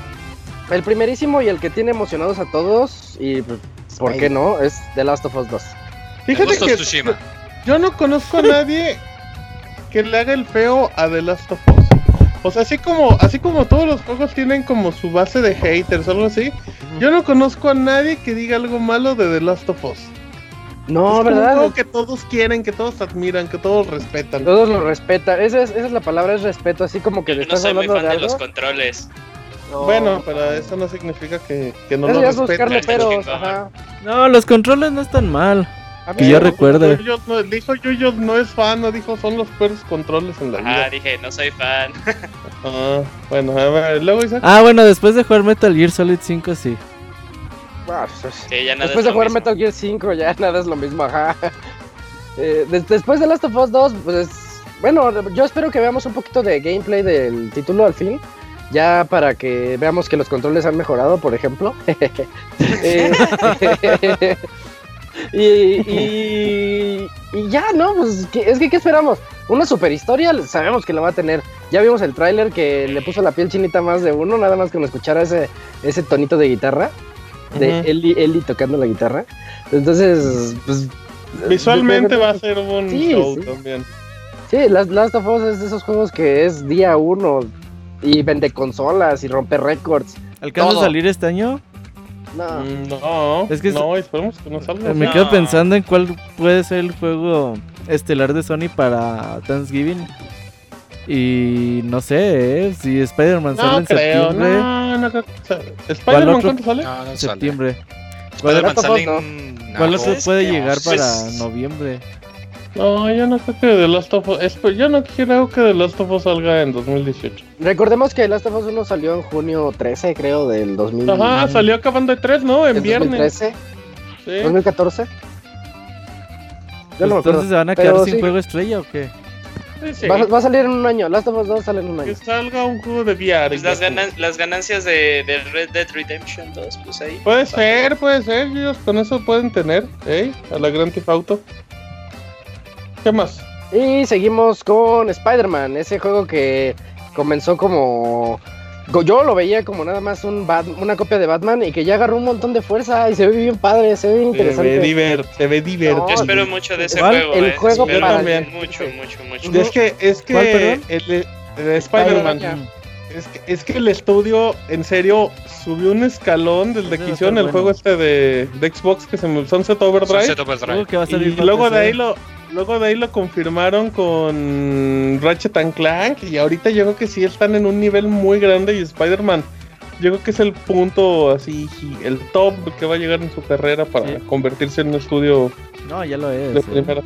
el primerísimo y el que tiene emocionados a todos, y pues, ¿por qué no? Es The Last of Us 2.
Me
Fíjate
gusta
que
Tsushima.
yo no conozco a nadie que le haga el feo a The Last of Us. O sea, así como, así como todos los juegos tienen como su base de haters o algo así, yo no conozco a nadie que diga algo malo de The Last of Us.
No,
es como un
¿verdad?
juego que todos quieren, que todos admiran, que todos respetan.
Todos lo respetan. Esa es, esa es la palabra, es respeto. Así como que
Yo
le
no
estás
soy muy
hablando
fan
de
de
algo.
los controles.
No.
Bueno, pero eso no significa que, que no
Eso
lo
ya es buscarle
respeten.
respetan, es
peros.
chingón.
Ajá.
No, los controles no están mal.
A mí
Que yo
me-
recuerde.
Yo- yo no- dijo Yuyo no es fan, no dijo son los peores controles
Ah.
en la
Ajá,
vida.
dije, no soy fan.
Ah, bueno, a ver, luego Isaac.
Ah, bueno, después de jugar Metal Gear Solid 5, sí.
Ah, pues,
Sí, ya nada
Después
es
de
lo
jugar
mismo.
Metal Gear 5, ya nada es lo mismo. Ajá. Eh, des- después de Last of Us 2, pues bueno, yo espero que veamos un poquito de gameplay del título al fin. Ya para que veamos que los controles han mejorado, por ejemplo. Eh, y, y- y ya, ¿no? Pues, ¿qué- es que, ¿qué esperamos? Una super historia, sabemos que la va a tener. Ya vimos el tráiler que le puso la piel chinita a más de uno, nada más con escuchar ese, ese tonito de guitarra. De
Ujú.
Eli, Eli tocando la guitarra. Entonces, pues.
Visualmente va a ser un
Sí,
show
sí.
también.
Sí, Last, Last of Us es de esos juegos que es día uno y vende consolas y rompe récords.
¿Alcanza
Todo.
a salir este año?
No.
Mm, No,
Es que es-
no, esperemos que no salga.
Me
No.
quedo pensando en cuál puede ser el juego estelar de Sony para Thanksgiving. Y no sé, ¿eh? si Spider-Man sale
No
en
creo,
septiembre.
no, no creo que salga. ¿Spider-Man
otro?
cuánto sale?
No, no sale.
septiembre.
Spider-Man
¿Cuál-
sale
no?
en
¿Cuál
agosto.
otro puede llegar
Pues,
para noviembre?
No, yo no creo que The Last of Us. esp- Yo no creo que The Last of Us salga en 2018.
Recordemos que Last of Us 1 salió en junio 13, creo, del 2000.
Ajá, salió acabando de 3, ¿no? En
del
viernes.
2013,
Sí.
2014. Yo no me acuerdo.
Entonces se van a
pero
quedar sin
sí.
juego estrella o qué?
Sí, sí.
Va, va a salir en un año. Last of Us 2 sale en un año.
Que salga un juego de VR.
Pues las,
ya.
ganan- las ganancias de, de Red Dead Redemption 2, pues ahí.
Puede ser, puede ser, ellos con eso pueden tener, ¿eh? A la Gran Tifauto. ¿Qué más?
Y seguimos con Spider-Man, ese juego que comenzó como... go- Yo lo veía como nada más un Bat- una copia de Batman y que ya agarró un montón de fuerza y se ve bien padre, se ve
Eh,
bien interesante.
diver- se ve divertido.
Yo espero mucho de ese
Igual,
juego.
el
eh,
juego
espero
para-
mucho, mucho, mucho.
Es que, es
¿Cuál,
que
perdón?
el, de- el de Spider-Man, es que, es que el estudio, en serio, subió un escalón desde
Ese Pues va
que
a
hicieron
estar
el
bueno.
juego este de, de Xbox que se me Sunset Overdrive.
Sunset Overdrive.
Juego que va a salir
Y
para
luego de
PC.
ahí lo luego de ahí lo confirmaron con Ratchet and Clank y ahorita yo creo que sí están en un nivel muy grande y Spider-Man yo creo que es el punto así gi- el top que va a llegar en su carrera para
Sí.
convertirse en un estudio
No, ya lo es.
de
¿eh?
primera.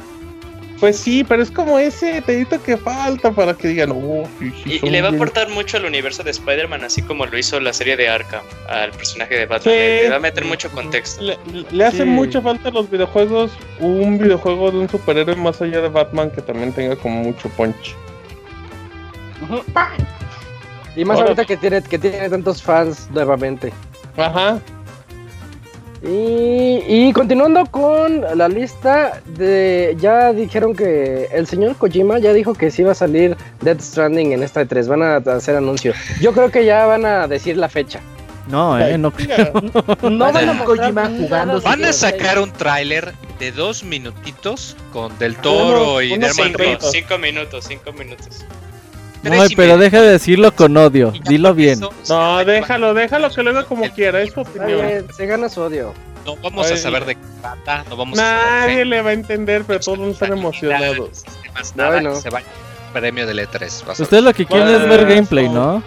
Pues sí, pero es como ese dedito que falta para que digan, oh, sí, sí,
Y, y
son
le va a
bien".
aportar mucho al universo de Spider-Man, así como lo hizo la serie de Arkham al personaje de Batman.
Sí.
Le, le va a meter mucho contexto.
Le, le
Sí.
hace mucha falta a los videojuegos un videojuego de un superhéroe más allá de Batman que también tenga como mucho punch.
Y más
Ahora-
ahorita que tiene, que tiene tantos fans nuevamente.
Ajá.
Y, y continuando con la lista, de ya dijeron que el señor Kojima ya dijo que sí va a salir Death Stranding en esta E3. Van a hacer anuncio. Yo creo que ya van a decir la fecha.
No, eh, no creo.
No van a mostrar
Kojima
nada
jugando
de-
su
Van a sacar un tráiler de dos minutitos con Del
Ah,
Uno-
Toro y
uno
Derman
Cinco,
Hermano.
cinco minutos, cinco minutos.
No, pero deja de decirlo con odio. Dilo bien.
No, déjalo, déjalo que lo haga como quiera, es su
Está
opinión.
bien, Se gana su odio.
No vamos a
Ay.
saber de qué trata, no vamos a saber.
Nadie
de-
le va a entender, pero todos están emocionados.
Más nada,
Bueno.
que se vaya al premio del E3. vas a
Ustedes lo que quieren es ver gameplay, ¿no?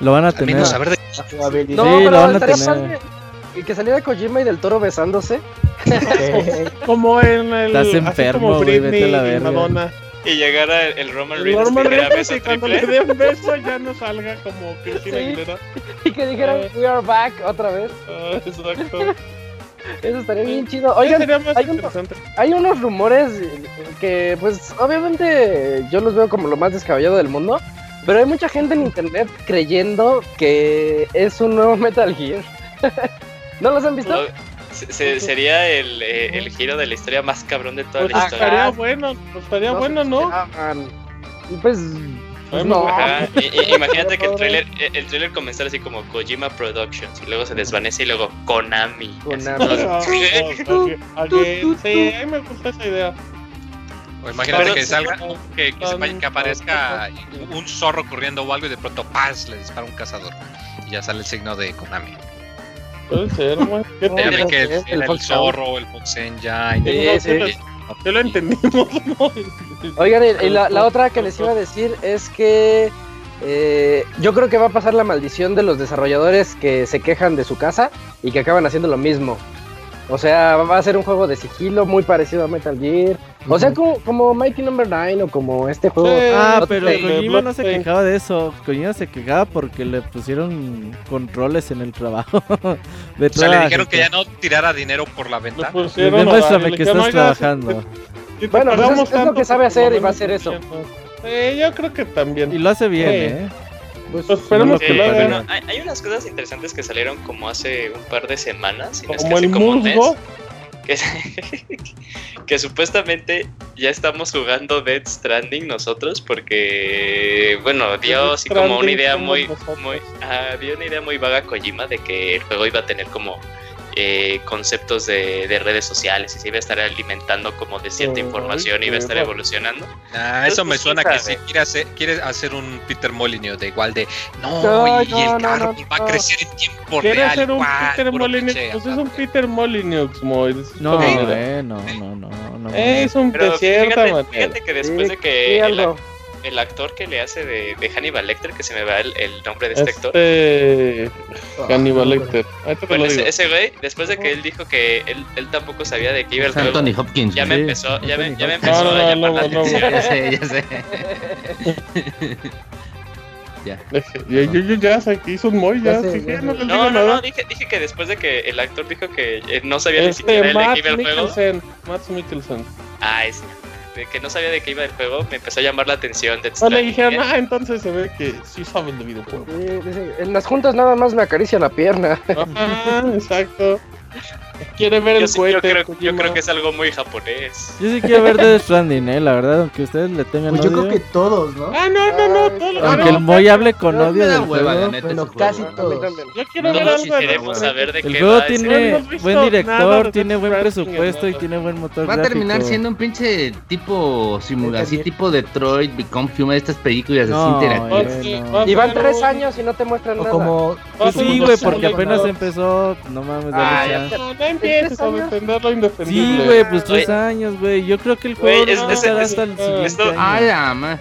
Lo van a
ver. Al
tener.
menos saber de qué
No,
Sí, lo
pero
van a
estaría
tener.
padre. Y que saliera Kojima y del toro besándose.
Como en el.
Estás
así
enfermo,
como
güey,
Britney
vete a la
y
verga.
Madonna.
Y llegara el, el Roman Reedus
Norman
primera
Reedus,
vez a
y cuando
triple
le
A.
den beso ya no salga como Cristina
Sí.
Aguilera.
Y que dijeran,
Eh.
we are back otra vez.
Ah, exacto.
Eso estaría bien chido.
Oigan,
Oigan,
sería más
hay un-
interesante.
hay unos rumores que, pues, obviamente yo los veo como lo más descabellado del mundo. Pero hay mucha gente en internet creyendo que es un nuevo Metal Gear. ¿No los han visto?
No, se- se- sería el, eh, el giro de la historia más cabrón de toda
Pues
la
Ajá.
historia.
estaría bueno, pues estaría
No
bueno,
se
¿no?
esperaban. Y Pues, pues
Ay,
no.
Ajá, y- y- imagínate que el
Pobre.
trailer, el trailer comenzara así como Kojima Productions y luego se desvanece y luego Konami.
Konami.
Así,
Ah,
¿no?
no, ok, ok, Sí, a mí me gusta esa idea.
O imagínate
Pero-
que salga, que, que se vaya- que aparezca
Tan-
un zorro corriendo o algo y de pronto ¡paz! le dispara un cazador. Y ya sale el signo de Konami.
Puede ser, güey. Yo
No,
Ya
te-
ven que el,
es el
el
Fox
zorro, el Foxen, ya.
Sí,
y-
sí,
y-
sí. Ya lo entendimos, ¿no?
Oigan, y, y la, la otra que les iba a decir es que eh, yo creo que va a pasar la maldición de los desarrolladores que se quejan de su casa y que acaban haciendo lo mismo. O sea, va a ser un juego de sigilo muy parecido a Metal Gear. O sea, como, como Mikey Number 9 o como este juego.
Sí.
Ah,
Blood
pero
Pain,
Kojima
Blood
no se
Pain.
quejaba de eso. Kojima se quejaba porque le pusieron controles en el trabajo. De
O sea,
toda
Ah,
le
la
dijeron que ya
gente.
no tirara dinero por la
Le
ventana.
pusieron
Demuéstrame
horario, le
que
dijeron,
estás
"Oiga,
trabajando".
si te
Ah, Bueno,
pagamos
pues es- es lo
tanto,
que sabe
pues,
hacer
por
y va a
lo
hacer
menos
eso".
suficiente". Sí, yo creo que también.
Y lo hace bien,
Sí.
¿eh?
Pues,
Pues esperemos
Sí,
que lo hagan.
Bueno, hay, hay unas cosas interesantes que salieron como hace un par de semanas, si no es que
como
hace
el
como un mes,
musgo.
que, que supuestamente ya estamos jugando Dead Stranding nosotros porque, bueno, dio
Death
así como una
Stranding
idea
somos
muy,
nosotros.
muy, ajá, dio una idea muy vaga a Kojima de que el juego iba a tener como eh, conceptos de, de redes sociales y se iba a estar alimentando como de cierta
Ay,
información y iba a estar
qué va.
evolucionando.
Nah, Ah, eso me
Entonces,
suena que sí
sabe.
quiere hacer, quiere hacer un Peter Molyneux de igual de no,
No,
y, y
no, no,
el carro
no,
va
no.
a crecer en tiempo
Quiere
real.
ser un
igual,
Peter
puro
Molyneux.
pinche
Pues es un
ataque.
Peter Molyneux, Moy. Eso es
No,
una idea.
eh, no, no, no, no, no.
Es un
Pero
de cierta
fíjate,
manera.
fíjate que después de
sí,
que
Eh,
el,
algo.
el actor que le hace de, de Hannibal Lecter, que se me va el, el nombre de este actor,
Este. Hannibal Lecter. Ahorita te
Bueno,
lo
ese,
digo.
ese güey, después de que él dijo que él, él tampoco sabía de qué iba el
Es
juego,
Anthony Hopkins.
ya me
güey.
empezó, ya me, ya me
Anthony
empezó
No, no,
a
no,
llamar la
no, no,
atención.
Ya sé, ya sé. ya.
Ya- Yo, yo ya sé que hizo un Moy, ya.
Ya sé,
sí,
ya
ya
sé.
no le digo
No, no, no,
nada.
dije, dije que después de que el actor dijo que eh, no sabía ni siquiera
Este,
de qué
Matt
iba el juego,
Mikkelsen. Matt Mikkelsen.
ah, ese, de que no sabía de qué iba el juego, me empezó a llamar la atención. Death
No le
Stranding,
dijeron,
¿eh?
ah, entonces se ve que sí saben de videojuegos.
Sí, dice, en las juntas nada más me acaricia la pierna.
Ajá, exacto. Quiere ver "Ah,
yo,
el pues,
sí- yo
cohete.
creo, yo
Kojima.
creo que es algo muy japonés.
Yo sí quiero ver Death Stranding, eh, la verdad, aunque ustedes le tengan
Pues yo creo
odio.
que todos, ¿no?
Ah, no, no, no. todo lo-
Ah,
Aunque el
no,
Moy hable con
no,
odio
me da
del
hueva, la
juego.
neta.
Bueno,
ese
casi
Ah,
juego.
todos.
Yo quiero ver
Todos
algo de
queremos saber de
El
qué
juego
va ese
tiene
No hemos
buen
visto nada
director,
de
tiene
Death
buen
Stranding,
presupuesto y
hermano.
tiene buen motor
Va a
gráfico.
terminar siendo un pinche tipo simulación, así
Metal Gear.
tipo Detroit, Become Human, estas películas
No,
así
Va a
interactivas.
eh.
ser-
no.
va a
Y van
ser
tres
un-
años y no te muestran
O
nada.
como.
Ah,
Pues Sí, güey, porque apenas empezó. No mames, dale
Ah, ya
chance.
No, no empieces a defender lo
Sí,
indefendible.
güey, pues tres
Oye.
años, güey. Yo creo que el
Güey,
juego
es-
no
es-
estará
es-
hasta el
esto-
siguiente
Ah,
año.
la ma- En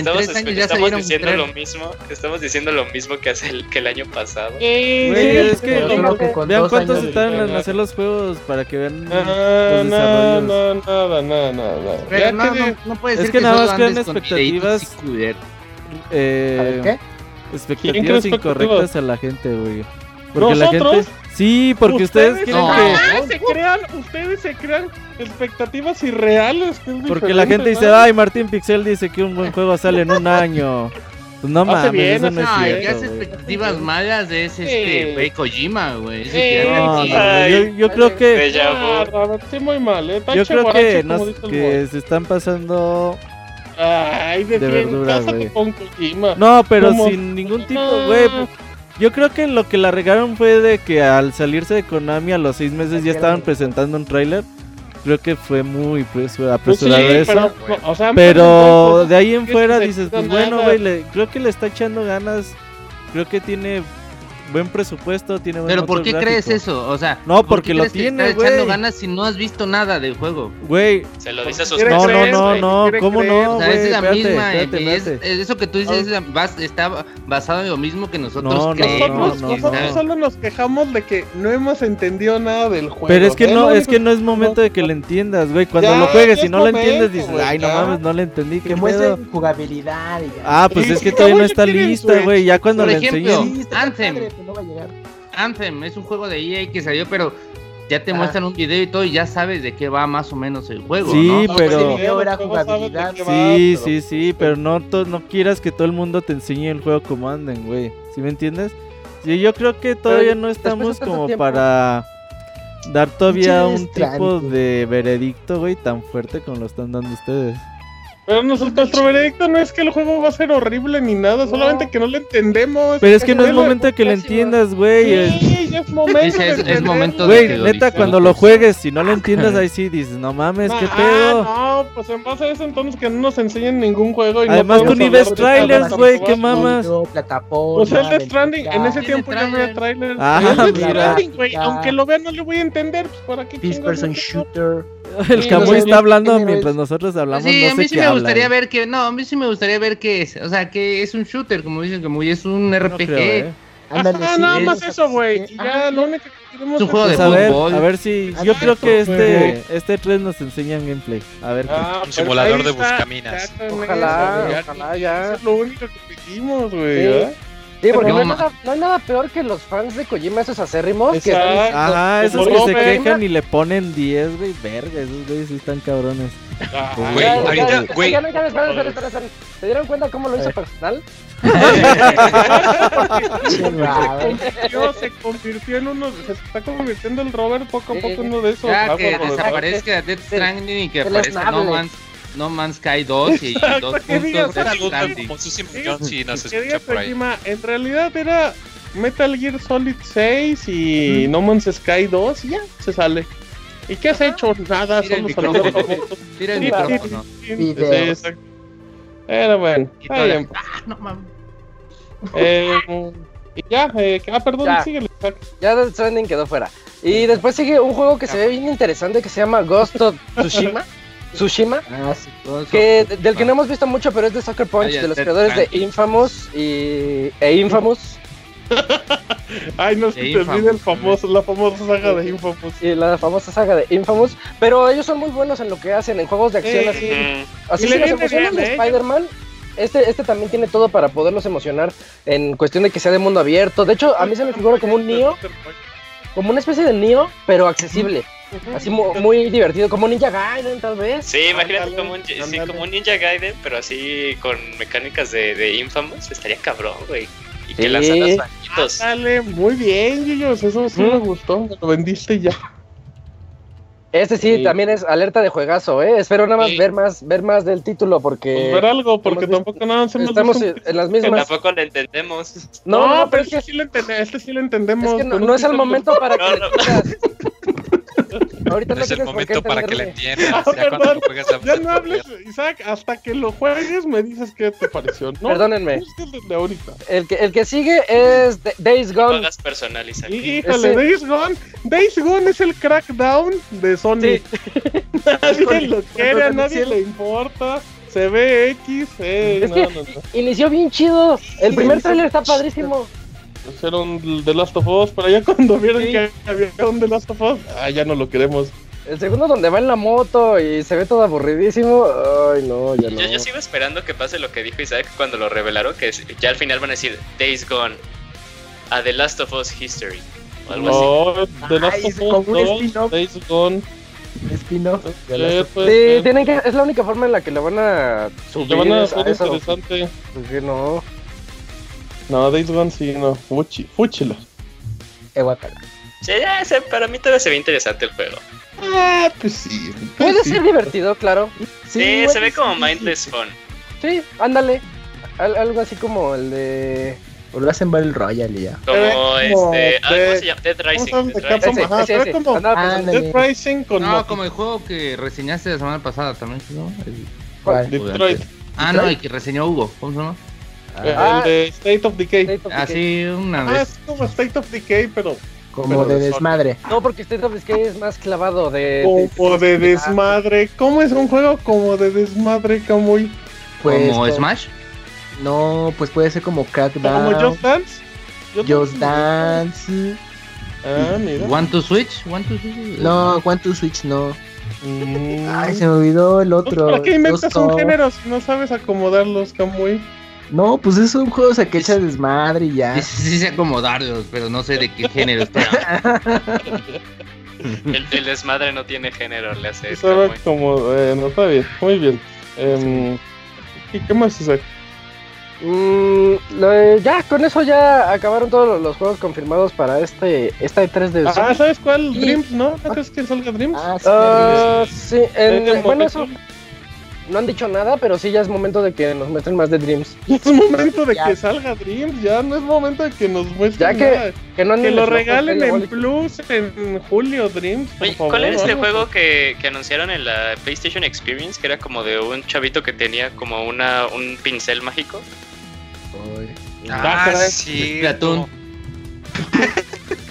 Estamos,
tres años
escu-
ya
estamos
salieron
diciendo
tres-
lo mismo, estamos diciendo lo mismo que hace el, que el año pasado.
Güey, es que
Yo creo que con
vean
dos
cuántos
años de
están en
diferencia.
hacer los juegos para que vean
No,
los
no,
desarrollos.
no, nada, nada, nada.
Pero
Ya
no,
que-
no, no puede
Es
ser
que nada
solo
más crean
andes con
expectativas.
videitos y cuder-
¿A ver,
Eh,
¿Qué?
¿Quién crees
expectativas
que tuvo?
incorrectas a la gente, güey. Porque la
¿Nosotros?
gente. Sí, porque ustedes,
¿Ustedes?
quieren
No.
que.
Ustedes se crean, ustedes se crean expectativas irreales. que es
Porque la
diferente,
gente dice,
¿no?
ay, Martín Pixel dice que un buen juego sale en un año. Pues no
Hace
mames,
bien,
eso no es
hace
No, el que
cierto.
hace
güey.
expectativas malas es
Sí.
este, güey, Kojima, güey. Ese que
Sí.
anda
No,
aquí.
no, no, yo, yo creo que,
Ah,
Deja vu.
Robert, sí, muy mal, eh.
yo
Tache
creo que,
guarache,
no-
como dice el
que se están pasando.
boy. Ay, de,
de verdura, güey.
con Kojima.
No, pero
Como-
sin ningún tipo, güey. pues, Yo creo que lo que la regaron fue de que al salirse de Konami a los seis meses ya estaban presentando un tráiler. Creo que fue muy presu-
Pues sí,
apresurado eso.
pero, o sea,
Pero de ahí en
que
fuera
se
dices,
quita
pues bueno,
nada.
güey, le- creo que le está echando ganas. Creo que tiene buen presupuesto, tiene buen
Pero ¿por
motor
qué
gráfico.
crees eso? O sea,
No,
¿por qué
porque lo
crees que
tiene,
le estás echando
güey.
ganas si no has visto nada del juego.
Güey,
Se lo dice a sus
¿Quiere
no, no,
creer, güey?
no, no,
¿Quiere
¿cómo
creer?
no,
O sea,
güey?
es la
Espérate,
misma. eh,
espérate,
es-
espérate.
es eso que tú dices es la- bas- está basado en lo mismo que nosotros
No, no,
creemos.
Nosotros,
no,
que
nosotros
está.
solo nos quejamos de que no hemos entendido nada del juego.
Pero es que
¿eh?
no,
Lo
es que
único-
no es momento de que le entiendas, güey. Cuando
Ya,
lo juegues
ya
y
es
no lo entiendes,
momento,
dices,
güey,
ay, no
ya.
mames, no le entendí,
Que
qué pedo.
muestren jugabilidad. y ya.
Ah, pues es que
Sí,
todavía no
güey,
está
¿qué quieren,
lista,
güey?
güey. Ya cuando
Por
le
ejemplo,
enseñen.
Sí, está
Anthem.
padre, pero no va a llegar.
Anthem es un juego de EA que salió, pero ya te
Ajá.
muestran un video y todo y ya sabes de qué va más o menos el juego.
Ah. Sí,
¿no?
No, pero-
pues, el video,
era
¿cómo sabes de
jugabilidad.
qué va?
Sí,
Pero-
sí, sí, pero no, to- no quieras que todo el mundo te enseñe el juego como anden, güey. ¿Sí me entiendes? Sí, yo creo que todavía no
después de
estamos
tanto
como
tiempo.
para dar todavía
Pinches
un tipo
trámites.
de veredicto, güey, tan fuerte como lo están dando ustedes.
Pero nosotros- nuestro veredicto no es que el juego va a ser horrible ni nada, solamente que no lo entendemos.
Pero es que no es
Velo-
momento de que lo entiendas, güey. el-
Sí, ya es momento.
Dice,
de
es- es
entenderlo.
momento de
Güey,
que lo
neta, cuando lo
disfrutes.
juegues, si no lo entiendes, ahí sí dices, no mames, qué
Ah,
pedo.
no, pues en base a eso entonces que no nos enseñen ningún juego. Y no
Además,
podemos
tú ni ves
hablar de
trailers,
nada.
güey, qué mamas.
Mundo, plataforma.
Pues el Death
del
Stranding, en
lugar,
ese
tiene
tiempo ya no había trailers.
Ah,
El Death
mira.
Stranding, güey,
Ya.
aunque lo vea no le voy a entender, pues para qué
First
chingados
person
lo quiero?
shooter.
El
Sí,
Camuy
no sé,
está hablando
tiene ves-
mientras nosotros hablamos,
sí,
no
a mí
sé
sí
qué
me gustaría
hablan.
ver que, no, a mí sí me gustaría ver que es, o sea, que es un shooter, como dicen, como y es un
No
RPG.
creo, eh.
Ándale,
Ajá,
sí,
nada
es-
más eso, güey. y Ya lo único que queremos
Es un juego
Pues
de
a ver,
fútbol.
a ver si.
Ah,
Yo creo que
exacto,
este, este 3 nos enseñan gameplay. A ver.
Ah,
Un
pues
simulador
ahí
de
está,
buscaminas.
ya con eso,
Ojalá,
güey,
ojalá
Eso
ya.
es lo único que pedimos, güey.
Sí.
¿eh?
Sí, porque
No
no, hay
ma-
nada, no hay nada peor que los fans de Kojima, esos acérrimos. Que
Exacto.
están-
Ajá,
Pues
esos
no,
que se
güey.
quejan y le ponen 10, güey. Verga, esos güeyes sí están cabrones.
Ah,
Güey,
Ya, ya,
ahorita,
ya,
güey.
ya, no, ya, esperen, esperen, esperen, esperen. ¿Se dieron cuenta cómo lo hizo personal?
chingado.
Dios, se convirtió en uno, se está convirtiendo el Robert poco a
Sí,
poco
sí.
en uno de esos.
Ya,
vagos,
que
güey.
desaparezca Death Stranding y que
el
aparezca No
esnable.
Man's, no Man's Sky 2 y, y dos
que digas,
puntos Death
"Salud,
Stranding.
Con Susi Muñoz, si nos
Que diga
escucha por ahí.
Kojima, en realidad era Metal Gear Solid 6 y No Man's Sky 2 y ya, se sale. ¿Y qué has hecho? Nada,
Mira el
somos
micrófono.
amigos. somos-
Tira el
Sí,
micrófono.
sí, sí,
Video.
exacto. Pero bueno,
Y
está
todo
bien.
Ah, no mames.
Eh, y ya, eh, que- ah, perdón,
Ya.
síguele. Isaac.
Ya Death Stranding quedó fuera. Y después sigue un juego que se ve bien interesante que se llama Ghost of Tsushima. Tsushima.
Ah, sí.
Todo eso.
Que, del que no hemos visto mucho, pero es de Sucker Punch,
Vaya,
de los
este
Death
creadores de
Stranding.
Infamous y, e Infamous.
Ay, no se
De
te olvide el
Infamous,
famoso, la famosa saga de Infamous.
Y la famosa saga de Infamous. Pero ellos son muy buenos en lo que hacen, en juegos de acción
Sí.
así.
Mm,
Así
Y le
si nos
viene bien,
emocionan de
¿eh?
Spider-Man, este, este también tiene todo para poderlos emocionar en cuestión de que sea de mundo abierto. De hecho, a mí se me figura como un Neo, como una especie de Neo, pero accesible. Así mu- muy, divertido, como Ninja Gaiden tal vez.
Sí, imagínate
Ándale,
como un, sí,
ándale.
como un Ninja Gaiden, pero así con mecánicas de, de Infamous, estaría cabrón, güey. Y que
Sí.
lanzaras bajitos.
Sale muy bien, Yuyos. Eso sí
Mm.
me gustó. me Lo vendiste y ya.
Este sí,
Sí.
también es alerta de juegazo, ¿eh? Espero nada más
Sí.
ver más ver más del título
Pues
porque
ver algo, porque
hemos
tampoco nada se me
Eh, estamos en las
Que
mismas.
tampoco lo entendemos.
No, no, pero es que,
este sí lo entendemos. Este sí lo
es
entendemos.
que no,
con un
no es el
título.
momento para
No,
que
no.
ahorita
No
no
es el
tienes por qué
momento para que la
entenderle.
entiendas.
Ah,
Ya cuando
perdón.
lo juegas a-
Ya no hables, Isaac. Hasta que lo juegues, me dices qué te pareció. No,
Perdónenme.
es el de ahorita.
El que, el que sigue es D- Days
No
Gone.
hagas personales aquí.
Híjole,
Ese-
Days Gone. Days Gone es el crackdown de Sony.
Sí.
nadie lo quiere, a
Cuando
nadie
anuncian-
le importa. se ve X, eh,
Es
no,
que
no, no.
Inició bien chido. El primer
sí,
tráiler está
sí.
padrísimo.
Hicieron The Last of Us, pero ya cuando vieron
Sí.
que había un The Last of Us, ah, ya no lo queremos.
El segundo donde va en la moto y se ve todo aburridísimo. Ay, no, ya no.
Yo, yo sigo esperando que pase lo que dijo Isaac cuando lo revelaron, que es- ya al final van a decir Days Gone, a The Last of Us History, o algo así.
No, The Last
Ay, es
of
como un
Us 2,
spin-off.
Days Gone,
Espino.
eh, pues,
Sí,
eh,
tienen que, es la única forma en la que le van a subir
lo van a
es a
hacer
eso.
interesante.
Porque no.
No, Days Gone sí, no, fuchi, fúchila.
Eh, guacala.
Sí, ya, se- para mí todavía se ve interesante el juego.
Ah, pues sí. pues
Puede
sí.
ser divertido, claro.
Sí,
Eh,
se ve como Mindless Fun.
Sí, ándale. Al- algo así como el de.
O lo hacen Battle Royale y ya.
Como
Se ve como
este. ah, ¿Cómo
de-
se llama? Dead
¿Cómo se llama? De
Rising. Dead
Capcom,
Rising.
Ese,
ajá,
ese,
se ve
ese.
como Ah,
Andaba pensando-
Ándale.
Dead Rising con
No,
moti-
como el juego que reseñaste la semana pasada también, ¿no? El-
¿Cuál?
Detroit.
o de antes. Ah, no, el que reseñó Hugo, ¿cómo se llama?
Ah, el de State of Decay.
State of Decay.
Así una
Ah,
vez.
es como State of Decay, pero
Como de desmadre.
No, porque State of Decay es más clavado de.
como de desmadre. ¿Cómo es un juego como de desmadre, Camuy?
Pues,
como Smash.
No, pues puede ser como
¿Como
Crackdown.
Just Dance?
Just Dance.
Ah, mira.
One to Switch. One to Switch.
No, One to Switch no.
Mm.
Ay, se me olvidó el
Pues,
otro.
¿Para qué inventas
Dos
un
Cop.
género si no sabes acomodarlos, Camuy?
No, pues es un juego o sea, que echa desmadre y ya.
Sí, sí sé acomodarlos, pero no sé de qué género está.
El, el desmadre no tiene género, le hace.
Se ve
Camuy.
como... Bueno, está bien, muy bien. Em, ¿Y qué más es oh.
Mm, lo de- ya, con eso ya acabaron todos los, los juegos confirmados para este esta E3 de
Ah,
Sony.
¿sabes cuál?
Sí.
Dreams, ¿no? ¿No crees que salga Dreams?
Ah, sí, ya
Ah, sí, en-
Eh,
bueno,
momento-
eso no han dicho nada, pero sí ya es momento de que nos muestren más de Dreams.
Ya es momento de
Ya.
que salga Dreams, ya no es momento de que nos muestren
Ya que-
nada.
Que, no
Que
anden
lo
los locos,
regalen
que
en
igual-
Plus en julio, Dreams, por
Oye,
favor.
¿Cuál era este
¿no?
juego que, que anunciaron en la PlayStation Experience? Que era como de un chavito que tenía como una un pincel mágico.
vi.
Ah,
Baccarat,
sí.
Splatoon.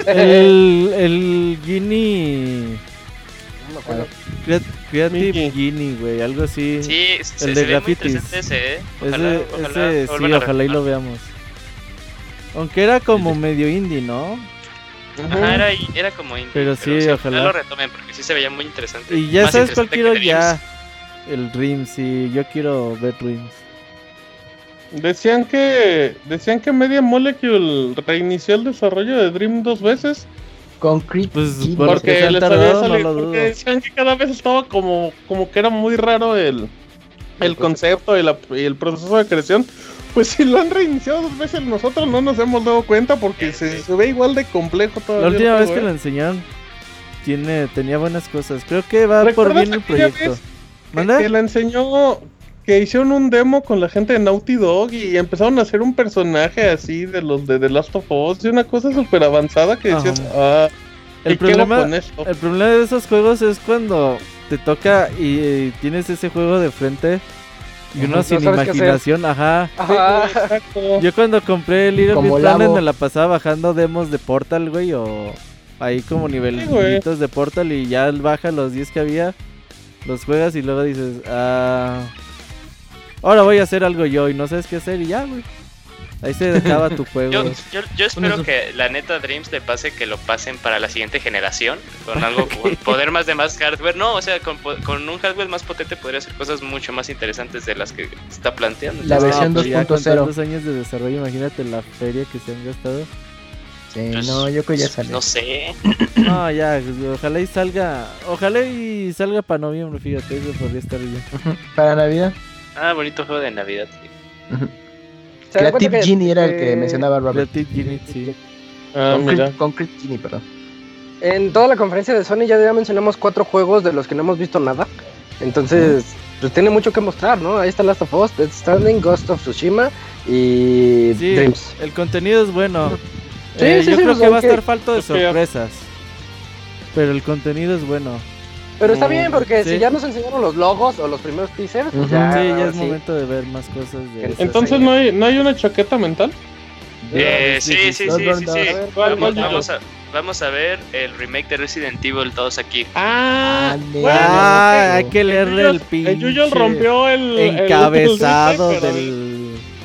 El, el Genie.
No me acuerdo.
Creat- Creative
Mickey.
Genie, güey, algo así.
Sí, se, se ve
de
muy
grafitis.
interesante ese, ¿eh? Ojalá,
Ese,
ojalá
ese
lo vuelvan
sí,
a
ojalá y lo
retomar.
veamos. Aunque era como medio indie, ¿no?
Ajá, era, era como indie,
Pero sí, ojalá.
lo retomen porque sí se veía muy interesante.
Y ya
Más
sabes cuál
interesante que
quiero
The
ya.
Dreams.
El Dream, sí, yo quiero ver Dreams.
Decían que decían que Media Molecule reinició el desarrollo de Dream dos veces
Con Creep.
Pues,
Genie.
Por- porque
porque
se han
les había
tardado, no
salido,
lo
porque
dudo.
decían que cada vez estaba como como que era muy raro el el concepto y, la- y el proceso de creación. Pues si lo han reiniciado dos veces nosotros no nos hemos dado cuenta porque se, se ve igual de complejo todavía.
La
el
última
juego,
vez que
¿eh?
lo enseñaron tiene, tenía buenas cosas. Creo que va por
¿Recuerdas
bien el
aquella
proyecto.
vez
¿Manda?
Que la enseñó. Que hicieron un demo con la gente de Naughty Dog y empezaron a hacer un personaje así de los de The Last of Us y una cosa súper avanzada que decías, ah,
El
¿y qué hago
problema-
con esto?
El problema de esos juegos es cuando te toca y, eh, tienes ese juego de frente y uno
No
sin
sabes qué hacer.
imaginación, ajá.
Sí,
Ajá.
exacto.
Yo cuando compré el Little Big
Como
Planet
Labo.
me la pasaba bajando demos de Portal, güey, o ahí como nivelitos de Portal y ya baja los 10 que había, los juegas y luego dices, ah, ahora voy a hacer algo yo y no sabes qué hacer y ya, güey. Ahí se acaba tu juego.
Yo, yo, yo espero
Bueno,
que la neta Dreams le pase que lo pasen para la siguiente generación con algo con poder más de más hardware. No, o sea, con, po- con un hardware más potente podría hacer cosas mucho más interesantes de las que está planteando.
La
No,
versión
pues ya con
2.0.
tantos años de desarrollo, imagínate la feria que se han gastado.
Sí, no, yo creo que ya salió.
Pues, No sé.
No, ya, ojalá y salga, ojalá y salga para noviembre, fíjate, eso podría estar bien.
Para Navidad.
Ah, bonito juego de Navidad.
Eh,
¿Se dan cuenta
Creative
que-
Genie era el que
eh,
mencionaba Robert.
Creative Genie, sí.
Ah,
Con
mira.
Creep- Con Creep Genie, perdón.
En toda la conferencia de Sony ya, ya mencionamos cuatro juegos de los que no hemos visto nada. Entonces, pues tiene mucho que mostrar, ¿no? Ahí está Last of Us, Dead Standing, Ghost of Tsushima y
Sí,
Dreams.
El contenido es bueno.
Sí,
Eh,
sí, pues,
yo
sí,
creo
o
que
sea,
va a
que-
estar falto de
Yo creo-
sorpresas. Pero el contenido es bueno.
Pero está
Mm,
bien porque
sí.
si ya nos enseñaron los logos o los primeros teasers,
Ujú.
ya,
sí, ya
ahora
es
Ah, sí.
momento de ver más cosas de
Entonces,
Entonces no hay, no hay una chaqueta mental.
Eh, sí, sí, sí, sí, sí.
Bloodborne,
Vamos, vamos a, vamos a ver el remake de Resident Evil todos aquí.
Ah,
Ah,
bueno,
ah,
ok.
hay que leerle el
Yuyos-
pinche.
El Yuyos rompió el. el-
Encabezado
el-
del.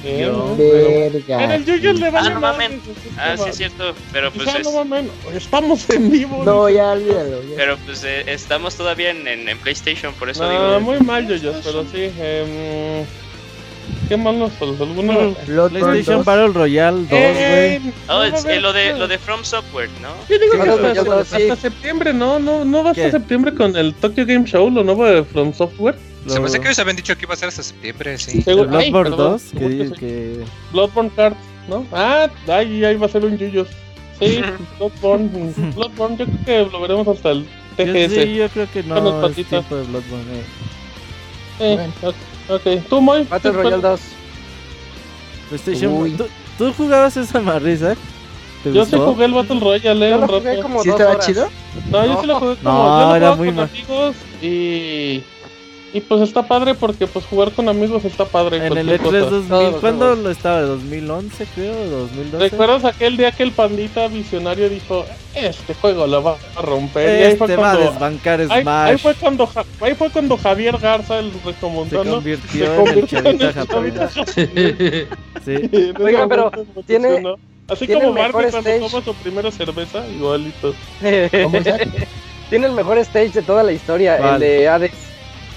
Sí,
guión.
pero- En
Verga.
el Yuyos le va
Ah, no mamen. Ah, sí es cierto, pero pues es-
Estamos en vivo.
No,
dice.
ya olvídalo. ya.
pero pues eh, estamos todavía en, en- en PlayStation, por eso
No,
digo.
Ah, muy mal, Yuyos, pero sí. em, qué mal nos faltó alguna.
Bloodborne 2.
PlayStation Battle Royale 2, güey.
Eh,
Oh,
no
es-
va a
eh, lo de
haber-
lo de From Software, ¿no?
Yo digo
Sí,
que
no,
hasta,
yo no, sí.
hasta septiembre, ¿no? ¿No, no va hasta
¿Qué?
septiembre con el Tokyo Game Show, lo nuevo de From Software?
Se me hace
Lo-
que ellos habían dicho que iba a ser hasta septiembre, sí.
el
Seguro- ay,
Bloodborne
perdón,
2, que,
seguro que
di-
sí.
que-
Bloodborne Cards, ¿no? Ah, ahí, ahí va a ser un Yuyos. Sí, Bloodborne. Bloodborne, yo creo que lo veremos hasta el
Yo,
TGS.
sí, yo creo que
Con los
no es
patitas.
tiempo de Bloodborne. eh.
Eh, ok, tú, Moy.
Battle
¿tú-
Pues,
Royale 2.
PlayStation.
Uy.
¿Tú, tú jugabas esa marrisa? ¿Te
Yo sí
gustó?
jugué el Battle Royale eh,
Yo
un
lo
rato.
jugué como
¿Sí
dos
estaba
horas.
chido?
No, yo sí lo jugué como.
No,
yo lo
era
jugaba
muy
con
mal.
amigos y. Y pues está padre porque pues jugar con amigos está padre.
En el E
cualquier
E3
cosa.
2000, ¿cuándo lo estaba? ¿2011 creo? ¿2012?
¿Recuerdas aquel día que el pandita visionario dijo, este juego lo va a romper? y ahí
Este
fue
va a
cuando,
desbancar
ahí, ahí
Smash.
fue cuando Ja- ahí fue cuando Javier Garza, el
Se
recomontano, se
convirtió en el
convirtió en
chavita
el chavita
japonés. Sí.
Oiga, pero tiene-
Así
tiene
como
el
Barney
mejor
cuando
stage.
toma su primera cerveza, igualito.
¿Cómo está?
Tiene el mejor stage de toda la historia, el
¿Cuál?
de Hades.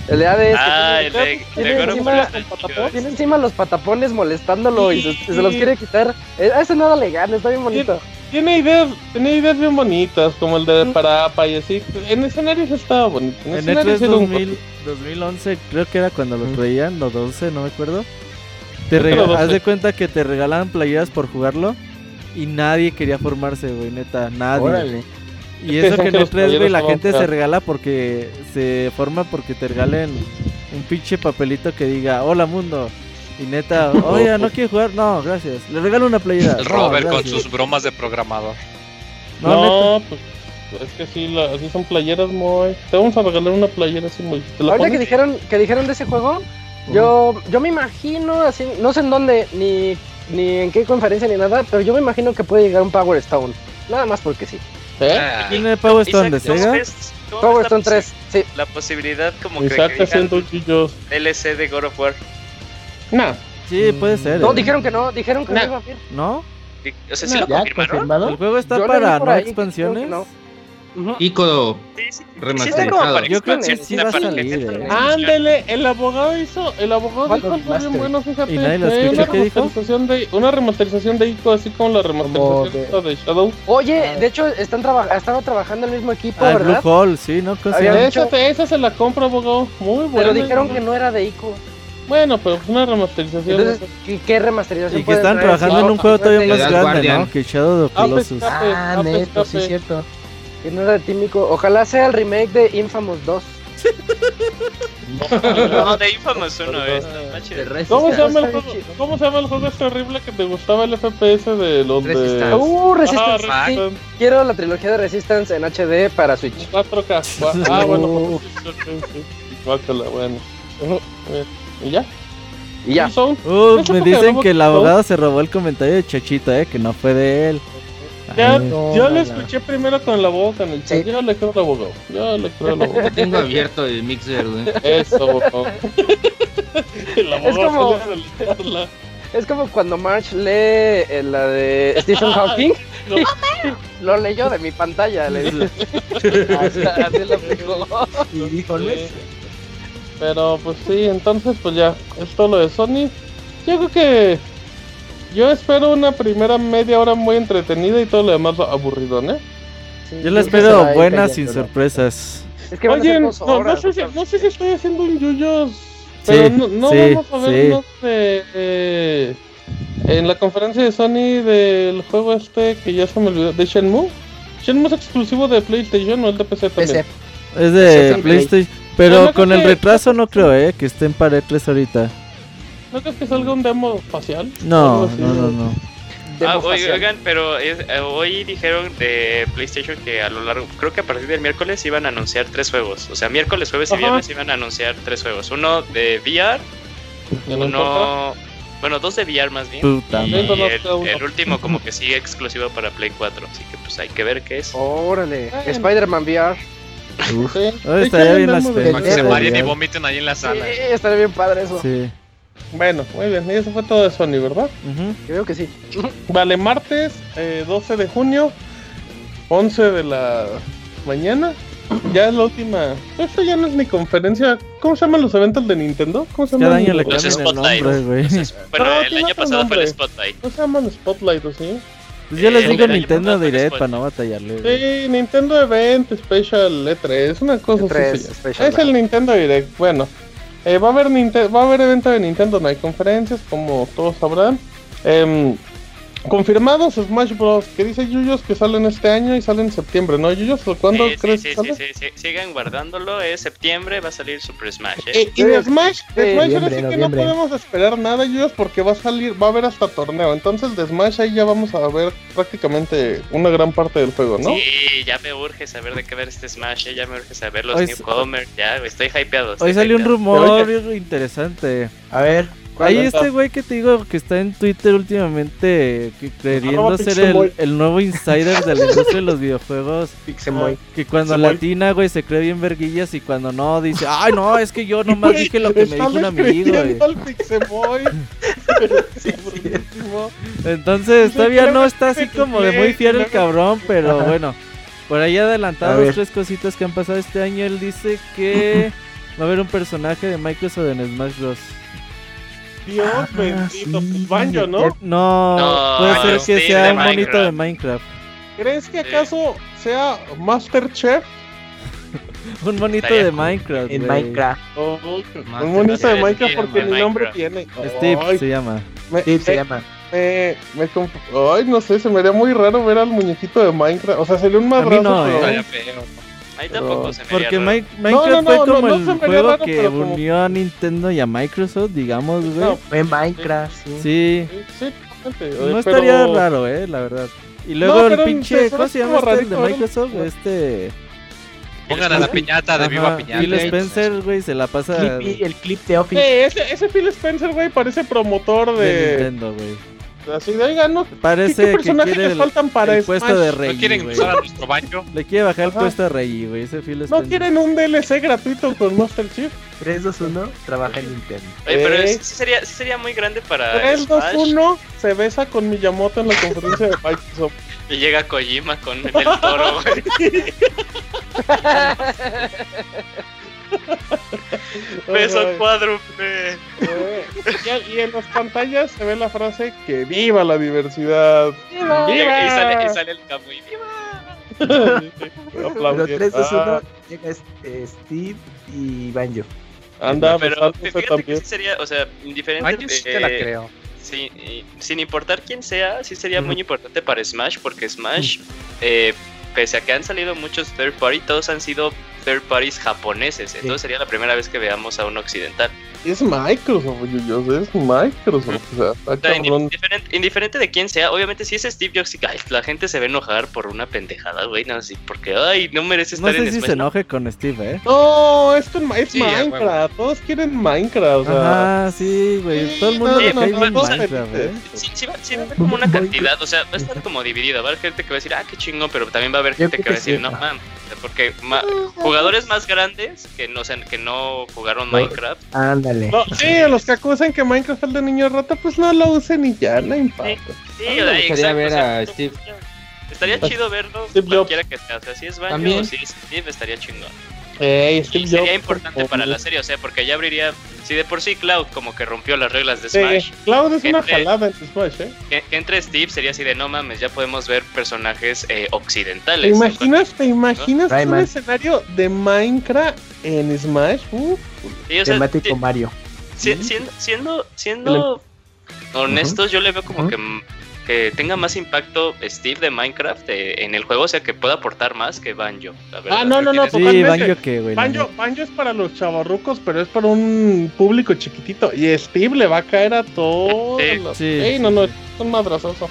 El de Hades. que
Ah, el de,
¿Tiene
de God of
encima
War
el
está
patapón?
chido.
Tiene Oh, encima los patapones molestándolo y se, se los
Sí.
quiere quitar. Eh, A ese nada le gana, está bien bonito.
Tiene ideas, tiene ideas bien bonitas, como el de Parapa y así. En escenarios estaba bonito. En,
En E E3
escenarios era un
2000, 2011, creo que era cuando lo
Ujú.
traían, los 12, no me acuerdo.
que
Te
los
rega-
12.
Haz de cuenta que te regalaban playeras por jugarlo y nadie quería formarse, güey, neta, nadie.
Órale.
Y
Es que
eso
dicen
que en
que los
E3, güey,
playeros
la
son
gente se
feas.
regala porque se forma porque te regalen un pinche papelito que diga, hola mundo. Y neta, oye, no quiere jugar, no, gracias. Le regalo una playera.
El
"No,
Robert con
gracias".
sus bromas de programador.
No,
No, pues es que sí, la, así son playeras muy. Te vamos a regalar una playera así muy. ¿Te la
Ahorita que
pones?
dijeron, que dijeron de ese juego, yo, yo me imagino así, no sé en dónde, ni, ni en qué conferencia ni nada, pero yo me imagino que puede llegar un Power Stone. Nada más porque sí.
¿Eh?
Ah.
¿Tiene Power Stone de
Isaac, ¿cómo
¿eh?
Sega?
ves- cómo ves
Power
la
Stone 3, sí.
posi- La posibilidad como que, que
Isaac
digan
haciendo chillos.
DLC de God of War.
Nah,
Sí, puede ser.
No,
¿eh?
dijeron que no, dijeron que no
Nah.
iba a haber.
¿No?
O sea, ¿sí lo
¿Ya
confirmaron?
¿El
confirmado?
juego está
Yo lo vi
para
por
no
ahí,
expansiones?
creo que
Icodo.
Sí, sí, sí, está como
Remasterizado.
para
Yo creo que
expansión,
sí
está
va a
para
salir,
gente.
eh.
Ándele, el abogado hizo, el abogado dijo algo bien
Master.
bueno, fíjate.
¿Y nadie lo
que hay una
escuchó? ¿Qué dijo?
remasterización de, una remasterización de Ico, así como la
Como
remasterización
de-
esta de Shadow.
Oye, de hecho, están traba- estaba trabajando el mismo equipo,
Ah, el Ah. Blue
¿verdad?
Hole, sí, ¿no? ¿Cómo se
Había-
llama?
Esa, te- esa se la compra, abogado. Muy buena.
Pero dijeron que no era de ICO.
Bueno, pero es una remasterización.
Entonces, ¿qué, qué remasterización?
Y que
pueden
están
traer?
trabajando en un juego todavía
Le
más
das
grande,
Guardian.
¿no? Que Shadow of the
Ah, pues,
Colossus.
ah.
Ah,
Ape,
neto,
ape.
sí es cierto.
Que no era tímico. Ojalá sea el remake de Infamous 2.
No, de Infamous uno es.
eh.
está más chido.
¿Cómo se,
Está-
llama el
está bien
juego?
chido.
¿Cómo se llama el juego este horrible que te gustaba el FPS de los
Resistance.
de...
Uh,
Ah,
Resistance. sí.
Resistance.
Quiero la trilogía de Resistance en HD para Switch.
4K. gua- Ah, bueno. pues, sí, sí, sí. Guácala, bueno. Eh, ¿Y ya?
Y ya.
Son-
Uh,
Ese
me
fue que
dicen
robó-
que el abogado se robó el comentario de Chachito, ¿eh? Que no fue de él.
Ya,
Ay,
no,
yo
Eh, no,
le
no.
escuché primero con la boca en el chat.
Sí.
Yo le creo al abogado. Yo le creo al abogado.
Tengo abierto el mixer, güey.
Eso, abogado. El abogado
como-
salió de la charla.
Es como cuando Marge lee eh, la de Stephen Hawking.
No.
Lo leyó de mi pantalla. Le dice. Hasta así lo pegó.
Y dijo, no
Sí. Pero pues sí, entonces pues ya, es todo lo de Sony. Yo creo que yo espero una primera media hora muy entretenida y todo lo demás aburrido, ¿eh?
Yo le espero buenas sin sorpresas.
Es que van a
Oye,
ser
no,
dos
no
horas,
sé si,
o sea,
no sé si estoy haciendo un yuyos, pero no, no
sí,
vamos a ver
sí.
unos de, eh, en la conferencia de Sony del juego este que ya se me olvidó, de Shenmue. Shenmue es exclusivo de PlayStation o el de PC también.
PC.
Es
Ese
de
sí,
PlayStation.
Yo no
Pero
creo
con el
que-
retraso no creo, ¿eh? Que estén para E3 ahorita.
¿No crees que salga un demo facial? Algo
No,
así.
no, no, no.
Ah,
demo
oy-
facial.
oigan, pero eh, eh, hoy dijeron de PlayStation que a lo largo, creo que a partir del miércoles iban a anunciar tres juegos. O sea, miércoles, jueves y
Ajá.
viernes iban a anunciar tres juegos. Uno de VR,
Ya no importa. Pues,
uno Bueno, dos de VR más bien.
Puta
Y
madre. Nintendo
el,
Love
el último como que sigue exclusivo para Play 4, así que pues hay que ver qué
Oh,
es.
Órale,
Bueno.
Spider-Man VR.
Sí.
Oh,
De
estaría
hecho,
bien
ya
la
andamos de-
experiencia.
Para que se
Nintendo
vayan y
VR.
vomiten ahí en la
Sí,
sala.
estaría bien padre eso.
Sí.
Bueno, muy bien, y eso fue todo de Sony, ¿verdad?
Ujú.
Creo que sí.
Vale, martes eh, 12 de junio, 11 de la mañana. Ya es la última. Esto ya no es ni conferencia. ¿Cómo se llaman los eventos de Nintendo? ¿Cómo se
Cada
llaman?
año le
Los
cambian el
Spotlight.
nombre, güey.
Bueno,
No,
el
tiene
año
otro
pasado fue
nombre.
el Spotlight.
¿Cómo se llaman Spotlight o sí?
Pues yo les
Eh,
digo
el año
Nintendo
pasado fue
Direct
Spotify.
para no batallarle. güey.
Sí, Nintendo Event Special E3, es una cosa
E3
así. se llama.
Special,
es el
ajá.
Nintendo Direct. Bueno, eh, va a haber Ninte- va a haber evento de Nintendo, no hay conferencias, como todos sabrán. Em, confirmados Smash Bros. que dice Yuyos que salen este año y salen en septiembre, ¿no? Yuyos, ¿cuándo
Sí, sí,
crees
sí,
que
sí,
sale?
sí, sí, sigan guardándolo, es septiembre, va a salir Super Smash. ¿eh?
Eh, y de Smash, de
Sí,
Smash ahora
noviembre,
sí que no
noviembre.
podemos esperar nada, Yuyos, porque va a salir, va a haber hasta torneo. Entonces de Smash ahí ya vamos a ver prácticamente una gran parte del juego, ¿no?
Sí, ya me urge saber de qué ver este Smash, eh, ya me urge saber los
Hoy s-
newcomers, ya estoy hypeado.
Hoy
estoy
salió un
hypeado.
rumor interesante.
A ver,
Ahí
¿Cuál?
este güey que te digo que está en Twitter últimamente que creyendo
Arroba
ser
Pixemoy.
el, el nuevo insider de la industria de los videojuegos.
Pixemoy.
Que cuando
Pixemoy.
latina, güey, se cree bien verguillas y cuando no, dice, ay, no, es que yo nomás dije lo que me dijo un
Estamos
amigo, güey.
creyendo al Pixemoy. Cabronísimo.
Entonces,
Sí,
todavía
creo
no
que
está así
sí,
como de muy fiel el
creo que-
cabrón, pero
Ajá.
bueno. Por ahí
A
adelantado
ver.
dos, tres cositas que han pasado este año, él dice que va a haber un personaje de Microsoft en Smash Bros.
Dios
Ah,
bendito,
sí.
pues Banjo, ¿no?
No,
No,
puede
Mario
ser que
Steve
sea
de
un monito
Minecraft.
de Minecraft.
¿Crees que acaso sea Masterchef?
Un monito
Estaría
de
cool.
Minecraft.
en
güey.
Minecraft.
O
Masterchef.
un monito de Minecraft
Steve
porque
de
el nombre
Minecraft.
tiene.
Steve
Ay,
se llama.
me,
Sí, se
eh,
llama.
me- me conf- Ay, no sé, se me haría muy raro ver al muñequito de Minecraft. O sea, sería un madrazo.
no,
pero-
eh.
Estaría feo.
Ahí tampoco se me haría
Porque
raro.
Mi- Minecraft
no, no,
fue
no,
como
no se
el
me haría
juego
raro,
que
pero como-
unió a Nintendo y a Microsoft, digamos, güey.
No,
Fue en Minecraft, sí.
Sí.
sí, sí, totalmente, eh,
No
pero-
estaría raro, eh, la verdad. Y luego
No,
el
pero
pinche,
se-
¿cómo se llama
como
este el de
rarito, ¿no?
Microsoft? Este...
Pongan a la piñata Ah, de
ajá,
viva piñata.
Phil Spencer, güey, se la pasa
Clip- el clip de
Sí,
Office.
ese, ese Phil Spencer, güey, parece promotor
de
de.
Nintendo, güey.
Así de, oigan, no. ¿Qué, qué
Parece que
personajes
quiere
les
el,
faltan para
el puesto
Smash?
de
¿No
Reggie,
quieren
güey.
usar a nuestro banjo?
Le quiere bajar el
Ajá.
puesto a Reggie, güey, ese Phil
¿No
Spencer.
quieren un DLC gratuito con Master Chief?
3, 2, 1, trabaja en Nintendo.
Oye, pero
Eh.
es- sí sería, sí sería muy grande para
3, 2,
Smash.
1, se besa con Miyamoto en la conferencia de Microsoft.
Y llega Kojima con el toro, güey. Peso
Ay,
cuádruple.
eh, y- Y en las pantallas se ve la frase que viva la diversidad.
Y, llega- y sale,
¡Viva!
y sale el Kamui. ¡Viva!
Pero 3, 2, 1,
Ah,
llega este, Steve y Banjo.
Anda,
pero
besándose
fíjate que
también.
sí sería, o sea, indiferente.
Ay, yo sí te la
eh,
creo.
Sí, y sin importar quién sea, sí sería muy importante para Smash, porque Smash, eh, pese a que han salido muchos third party, todos han sido third parties japoneses. Entonces sería la primera vez que veamos a un occidental.
Es Microsoft, yo, yo, es Microsoft. O sea, está
O sea, indi-
cabrón.
indiferente, indiferente de quién sea, obviamente si es Steve Jobs, sí, ay, la gente se ve enojar por una pendejada, güey, no sé, porque, ay, no merece
No
estar
sé
en
si
Smash.
se enoje con Steve, eh.
No, esto es, ma- es
Sí, a huevo.
Minecraft. Todos quieren Minecraft. O sea,
Ajá, sí, güey.
sí,
Todo el mundo
no,
le
no,
cae
no,
bien
no,
Minecraft,
no,
güey.
Sí, sí va, sí va a haber como una cantidad, o sea, va a estar como dividido. Va a haber gente que va a decir, ah, qué chingón, pero también va a haber
Yo
gente
creo
que va a
que sí,
decir, no
ajá.
mames, porque ma-
¿eh?
jugadores más grandes que no, sean- que no jugaron Minecraft,
Ándale.
No, sí, a los que acusan que Minecraft es el de niño rata, pues no lo usen y ya, no impacta.
sí,
A mí me
ahí,
gustaría ver a
no-
Steve.
Estaría chido verlo
Steve Jobs.
cualquiera que sea, o sea, si es Banjo o
También.
si es Steve, estaría chingón.
Ey, Steve
Y sería
Jobs,
importante
por
para
favor.
la serie, o sea, porque ya abriría, si de por sí Cloud como que rompió las reglas de
Sí,
Smash,
Cloud es una
Gente-
jalada en Smash, ¿eh?
que, que entre Steve sería así de, no mames, ya podemos ver personajes eh,
¿Te
occidentales.
imaginas, te imaginas
Rayman.
un escenario de Minecraft en Smash? Uf,
Sí, o sea,
Temático
ti-
Mario.
Si-
Mm.
siendo siendo, siendo honestos, yo le veo como
Ujú.
que, m- que tenga más impacto Steve de Minecraft eh, en el juego, o sea, que pueda aportar más que Banjo. la verdad.
Ah, no, no, no,
Porque
Sí,
Totalmente.
Banjo que, güey. la
Banjo, Banjo es para los chavarrucos, pero es para un público chiquitito. Y Steve le va a caer a todos.
Sí.
los-
Sí.
Ey, no, no, es un madrazoso.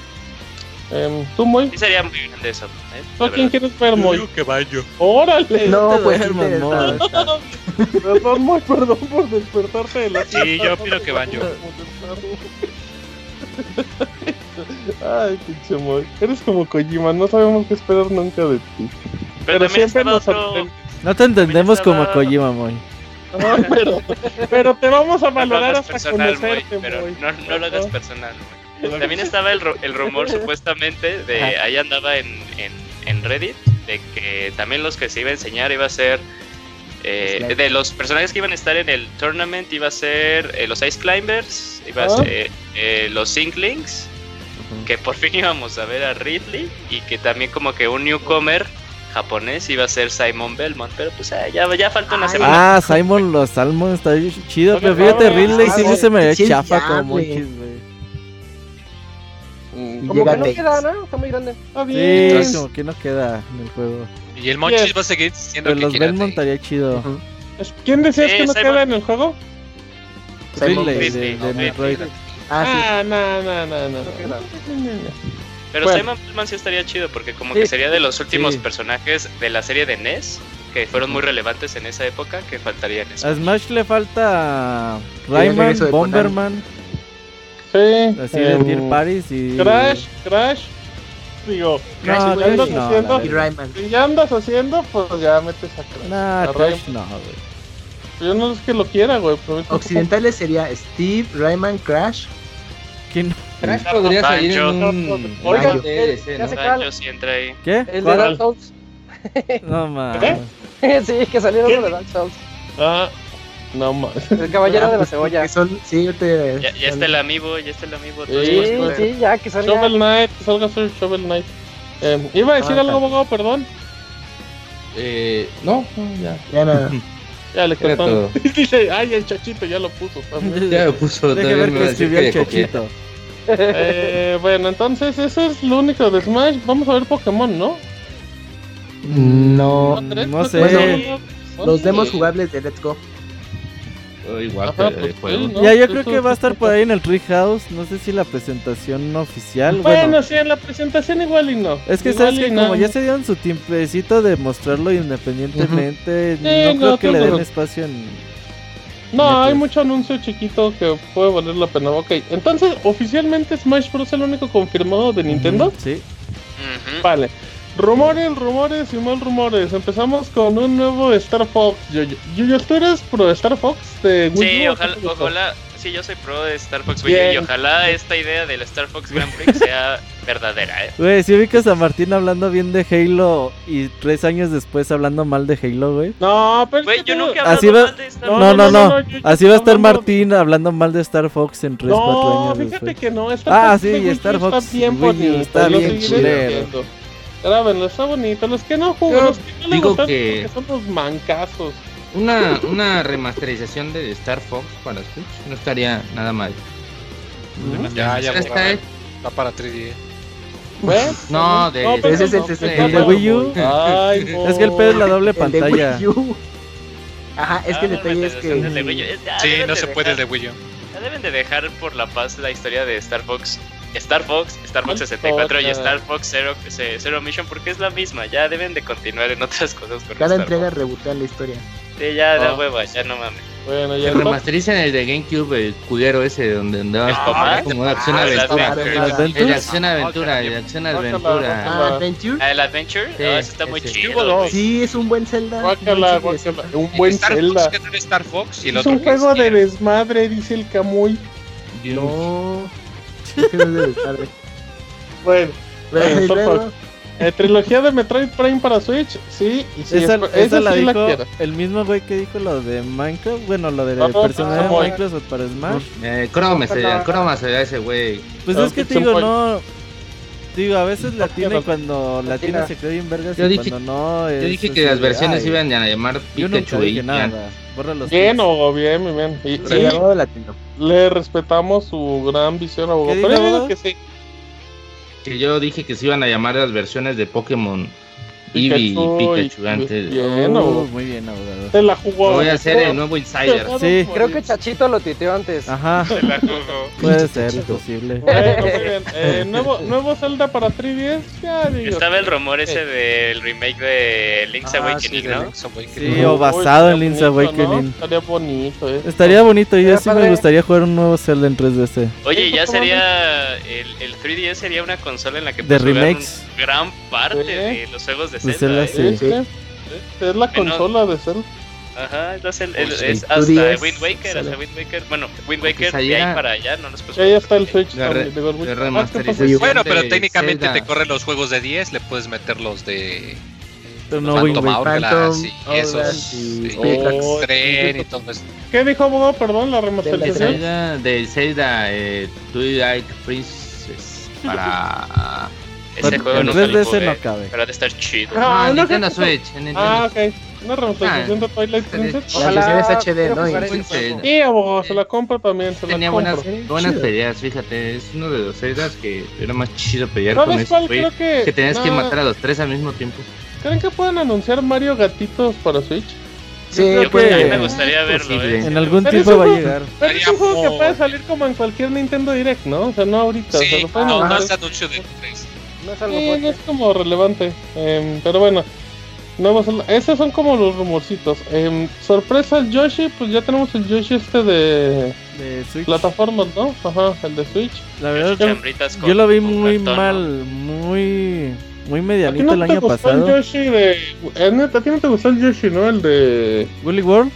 Em, ¿Tú, Moy?
Sí, sería muy grande eso. eh,
¿Tú a
la
quién
verdad.
quieres ver, Moy?
que Banjo.
¡Órale!
No,
te
pues
duermas,
interesado
no.
está.
Perdón, Moy, perdón por despertarte de la
Sí, yo opino que Banjo.
Ay, pinche amor. Eres como Kojima, no sabemos qué esperar nunca de ti.
Pero,
Pero siempre
también estaba
nos
otro.
sorprende.
No te entendemos como
estaba-
Kojima, Moy.
No, pero, pero te vamos a
No lo
valorar
hagas
hasta
personal, güey.
conocerte,
Pero
güey.
no, no lo hagas personal, güey. También
está
estaba el, ru- el rumor supuestamente de ahí andaba en, en, en Reddit de que también los que se iba a enseñar iba a ser eh,
Slime.
de los personajes que iban a estar en el tournament iba a ser eh, los Ice Climbers, iba a
Ah.
ser eh, los Sinklings, que por fin íbamos a ver a Ridley y que también como que un newcomer japonés iba a ser Simon Belmont, pero pues ah, ya, ya falta una
Ay.
semana.
Ah, Simon los Salmon está bien chido, pero fíjate,
mames,
Ridley sí
güey,
se me ve
sí es
chafa como
viable.
Monchis, güey.
Como que no
Dates.
queda, ¿no? Está muy grande.
bien.
Sí, como que no queda en el juego.
Y el Monchis
Yes.
va a seguir diciendo
Pero
que
los
quiere a
Belmont
Dave.
estaría chido.
¿Quién decías
Sí,
que no
Simon.
queda en el juego?
Simon
Ridley
Bates.
de,
Ridley,
de
no,
Metroid.
Ridley.
Ah,
Ah, no, no, no, no, no.
queda.
Pero
Bueno.
Simon Pullman sí estaría chido porque como
Sí.
que sería de los últimos
Sí.
personajes de la serie de NES que fueron muy relevantes en esa época que faltaría en eso.
A Smash le falta
el
Rayman,
regreso de
Bomberman,
Sí.
así de
em,
Dear Paris y...
Crash, Crash. Digo,
Crash,
no,
güey.
Crash
¿andas
no,
haciendo?
Ah.
la
sí. Y
verdad.
Rayman.
si ya andas haciendo, pues ya metes a Crash.
Nah,
A
Crash no, güey.
Yo no es que lo quiera, güey. pero es que-
Occidentales sería Steve, Rayman, Crash.
¿Quién?
Crash podría salir en un.
Oiga,
en un DLC,
ya
¿no?
se-
Ah, yo sí entra ahí.
¿Qué?
El de
¿Cuál?
Dark Souls.
No
¿Qué?
mames.
sí, que salieron
¿Qué?
de Dark Souls.
Ah, no más.
El caballero
Ah,
de la
pues,
cebolla.
que son- sí, yo te-
Ya, ya está el amigo, ya está el amigo. todo
Sí,
Sí,
eso.
pues,
sí, ya, que
Shovel
salga.
Knight, que salga su Shovel Knight. Em, iba a decir
Ah,
algo,
ok.
abogado, perdón.
Eh, no, ya.
Ya no.
Ya le
Era
cortaron.
todo.
Dice, ay, el chachito ya lo puso también.
Ya me puso.
Deje
todavía
ver
me va
que
a decir
escribió el
que le copié.
chochito.
Eh, bueno, entonces eso es lo único de Smash. Vamos a ver Pokémon, ¿no?
No.
¿Tres?
no sé.
Bueno,
Los demos
sí.
jugables de Let's Go.
Oh,
Ay,
Ajá,
guácala de
pues,
juego.
sí, ¿no?
Ya, yo
Sí,
creo
sí,
que va a
sí,
estar
sí.
por ahí en el Treehouse. No sé si la presentación oficial.
pues, Bueno,
Bueno,
sí, en la presentación igual y no.
es que
Igual
sabes
y
que
no.
como ya se dieron su tiempecito de mostrarlo independientemente,
Sí,
no
no,
creo que
creo
le
que
den
no.
espacio en.
No, hay mucho anuncio chiquito que puede valer la pena. Ok, entonces, oficialmente Smash Bros. es el único confirmado de Nintendo.
Sí.
Ujú.
Vale. Rumores, rumores y mal rumores. Empezamos con un nuevo Star Fox. Yo, yo, yo- tú eres pro Star Fox de Wii
Sí,
U, ¿o
ojalá,
qué te gusta?
ojalá. Sí, yo soy pro de Star Fox Wii U, y
Bien.
ojalá esta idea del Star Fox Grand Prix sea verdadera, ¿eh?
Güey, si ubicas a Martín hablando bien de Halo y tres años después hablando mal de Halo, güey.
No, pero. es
Güey,
que
yo
tú-
nunca he hablado
Así va-
más de Star
No,
Fox. Ah,
no, no,
yo- yo
Así va a estar
hablando-
Martín hablando mal de Star Fox en 3, 4
No,
años
fíjate
después.
que no. Star
Ah,
Fox
sí,
de Wii U
Star Fox
Está bien
Wii U
bonito.
está
lo
bien
seguiré
culero.
diciendo. Grábenlo, está bonito. Los que no
Yo
jugan, los que no les
digo
gustan
que-
porque son los mancazos.
Una, una remasterización de Star Fox para Switch no estaría nada mal.
Ya, ya,
Ya está,
borraron.
¿eh?
Está para 3D.
¿Ves?
No, de-
pero
ese es el
no,
60.
está
El de Wii U.
Ay,
Es que el pedo es la doble
El de
pantalla.
Wii U. Ajá, es que el
Ah,
detalle es
remasterización del
que.
de Wii U. Es- ya
Sí,
deben
no
de
se puede el
dejar-
de Wii U.
ya Deben de dejar por la paz la historia de Star Fox. Star Fox, Star Fox
Ay,
64 y
puta.
Star Fox Zero, eh, Zero Mission porque es la misma, ya deben de continuar en otras cosas con
Cada
Star
entrega rebotea la historia.
Fox. Sí, ya da
Oh.
hueva, ya no mames.
Bueno, ya
Que
está.
remastericen el de GameCube, el culero ese, donde andabas
Ah,
como,
ah,
como de acción
ah,
aventura.
las de-
¿Las
Ah,
El de
Ventures?
acción aventura, el de acción aventura.
Ah, Adventure.
Ah, el Adventure,
Sí,
Ah, ese está muy
ese.
chido.
Hubo dos.
güey.
Sí, es un buen Zelda.
Guácala,
un buen Zelda.
guácala. Un buen
Star
Zelda.
Fox, ¿qué tal Star Fox? Y el
Es
otro
un
que es-
juego de desmadre, dice el Camuy.
No. Ese no es de desmadre.
Bueno,
Pero
Star
luego,
Fox. eh, trilogía de Metroid Prime para Switch, sí, y sí,
esa,
espe-
esa la
sí
dijo
quiero.
el mismo güey que dijo lo de Minecraft, bueno, lo de
No, no,
personal de
no, no.
Microsoft para Smash.
Eh, Chrome sería, Chroma sería ese güey.
Pues
No,
es que
pues
te
son
digo,
pol-
no. Digo, a veces la tiene
quiero.
cuando la tiene
Latina.
se cree bien vergas
Yo
y
dije-
cuando no.
Yo
es
dije
así
que las
de,
versiones
ay,
iban a llamar
Yo nunca
Pikachu y
dije
Ian.
nada. Borra los
Bien,
tweets.
abogado, bien, mi bien. Y,
se
y
llamaba Latino.
le respetamos su gran visión, abogado.
¿Qué
Pero
dijo,
yo digo
abogado?
que sí.
Que yo dije que se iban a llamar las versiones de Pokémon Eevee y
Pikachu y- pues,
Pikachu antes.
Bien,
Uh,
abogado.
muy bien, abogado.
Te la jugó. pues.
Voy a ser el
abogado.
nuevo insider.
Sí.
Creo que Chachito lo titeó antes.
Ah,
Ajá,
Se la jugó.
puede ser, es posible.
Bueno, muy bien. Eh, nuevo, nuevo Zelda para 3DS. Ya digo.
Estaba el rumor ese del remake de Link's
Ah,
Awakening,
sí, de
¿no?
Link's Awakening.
Sí, o
Uy,
basado en
estaría
Link's
bonito, ¿no?
Awakening.
Estaría bonito, eh.
Estaría bonito, yo
Estaría
sí me
padre.
gustaría jugar un nuevo Zelda en 3DS.
Oye, ya sería. El, el 3DS sería una consola en la que
De
puedes jugar
remakes. Pues
un gran parte
Sí.
de los juegos de
De
Zelda.
Zelda,
¿eh?
sí.
Este, este es la
Menos-
consola de Zelda.
Ajá, es, el, el-
Pues
es
sí.
hasta
3DS
Wind Waker, hasta
sale.
Wind Waker. Bueno, Wind
Pues
Waker de
allá-
ahí para allá, no pues, nos puedes
Ya, ya está el Switch.
La re-
también, digo, el Wii.
la
Ah, ¿qué
remasterización.
pasó?
Bueno,
Bueno, pero
de
técnicamente
Zelda.
te corre los juegos de 10, le puedes meter los de
Pues
Pero no,
Phantom
güey.
Hourglass y
Phantom
esos
Hourglass y
y
Pickaxe.
Ox Tren y todo eso.
¿Qué dijo abogado? Perdón, la
El
remasterización.
Zelda de Zelda eh, Twilight Princess para
Ese
Pero
juego
en
nunca lo
3DS no
jugué.
cabe.
Pero ha de estar chido.
Ah,
no,
no,
Nintendo
que-
Switch, en
Ah,
Nintendo
ok. Una remasterización
Ah,
de Twilight Princess.
La
Ojalá
versión es HD,
quiero
¿no?
jugar
Y-
Switch.
ese juego.
Sí, abogado, se la compro también. Se la
Tenía
compro.
buenas, buenas
Chido.
peleas, fíjate, es uno de los Zeldas que era más chido pelear con
¿Sabes cuál?
eso.
Creo que.
Que tenías que
no,
matar a los tres al mismo tiempo.
¿Creen que pueden anunciar Mario Gatitos para Switch?
Sí,
creo
Yo pues,
que-
a mí me gustaría verlo,
posible.
¿eh?
En algún
Pero
tiempo
eso
va a
no-
llegar.
Pero es un juego que
Estaría
puede salir como en cualquier Nintendo Direct, ¿no? O sea, no ahorita. o sea,
Sí,
lo pueden
no, no
anunciar.
es anuncio de 3.
No es
Sí,
algo
no
fuerte.
es como relevante. em, pero bueno, nuevos, esos son como los rumorcitos. Em, sorpresa el Yoshi, pues ya tenemos el Yoshi este de
De Switch.
plataformas, ¿no? Ajá, el de Switch.
La verdad, yo-
Chambritas
yo
Este, con-
lo vi
con
muy
cartón, ¿no?
mal, muy muy
¿A ti
medianito
no
el
te
año
gustó
pasado.
el Yoshi de... eh, neta, ¿A ti no te gustó el Yoshi, no? El de...
Willy World,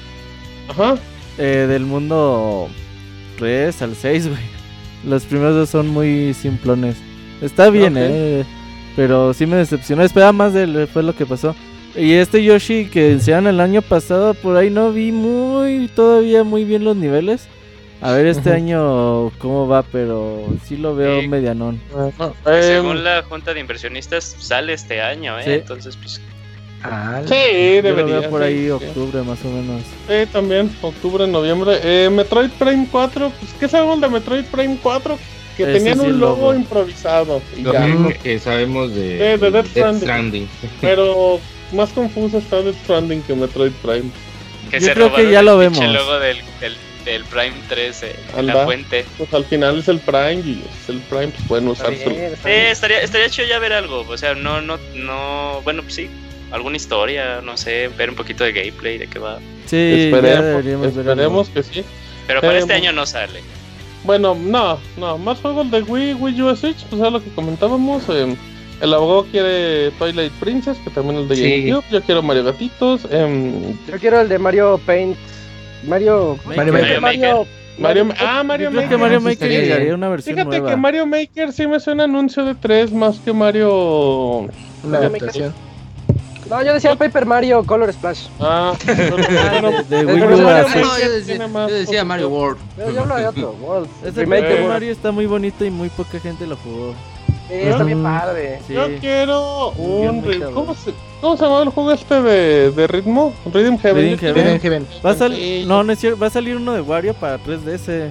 Ajá.
eh, del mundo 3 al 6, güey. Los primeros dos son muy simplones. Está bien,
Ok.
eh. Pero sí me decepcionó. Esperaba más de él, fue lo que pasó. Y este Yoshi que enseñaron el año pasado, por ahí no vi muy, todavía muy bien los niveles. A ver este
Ujú.
año cómo va, pero sí lo veo
Sí.
medianón.
Que
Em,
Según la junta de inversionistas, sale este año, ¿eh?
Eh, Sí.
Entonces, pues.
Ah,
Sí,
Yo lo
debería.
veo por
sí,
ahí
sí.
octubre más o menos.
Sí, también, octubre, noviembre. Eh, Metroid Prime 4, pues ¿qué sabemos de Metroid Prime 4? Que
Ese
tenían
sí,
un
el
logo,
logo.
improvisado. Y
Lo
ya.
mismo que sabemos de,
Eh, de Death Stranding.
Stranding.
Pero más confuso está Death Stranding que Metroid Prime.
Que
Yo
se
creo que
robaron
ya
el
lo
pinche
vemos.
logo del, del, del Prime 13,
Anda.
la fuente.
Pues al final es el Prime y es el Prime, pues pueden
Está
usar su.
bien, está
Eh,
bien.
estaría, estaría chido ya ver algo. O sea, no, no, no. Bueno, pues sí. Alguna historia, no sé. Ver un poquito de gameplay, de qué va.
Sí, ya deberíamos
Esperemos,
ver
esperemos que sí.
Pero para
Eh,
este
bu-
año no sale.
Bueno, no, no, más juegos de Wii, Wii U, Switch, pues es lo que comentábamos. eh, el abogado quiere Twilight Princess, que también el de
Sí.
GameCube. Yo quiero Mario Gatitos. em,
Yo quiero el de Mario Paint. Mario.
Mario
Maker.
Mario.
Mario, ah, Mario
Yo creo que
Maker.
Mario
sí
Maker
estaría
llegaría
bien.
una versión
Fíjate
nueva.
que Mario Maker sí me suena anuncio de 3 más que Mario.
una
Yo-
adaptación.
No, yo decía Paper Mario Color Splash.
Ah, pero, pero-
de
Pero
Wii
pero
U
Mario
a
Mario
Maker
No, yo
Maker
decía,
tiene más Ah,
yo decía
cosas.
Mario World.
Yo, yo hablo de otro. World.
Este
Remake de
Eh.
Paper
World.
Mario está muy bonito y muy poca gente lo jugó.
Eh, Está
Mm.
bien padre.
Sí.
Yo quiero
Sí, yo
un.
me
re-
quedo.
¿Cómo se, ¿Cómo se llamaba el juego este de, de ritmo? Rhythm Heaven.
Rhythm Heaven.
Heaven, Heaven.
Va a salir,
Sí.
no, no es cierto, va a salir uno de Wario para 3DS.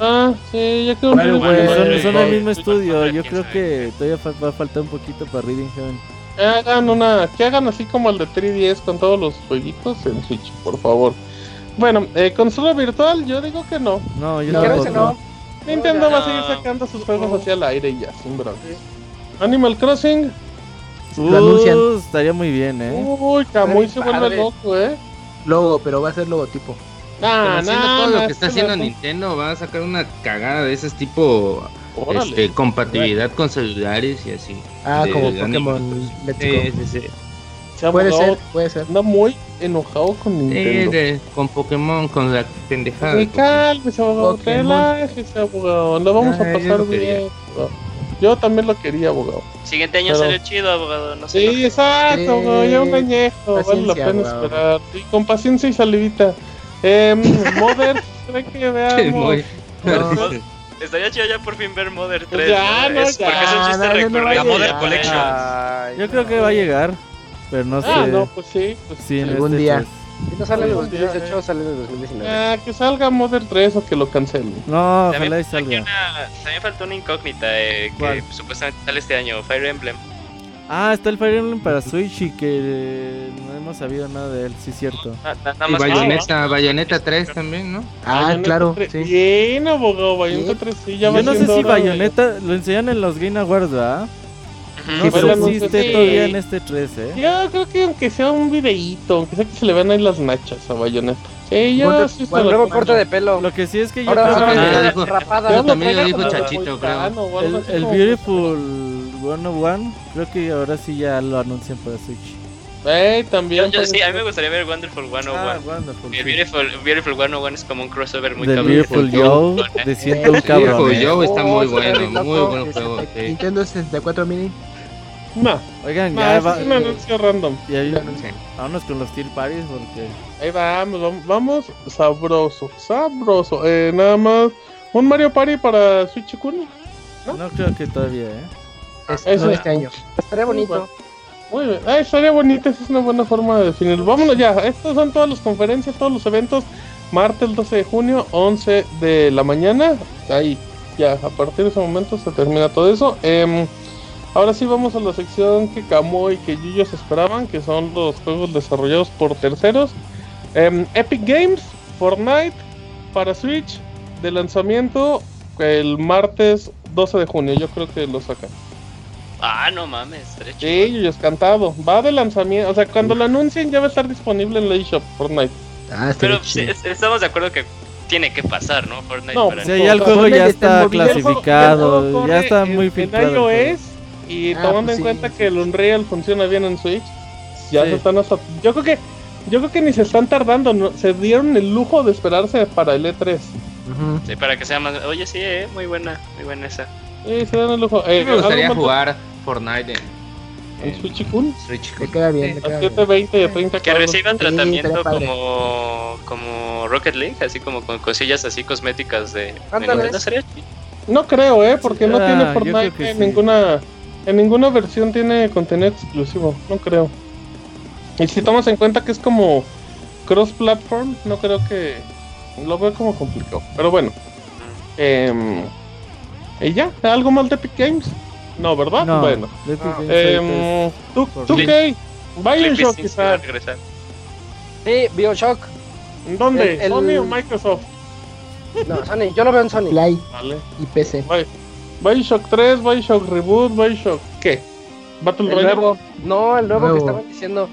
Ah, sí, yo quiero un
Mario
Rhythm
World.
Pero
Heaven.
son,
Wario
son del
Boy.
mismo estudio, yo
quién
creo
sabe.
que todavía fa- va a faltar un poquito para Reading Heaven.
Que hagan una, que hagan así como el de 3DS con todos los jueguitos en Switch, por favor. Bueno, eh, consola virtual, yo digo que no.
No, yo
No,
Creo
tampoco.
que no.
Nintendo va a seguir
No.
sacando sus juegos hacia el aire y ya, sin bronca. Animal Crossing,
Uh,
Lo anuncian.
estaría muy bien, eh.
uy, Camuy se
Está
vuelve
bien padre.
loco, eh.
Logo, pero va a ser logotipo.
Nah,
Conociendo
nah,
todo
nah,
lo que está
este
haciendo
no-
Nintendo, va a sacar una cagada de esas tipo
Órale.
este, compatibilidad con celulares y así.
Ah,
De
como
Animal
Pokémon
Sí,
Let's Go.
sí, sí.
Se ha
Puede
abogado-
ser, puede ser.
Anda muy enojado con
Sí,
Nintendo.
de- con Pokémon, con la pendejada. Ah,
Muy
de
calme, se abogado.
Pokémon.
Relájese, abogado. Lo vamos
Ah,
a
yo
pasar
lo quería.
bien. abogado. Yo también lo quería, abogado.
Siguiente año
Pero-
sería chido, abogado. No sé.
Sí, exacto,
Sí.
abogado. Ya un añejo. Vale la
Paciencia,
pena
abogado.
esperar. Sí, con paciencia y salivita. Eh, Mother, ¿cree que
Pokémon.
veamos?
Muy-
Estaría chido ya por fin ver Mother
Pues
3.
ya, no,
¿no? Es-
ya.
Porque es un chiste
Dale, no
recurrente.
vaya.
La Model Collection.
Ay,
Yo creo que va a llegar, pero no sé.
Ah, no, pues sí. Pues
Sí, en
Algún
este
día.
pues.
Si no sale en el
Algún día,
2018, sale en el 2019.
Ah, que salga Mother 3 o que lo cancelen.
No, ojalá y
También, faltó aquí
salga.
una, también faltó una incógnita eh, que
¿Cuál?
supuestamente sale este año, Fire Emblem.
Ah, está el Fire Emblem para Switch y que eh, no hemos sabido nada de él, sí cierto.
Na- na- Nada
Y
más que-
Bayonetta, Bayonetta 3 también, ¿no?
Ah,
Bayonetta
claro,
3.
sí.
Bien, abogado, Bayonetta 3. Sí, ya
Yo
va
no sé
siendo
si
hora de-
Bayonetta lo enseñan en los Game Awards, ¿verdad?
Ujú.
No
Sí, fue el
sé si
anuncio,
esté
sí.
todavía en este 3, ¿eh?
Yo creo que aunque sea un videíto, aunque sea que se le vean ahí las nachas a Bayonetta. Sí, ya
Ponte-
sí se
bueno,
lo-
Luego corte de pelo.
Lo que sí es que yo
Ahora
creo
Ah,
que
ya
una
dijo.
Ya
rapada.
lo
también
pega
lo dijo
como
Chachito,
Volcano o algo
el,
así
el
como-
Beautiful 101, creo que ahora sí ya lo anuncian para Switch.
Eh, también.
Yo- yo-
pues,
sí, a mí me gustaría ver Wonderful 101.
Ah, wonderful.
El Beautiful, Beautiful 101 es como un crossover muy
The
cabrón.
Beautiful Joe, de siento un
Sí, Beautiful
cabrón. ¿eh?
Joe está muy
Oh,
bueno,
está
muy
loco.
buen juego.
Este,
sí.
Nintendo 64 Mini.
No,
Oigan,
no,
ya
ese
va.
es un anuncio random.
ya-
Sí.
vámonos con los Steel Paris porque.
Ahí vamos, vamos, vamos, sabroso, sabroso. Eh, nada más, un Mario Party para Switch Kun. ¿No?
No creo que todavía, ¿eh?
Es-
Eso.
no, este año.
Estaría bonito.
Muy bien, ah, estaría bonita, esa es una buena forma de definirlo. Vámonos ya, estas son todas las conferencias, todos los eventos. Martes 12 de junio, 11 de la mañana. Ahí, ya, a partir de ese momento se termina todo eso. Em, ahora sí vamos a la sección que Camo y que Yuyo se esperaban, que son los juegos desarrollados por terceros. Em, Epic Games, Fortnite, para Switch, de lanzamiento el martes 12 de junio, yo creo que lo sacan.
Ah, no mames, estaría chido.
Sí, yo es cantado. Va de lanzamiento. O sea, cuando lo anuncien ya va a estar disponible en la eShop Fortnite.
Ah, está
Pero
bien
sí,
chido.
es- estamos de acuerdo que tiene que pasar, ¿no? Fortnite
No, pues,
para-
O sea, ya el juego
Fortnite
ya
está
está
en móvil.
El
clasificado,
juego
ya
corre
está
en-
muy filtrado. el
En
juego.
iOS y
Ah,
tomando
pues
en
sí,
cuenta
sí,
que el Unreal funciona bien en Switch, ya
Sí.
se están hasta. Yo creo que. Yo creo que ni se están tardando, no- se dieron el lujo de esperarse para el E E3.
Ujú.
Sí, para que sea más. Oye, sí, eh, muy buena, muy buena esa.
Sí, se dan el lujo. Eh,
Sí me gustaría
algo más-
jugar Fortnite en,
en Switch y Kun,
Switch.
Te queda bien, te
a
queda bien.
720 y a 30
Que
cuadros.
reciban
Sí,
tratamiento
estaría padre.
como, como Rocket League, así como con cosillas así cosméticas de. de
Ándale.
Nintendo, sería chido.
No creo, eh, porque no
Ah,
tiene
yo
Fortnite
creo que
en
sí.
ninguna en ninguna versión tiene contenido exclusivo, no creo. Y si tomas en cuenta que es como cross platform, no creo que lo veo como complicado, pero bueno. Em, y ya, algo más de Epic Games? No, ¿verdad?
No, pues,
Bueno.
de Epic
Ah,
Games ahorita
Em, tú, tú qué?
Clippy
Bioshock
sí se va a
quizás.
regresar.
Sí, Bioshock.
¿Dónde?
El- el-
¿Sony o Microsoft?
No, Sony, yo lo veo en Sony.
Play
Vale.
y PC.
Bi- Bioshock 3, Bioshock Reboot, Bioshock ¿qué? Battle
El
Royale.
nuevo. No, el nuevo,
Nuevo.
que estaban diciendo.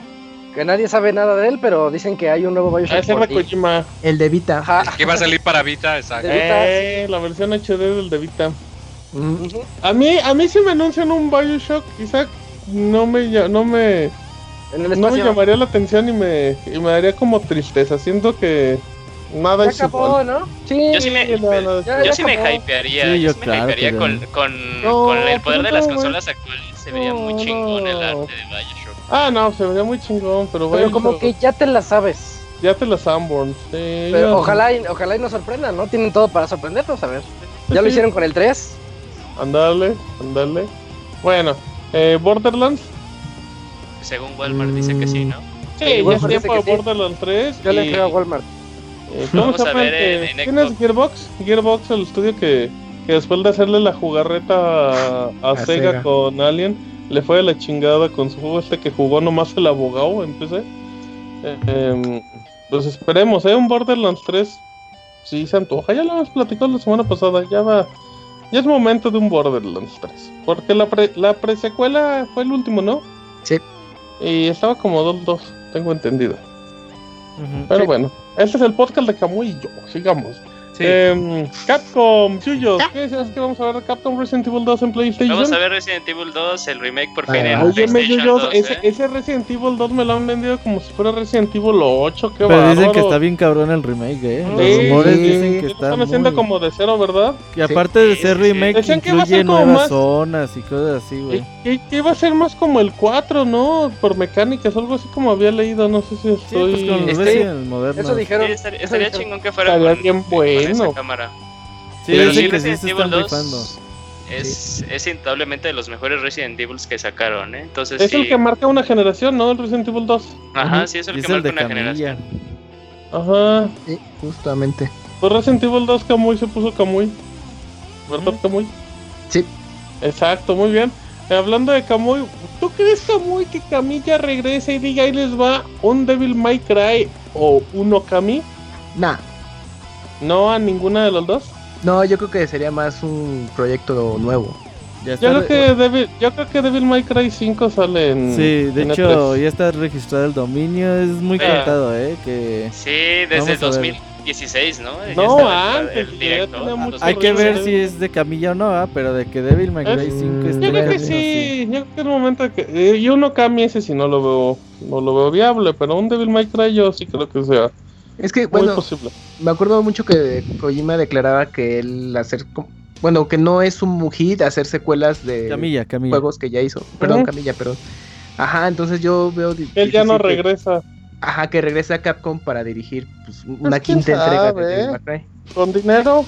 Que nadie sabe nada de él, pero dicen que hay un nuevo
Ah,
Bioshock.
ese
por
era
ti.
Kojima.
El de Vita.
Ajá.
Que va a salir para Vita, exacto.
De Vita,
Eh, la versión HD del de Vita.
Mm.
Ujú.
A mí, a mí si me anuncian un Bioshock, quizá no me, lla- no me,
En el
no me
espacio.
llamaría la atención y me, y me daría como tristeza, siento que nada
ya
es igual.
acabó, ¿no? Sí.
Yo sí me-
nada, nada es
Ya-
igual.
Yo sí me
acabó.
hypearía,
Sí,
yo
yo
sí me
claro que
hypearía
yo.
con, con,
No,
con el poder
pero
de las
no, güey.
consolas actuales. Se vería muy
No,
chingón el
no.
arte de Bioshock.
Ah, no, se vería muy chingón, pero,
Pero como
Bioshock,
que ya te la sabes.
ya te la Sanborn. Sí, ya.
Pero ojalá y, ojalá y nos sorprendan, ¿no? Tienen todo para sorprendernos, a ver. Ya lo
Sí.
hicieron con el 3.
Andale, andale. Bueno, eh, Borderlands.
Según Walmart dice que sí, ¿no?
Sí, ya
Walmart
es
dice
tiempo de
que sí.
Borderlands 3.
Yo le
y-
creo a Walmart.
Eh, ¿cómo
Vamos
se
a
llama
ver
el que-
en- en
¿Quién es
Xbox?
Gearbox? Gearbox, el estudio que, que después de hacerle la jugarreta a, a
A
Sega,
Sega.
con Alien, le fue de la chingada con su juego este que jugó nomás el abogado en PC. Eh, em, pues esperemos, ¿eh? Un Borderlands 3. Sí, se antoja. Ya lo hemos platicado la semana pasada. Ya va. Ya es momento de un Borderlands 3. Porque la, pre, la presecuela fue el último, ¿no?
Sí.
Y estaba como 2-2, tengo entendido.
Ujú.
Pero bueno, este es el podcast de Camuy y yo, sigamos.
Sí.
Em, Capcom, Chuyos, ¿qué decías que vamos a ver de Capcom Resident Evil 2 en PlayStation?
Vamos a ver Resident Evil 2, el remake por fin
Ah,
en
oye,
Óyeme,
PlayStation
Yuyos,
2,
ese,
¿eh?
ese Resident Evil 2 me lo han vendido como si fuera Resident Evil 8, qué
Pero dicen que
bárbaro.
está bien cabrón el remake, ¿eh? Los
Sí.
rumores dicen que
Lo
está
están haciendo
muy-
como de cero, ¿verdad?
Que aparte de ser
Sí, sí, sí.
remake,
Decían que iba a ser
incluye
como
nuevas
más-
zonas y cosas así, güey.
Que- Que que iba a ser más como el 4, ¿no? Por mecánicas, algo así como había leído, no sé si
Sí, pues
estoy...
con los
Este-
Resident modernos.
Eso
Sí,
dijeron.
estaría, estaría chingón que fuera
Estaría
con,
bien
con esa
bueno.
cámara.
Sí,
Pero
dicen
sí,
que sí
Resident
se
Evil
están
2
rifando.
es, es indudablemente de los mejores Resident Evils que sacaron, ¿eh? Entonces,
Es
sí.
el que marca una generación, ¿no? El Resident Evil 2.
Ajá, sí, es
Y
el
es
que
el
marca
de
una
Camilla.
generación.
Ajá.
Sí, justamente.
Pues Resident Evil 2 Kamui se puso Kamui. ¿Verdad, Kamui?
Sí.
Exacto, muy bien. Hablando de Kamui, ¿tú crees, Kamui, que Camilla regrese y diga ahí les va un Devil May Cry o un Okami?
Nah.
¿No a ninguna de los dos?
No, yo creo que sería más un proyecto nuevo.
Ya
Yo
está
creo
re-
que Devil, yo creo que Devil May Cry 5 sale en.
Sí, de
en
hecho
E3.
ya está registrado el dominio, es muy
Ah.
contado, ¿eh? Que
Sí, desde el
Vamos a ver.
2016, ¿no? Ya
No,
está el-
antes,
el
ya
directo,
tenía
ah,
mucho
hay que ver
2016.
si es de camilla o no, ¿ah? pero de que Devil May Cry
Es-
5 está
¿Eh? Yo creo que
bueno,
sí, yo creo que el momento que. eh, y uno cambia ese si no lo veo, no lo veo viable, pero un Devil May Cry yo sí creo que sea
Es que,
muy
bueno,
posible.
me acuerdo mucho que Kojima declaraba que él hacer. co- Bueno, que no es un hit hacer secuelas de
Camilla, Camilla.
juegos que ya hizo. Perdón,
Ujú.
Camilla, perdón. Ajá, entonces yo veo. di-
Él ya
difícil
no
que-
regresa.
Ajá, que regrese a Capcom para dirigir pues, una
quién
quinta entrega
sabe,
de Devil
¿eh?
May Cry.
Con dinero,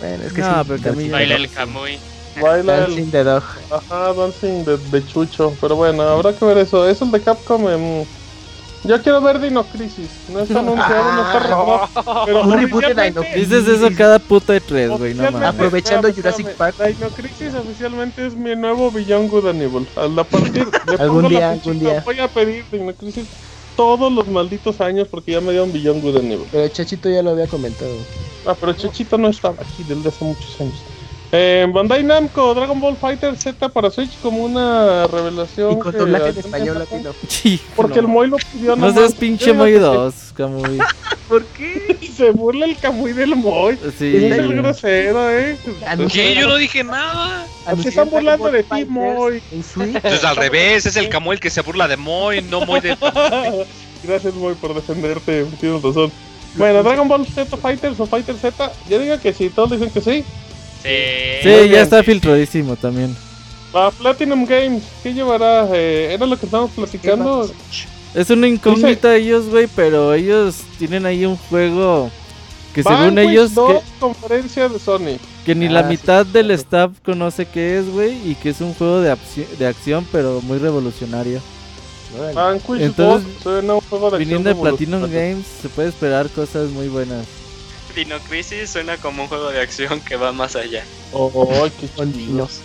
Bueno, es que
No,
sí,
pero
Dancing
Camilla-
the
Baila
Dog.
el Camuy.
Ah,
baila el.
Dancing the Dog.
Ajá, Dancing de, de Chucho. Pero bueno, habrá que ver eso. Eso el de Capcom. em, Yo quiero ver Dino Crisis. No está anunciado, no está renovado. Pero
Un reboot de
oficialmente-
Dino Crisis.
Dices eso cada puto de tres, güey, no
oficialmente-
mames.
Aprovechando
espérame,
Jurassic
espérame, Dino Crisis oficialmente es mi nuevo Beyond Good and Evil. A la partir le pongo
Algún
la fichita,
día, algún día.
Voy a pedir Dino Crisis todos los malditos años porque ya me dieron Beyond Good and Evil.
Pero Chachito ya lo había comentado.
Ah, pero Chechito no estaba aquí desde hace muchos años. Eh, Bandai Namco, Dragon Ball Fighter Z para Switch como una revelación.
Y con
que-
doblaje en español latino.
Sí,
Porque
no.
el Moy lo pidió
No
nomás.
seas pinche
Yo digo
muy
que
dos, Camuy.
¿Por qué?
se- Se burla el Camuy del Moy.
Sí.
Es el grosero, eh.
Ah,
¿Qué? Yo no dije nada.
Se están burlando de ti, Moy.
En Switch.
Es al revés, es el Camuel que se burla de Moy, no Moy de.
Gracias, Moy, por defenderte. Tienes razón. Bueno, Dragon Ball Z Fighters o Fighter Z, yo digo que sí, todos dicen que sí.
Sí,
Sí, ya está filtradísimo también.
La Platinum Games, ¿qué llevará? Eh, era lo que estábamos platicando.
Es una incógnita ellos, güey, pero ellos tienen ahí un juego que según
Vanquish
ellos que,
dos conferencias de Sony.
que ni
Ah,
la
sí,
mitad
sí,
del
sí.
staff conoce qué es, güey, y que es un juego de, acci- de acción, pero muy revolucionario.
Vanquish
Entonces,
2 suena un juego de acción
Viniendo de Platinum
revolucionario.
Games, se puede esperar cosas muy buenas.
Dino Crisis suena como un juego de acción que va más allá.
Oh, ay, qué
Con
chido.
dinos.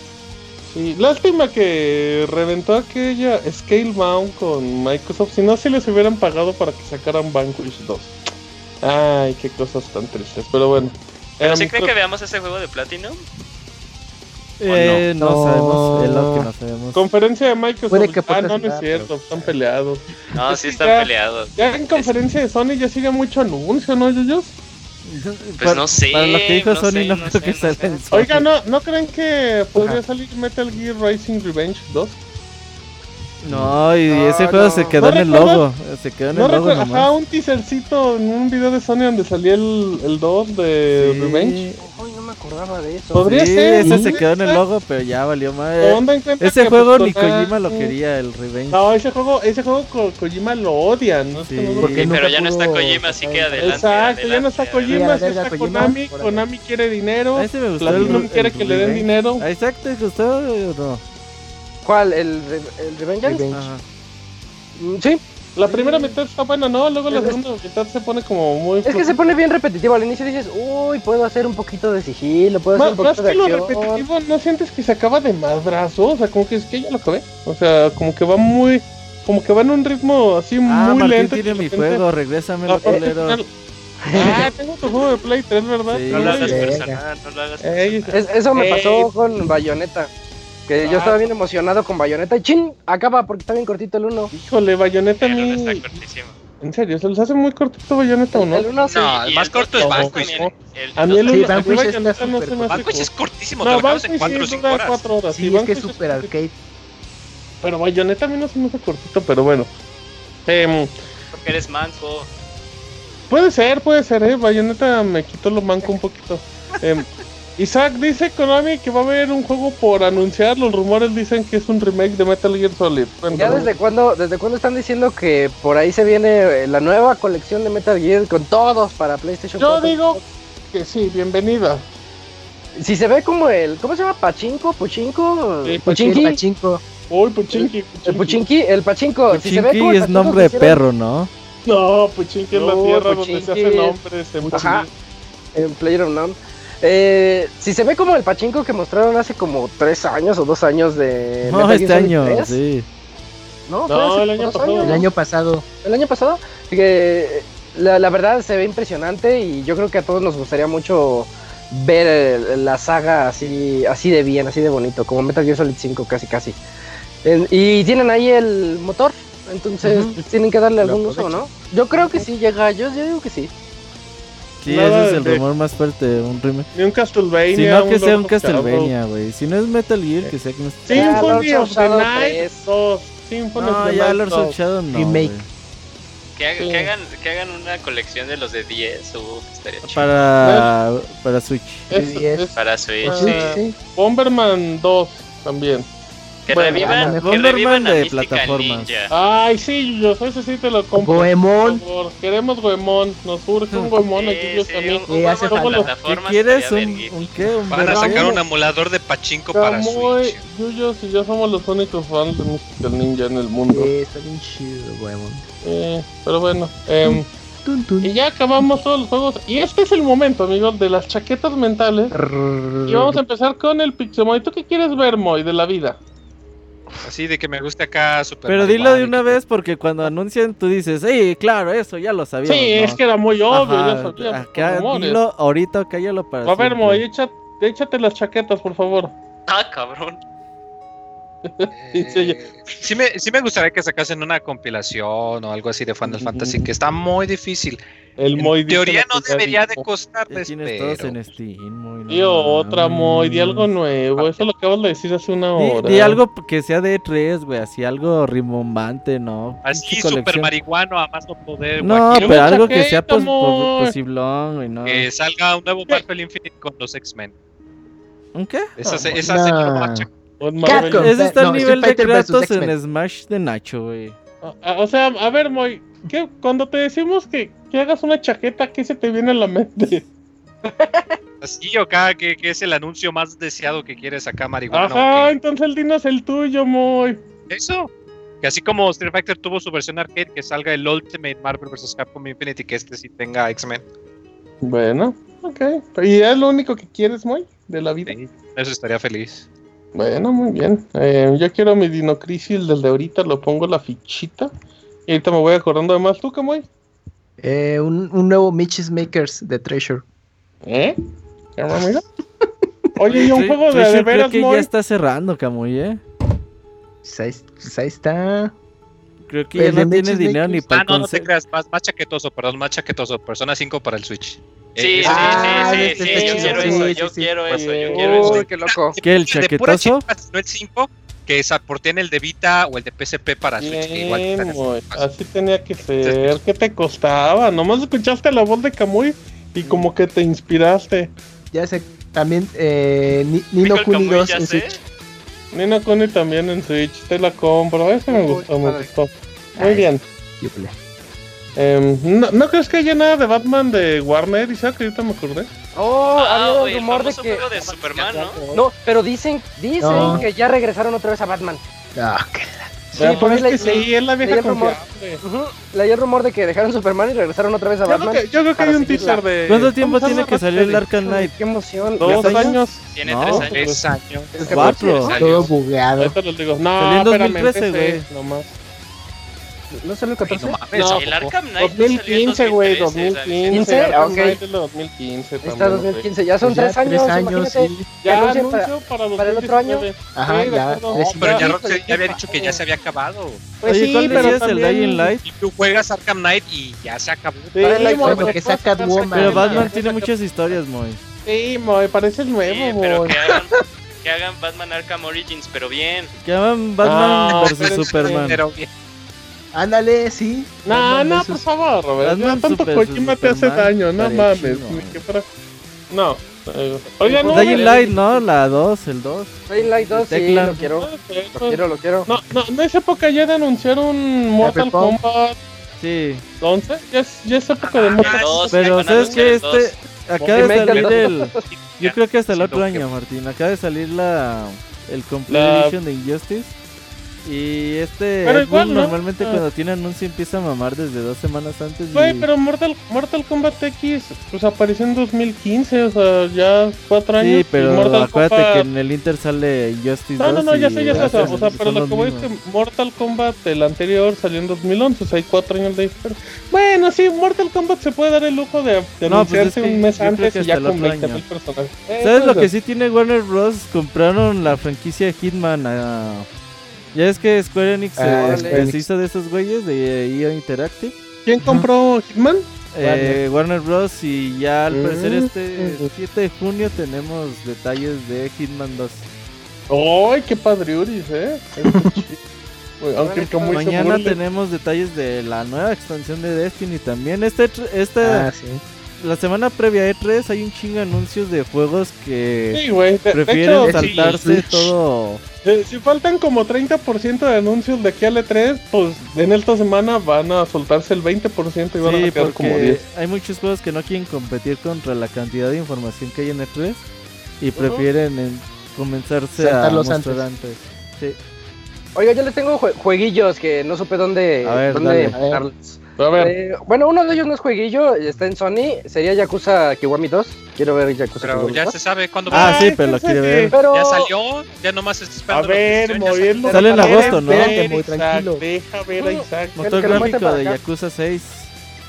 Sí, lástima que reventó aquella Scalebound con Microsoft. Si no, si les hubieran pagado para que sacaran Vanquish 2. Ay, qué cosas tan tristes. Pero bueno.
¿Pero
Em,
sí creen
co-
que veamos ese juego de Platinum?
Eh, no,
No.
sabemos, es lo que no sabemos.
Conferencia de Microsoft.
Puede que
ah, no, no es
potenciar,
cierto.
pero-
Están peleados.
No,
Es
sí
que
están
ya-
peleados.
Ya en conferencia de Sony ya sigue mucho anuncio, ¿no, Yuyos?
Pues no sé.
Para lo que dijo
no
Sony,
sé,
no, creo que
sé,
salga
sé.
en Sony.
Oiga, ¿no, ¿no creen que podría
Ajá.
salir Metal Gear Rising Revenge 2?
No, y
No,
ese juego
no.
se quedó
¿No
en el
recuerdas?
logo. Se quedó en
No
el logo
recuerdo, ajá,
nomás.
un teasercito en un video de Sony donde salía el, el 2 de
Sí.
Revenge.
Ay, no me acordaba de eso.
Podría
Sí,
ser.
ese
¿sí?
se quedó en el logo, pero ya valió madre.
Tomando en cuenta
Eh, Ese
que,
juego
pues,
ni Kojima lo
Konami-
quería, el Revenge.
No, ese juego, ese juego Ko- Kojima lo odia, ¿no? Es que
Sí.
no lo-
Porque
Sí, pero
nunca
ya no está
pudo
Kojima, así
sacar
que
el-
adelante.
Exacto, ya no está
adelante, adelante.
Kojima,
adelante.
ya está
Verga, Kojima,
Konami,
órale.
Konami quiere dinero,
A ese me gustó. el-
Platinum
el
quiere que le den
Revenge.
dinero.
Ah, Exacto, ¿te gustó o no?
¿Cuál? ¿El, Re- el Revengeance?
Revenge.
Ajá.
Mm, Sí,
La primera mitad está buena, ¿no? Luego la segunda mitad se pone como muy...
es que se pone bien repetitivo. Al inicio dices, uy, puedo hacer un poquito de sigilo, puedo hacer
Más,
un
más
poquito de
que lo
acción.
repetitivo, ¿no sientes que se acaba de madrazo? O sea, como que es que ya lo acabé. O sea, como que va muy... Como que va en un ritmo así
Ah,
muy
Martín
lento.
tiene mi
juego
juego, regrésame lo culero.
Ah, tengo tu juego de Play 3, ¿verdad?
Sí.
No lo hagas
Verga.
personal, no lo hagas
Ey,
personal.
Es- eso me
Ey.
pasó con Bayonetta. Que
Ah.
yo estaba bien emocionado con Bayonetta. Y chin, acaba porque está bien cortito el 1.
Híjole, Bayonetta a
Pero
mí...
está cortísimo.
En serio, se les hace muy cortito Bayonetta o no.
El 1 sí.
No, el
Y
más corto es
dos
Vanquish.
también,
¿no?
el- el
A mí
dos
el
también.
Sí,
uno- a mí
Vanquish está
Bayonetta no se me
súper-
hace
Vanquish es
corto.
cortísimo, te
No,
lo acabas en
Vanquish
4 o
sí
5
dura
horas.
4 horas.
Sí,
y
es que es
Vanquish
super arcade.
Pero Bayonetta a mí no se me hace cortito, pero bueno. Em,
Porque eres manco.
Puede ser, puede ser, eh. Bayonetta me quitó lo manco un poquito. Em, Isaac dice Konami que va a haber un juego por anunciar. Los rumores dicen que es un remake de Metal Gear Solid. Bueno,
¿Ya desde cuándo, desde cuándo están diciendo que por ahí se viene eh, la nueva colección de Metal Gear con todos para PlayStation
Yo
4?
digo que sí, bienvenida.
Si se ve como el. ¿Cómo se llama? ¿Pachinko? ¿Puchinko?
Sí,
¿Puchinki?
Pachinko.
Uy, Puchinki.
¿El
Puchinki.
Puchinki? El Pachinko. Pues si se ve como
Pachinki
el
es
Pachinko
nombre
que
de
hicieron-
perro, ¿no?
No, Puchinki es la
No,
tierra donde
Puchinki
se hacen
es-
nombres. en
Ajá.
Puchinki.
En Player of Eh, si se ve como el pachinko que mostraron hace como tres años o dos años de.
No,
Eh, Metal Gear
este
Solid
año,
3.
sí.
No, fue
No,
hace
el año
dos
pasado.
años,
El
¿no?
año pasado.
el año pasado. Así que eh, la, la verdad se ve impresionante y yo creo que a todos nos gustaría mucho ver eh, la saga así, así de bien, así de bonito, como Metal Gear Solid 5 casi casi. En- y tienen ahí el motor, entonces
Ujú.
pues, tienen que darle
Lo
algún uso, ¿no? Yo creo que sí llega, yo, yo digo que sí.
Sí,
Nada
ese es el
de-
rumor más fuerte, un remake.
Ni un Castlevania.
Si no, que
Lords
sea un
of Shadow.
Castlevania, güey. Si no es Metal Gear, que sea que no
Sí,
Ah,
sea...
Symphony
Lords of
of the
Shadow
Night
tres.
2. Symphony of
No,
the
ya
Night
Lords
2.
of Shadow no,
Remake.
güey.
Que, haga-
Sí.
que hagan, que hagan una colección de los de 10, uf, estaría chido. Para,
Para, para Switch.
Es-
Sí, es.
es
Switch,
Ajá.
Ah, sí.
Sí, sí.
Bomberman 2 también.
Que
Bueno,
a
revivan,
lo
que
mejor
revivan
Norman
a
de
Mystical
plataformas.
Ninja.
Ay, sí, yo ese sí te lo compro. Por
Goemon.
favor, queremos Goemon. Nos urge
Mm.
un Goemon aquí
Sí,
yo
sí,
también.
un-
Sí,
un
hace
juego
falta.
de plataformas
¿Quieres
estaría
un,
verguísimo.
un qué? Un
Van a
Pero
sacar
no.
un emulador de pachinko para
Camuy,
Switch.
Yuyos y yo somos los únicos fans de Mystical Ninja en el mundo.
Sí, Eh, está bien chido, Goemon.
Eh, pero bueno. em,
Tun, tun.
y ya acabamos todos los juegos. Y este es el momento, amigos, de las chaquetas mentales. Y vamos a empezar con el Pixemoy. ¿Tú qué quieres ver, Moy, de la vida?
Así de que me guste acá Super
Pero
Mario
dilo de
Bros.
una vez porque cuando anuncian tú dices, sí, claro, eso ya lo sabía.
Sí, es que era muy obvio,
Ajá,
ya sabía.
Acá,
los rumores.
dilo ahorita o cállalo para
A ver,
siempre.
Moy, echa- échate las chaquetas, por favor.
Ah, cabrón.
Sí, sí, ya.
Eh, sí, me, sí me gustaría que sacasen una compilación o algo así de Final Fantasy, que está muy difícil.
El
En
Moy dice
teoría
lo
no
que ya
debería de
dijo.
Ya
costarles,
tienes
pero...
todos en Steam, muy
Tío,
Ah,
otra Moy, di algo nuevo.
Ah.
Eso lo acabas de decir hace una
Di,
hora.
di algo que sea de E3, güey, así algo rimbombante, ¿no?
Así,
Pinche
super
colección.
marihuano, a más no poder.
No,
Quiero
pero
una
algo que sea
chaqueta,
pos- po-
amor.
posiblón, güey, ¿no?
guachi. Que salga un nuevo Marvel Infinite con los X-Men.
¿Un qué?
Esa, se-
Ah,
esa sería
nah.
una cha-
Un
Capcom.
Marvel.
Ese está
No,
al nivel de
Street Fighter versus
Kratos en
X-Men.
Smash de Nacho, güey.
Ah, ah, O sea, a ver, Moy, ¿qué- cuando te decimos que, que hagas una chaqueta, ¿qué se te viene a la mente?
Así, o cada que, que es el anuncio más deseado que quieres acá, marihuano.
Ajá,
que-
entonces dinos el tuyo, Moy.
Eso. Que así como Street Fighter tuvo su versión arcade, que salga el Ultimate Marvel vs. Capcom Infinity, que este sí tenga X-Men.
Bueno, ok. ¿Y es lo único que quieres, Moy, de la vida?
Sí, Eso estaría feliz.
Bueno, muy bien. Eh, yo quiero mi Dinocrisis desde ahorita, lo pongo la fichita. Y ahorita me voy acordando de más. ¿Tú, Camoy?
Eh, un, un nuevo Mitch's Makers de Treasure.
¿Eh? Ya, mamá, mira. Oye, y un
Tre-
juego de,
Treasure
de veras,
pues creo que
Moy.
ya está cerrando, Camuy, ¿eh?
Pues ahí, pues ahí está.
Creo que
Pues
ya
de
no tiene
Mitch's
dinero ni
Makers.
para
ah, no, no te
conce-
creas. Más, más chaquetoso, perdón, más chaquetoso. Persona 5 para el Switch.
Sí,
Eh,
sí,
ah,
sí,
este
sí,
está
sí, yo
chido,
quiero
sí,
eso,
sí,
yo
sí.
quiero eso, yo
Uy,
quiero eso.
Uy, qué loco.
¿Qué, el
de pura
chaquetoso?
chispa, si no el 5, que se aporteen el de Vita o el de PSP para Switch. que igual
Bien,
están en-
Moy. Así tenía que
pues,
ser. ¿Qué te costaba? Nomás escuchaste la voz de Camuy y como que te inspiraste.
Ya sé. También eh, Ni- Nino
Pico el
Kuni
Kamui,
2
ya
en
sé.
Switch.
Nina Connie también en Switch, te la compro. Ese me
Uy,
gustó, me
padre.
gustó. Muy
Ay,
bien.
yúpale.
Em, ¿no, ¿No crees que haya nada de Batman de Warner, Isaac? Ahorita me acordé.
Oh,
Ah,
había
güey,
un
el
rumor de
famoso
que
juego de Superman, ¿no?
no, pero dicen, dicen
No.
que ya regresaron otra vez a Batman.
Ah, qué-
Pero
Sí,
pues
por
es
ahí
que
leí-
sí, es la
leí
vieja
el rumor.
confiable.
Ujú, Leí el rumor de que dejaron Superman y regresaron otra vez
Yo
a
creo
Batman.
que, yo creo que
para
hay un
seguirla.
teaser de.
¿Cuánto
¿cómo
tiempo
se
tiene
llama?
que salir el Arkham
Pues
Híjole,
Knight?
Qué emoción.
Dos
¿Tres
años.
años?
Tiene
No.
tres
pues,
años.
Tres años.
Cuatro.
Salió.
todo bugueado.
Ahorita les digo.
Salió
No,
en
espérame,
2013,
empecé, nomás.
¿No salió el 14?
No,
El Arkham Knight salió en
2015, güey, 2015.
2015, ah,
Arkham
ok.
Knight es de 2015.
Está
también, güey.
2015, ya son
Pues ya
tres años, imagínate.
sí.
Ya
Anuncio
anuncio para,
para el otro año.
2019.
Ajá,
Sí, de
ya.
acuerdo.
tres
No,
Pero
y-
ya
Híjole,
Rockstar
qué
ya había dicho que ya
padre.
se había acabado.
Pues
Oye,
sí,
¿cuál
pero
decías?
también-
¿El Dying Light?
Y tú juegas Arkham Knight y ya se acabó.
Sí,
Dale like,
Moy,
como
que saca
saca-
Catwoman.
saca-
Pero
Madre
Batman
mía.
tiene muchas historias, Moy.
Sí, Moy, parece
Sí,
nuevo,
pero
Moy.
que hagan, que hagan Batman Arkham Origins, pero bien.
Que llaman Batman
Ah,
versus
pero es
Superman.
Pero bien.
Ándale, sí.
No,
Batman
no,
versus-
por favor, Robert.
Batman
No, tanto
super-
Kojima te hace
Superman
daño, no
estaría
mames.
chido.
ni que fuera- No. eh, Oiga, no.
Dying
no,
Light, ¿no? La 2, el 2.
Dying Light 2, sí,
Tecla.
lo quiero. Lo quiero, lo quiero.
No, no, en esa época ya de anunciar un Mortal
Cyberpunk.
Kombat
Sí.
11. Ya es, ya es época de
El
Mortal
Ah, dos,
Pero,
van a
¿sabes
anunciar
qué?
el dos.
Este. Acaba de
Remake del
salir el.
dos.
Yo creo que hasta el otro
Sino
año, Martín. Acaba de salir la. El Complete
La-
Edition de Injustice. Y este
Pero
Ed Boon
igual, ¿no?
normalmente
Ah.
cuando tiene anuncio empieza a mamar desde dos semanas antes. y-
Güey, pero Mortal, Mortal Kombat X pues apareció en 2015, o sea, ya cuatro años.
Sí, pero
y Mortal
acuérdate
Kombat-
que en el Inter sale Injustice
No, no,
2
no, ya
y
sé, ya sé, o sea,
hacen-
o sea, pero
son
lo
los
que voy es que
mismos.
Mortal Kombat, el anterior, salió en 2011, o sea, hay cuatro años de diferencia. Bueno, sí, Mortal Kombat se puede dar el lujo de, de
No, pues
anunciarse
es que
un mes
yo creo
antes
que
y ya
hasta el
con
otro
20
año.
mil personajes.
¿Sabes lo que sí tiene Warner Bros? Compraron la franquicia de Hitman a- Ya es que Square Enix se
Ah,
se
Square Enix.
deshizo de esos güeyes de IO Interactive.
¿Quién compró Hitman?
eh, Warner Bros. Y ya al parecer
Mm.
este 7 de junio tenemos detalles de Hitman 2.
¡Ay, qué padriuris, eh! Eso sí. Güey, Aunque que muy
Mañana
seguro le-
tenemos detalles de la nueva expansión de Destiny también. Este, tr- esta,
Ah, sí.
la semana previa a E3 hay un chingo de anuncios de juegos que
Sí, güey. De, de
prefieren
hecho,
saltarse
sí.
todo.
eh, si faltan como 30% de anuncios de aquí al E3, pues en esta semana van a soltarse el 20% y van
Sí,
a quedar como
porque
10.
hay muchos juegos que no quieren competir contra la cantidad de información que hay en E3 y prefieren en- comenzarse a
Saltarlos
mostrar antes.
Oiga, yo les tengo jue- jueguillos que no supe dónde,
A ver,
dónde
dale.
darles.
A ver,
Eh, bueno, uno de ellos no es jueguillo, está en Sony, sería Yakuza Kiwami 2. Quiero ver Yakuza
Pero
pues
Kiwami
ya
2.
se sabe cuándo va.
Ah, sí,
Ay,
pero lo
pues
quiere
sí.
ver.
Pero
Ya salió, ya nomás está
a
esperando. la
ver,
decisión, ya
moviendo.
Sale en agosto, ¿no?
Espérate, muy
Muy
tranquilo.
tranquilo.
Deja ver a Isaac.
Motor
que lo muestren
gráfico
para
de
acá.
Yakuza 6.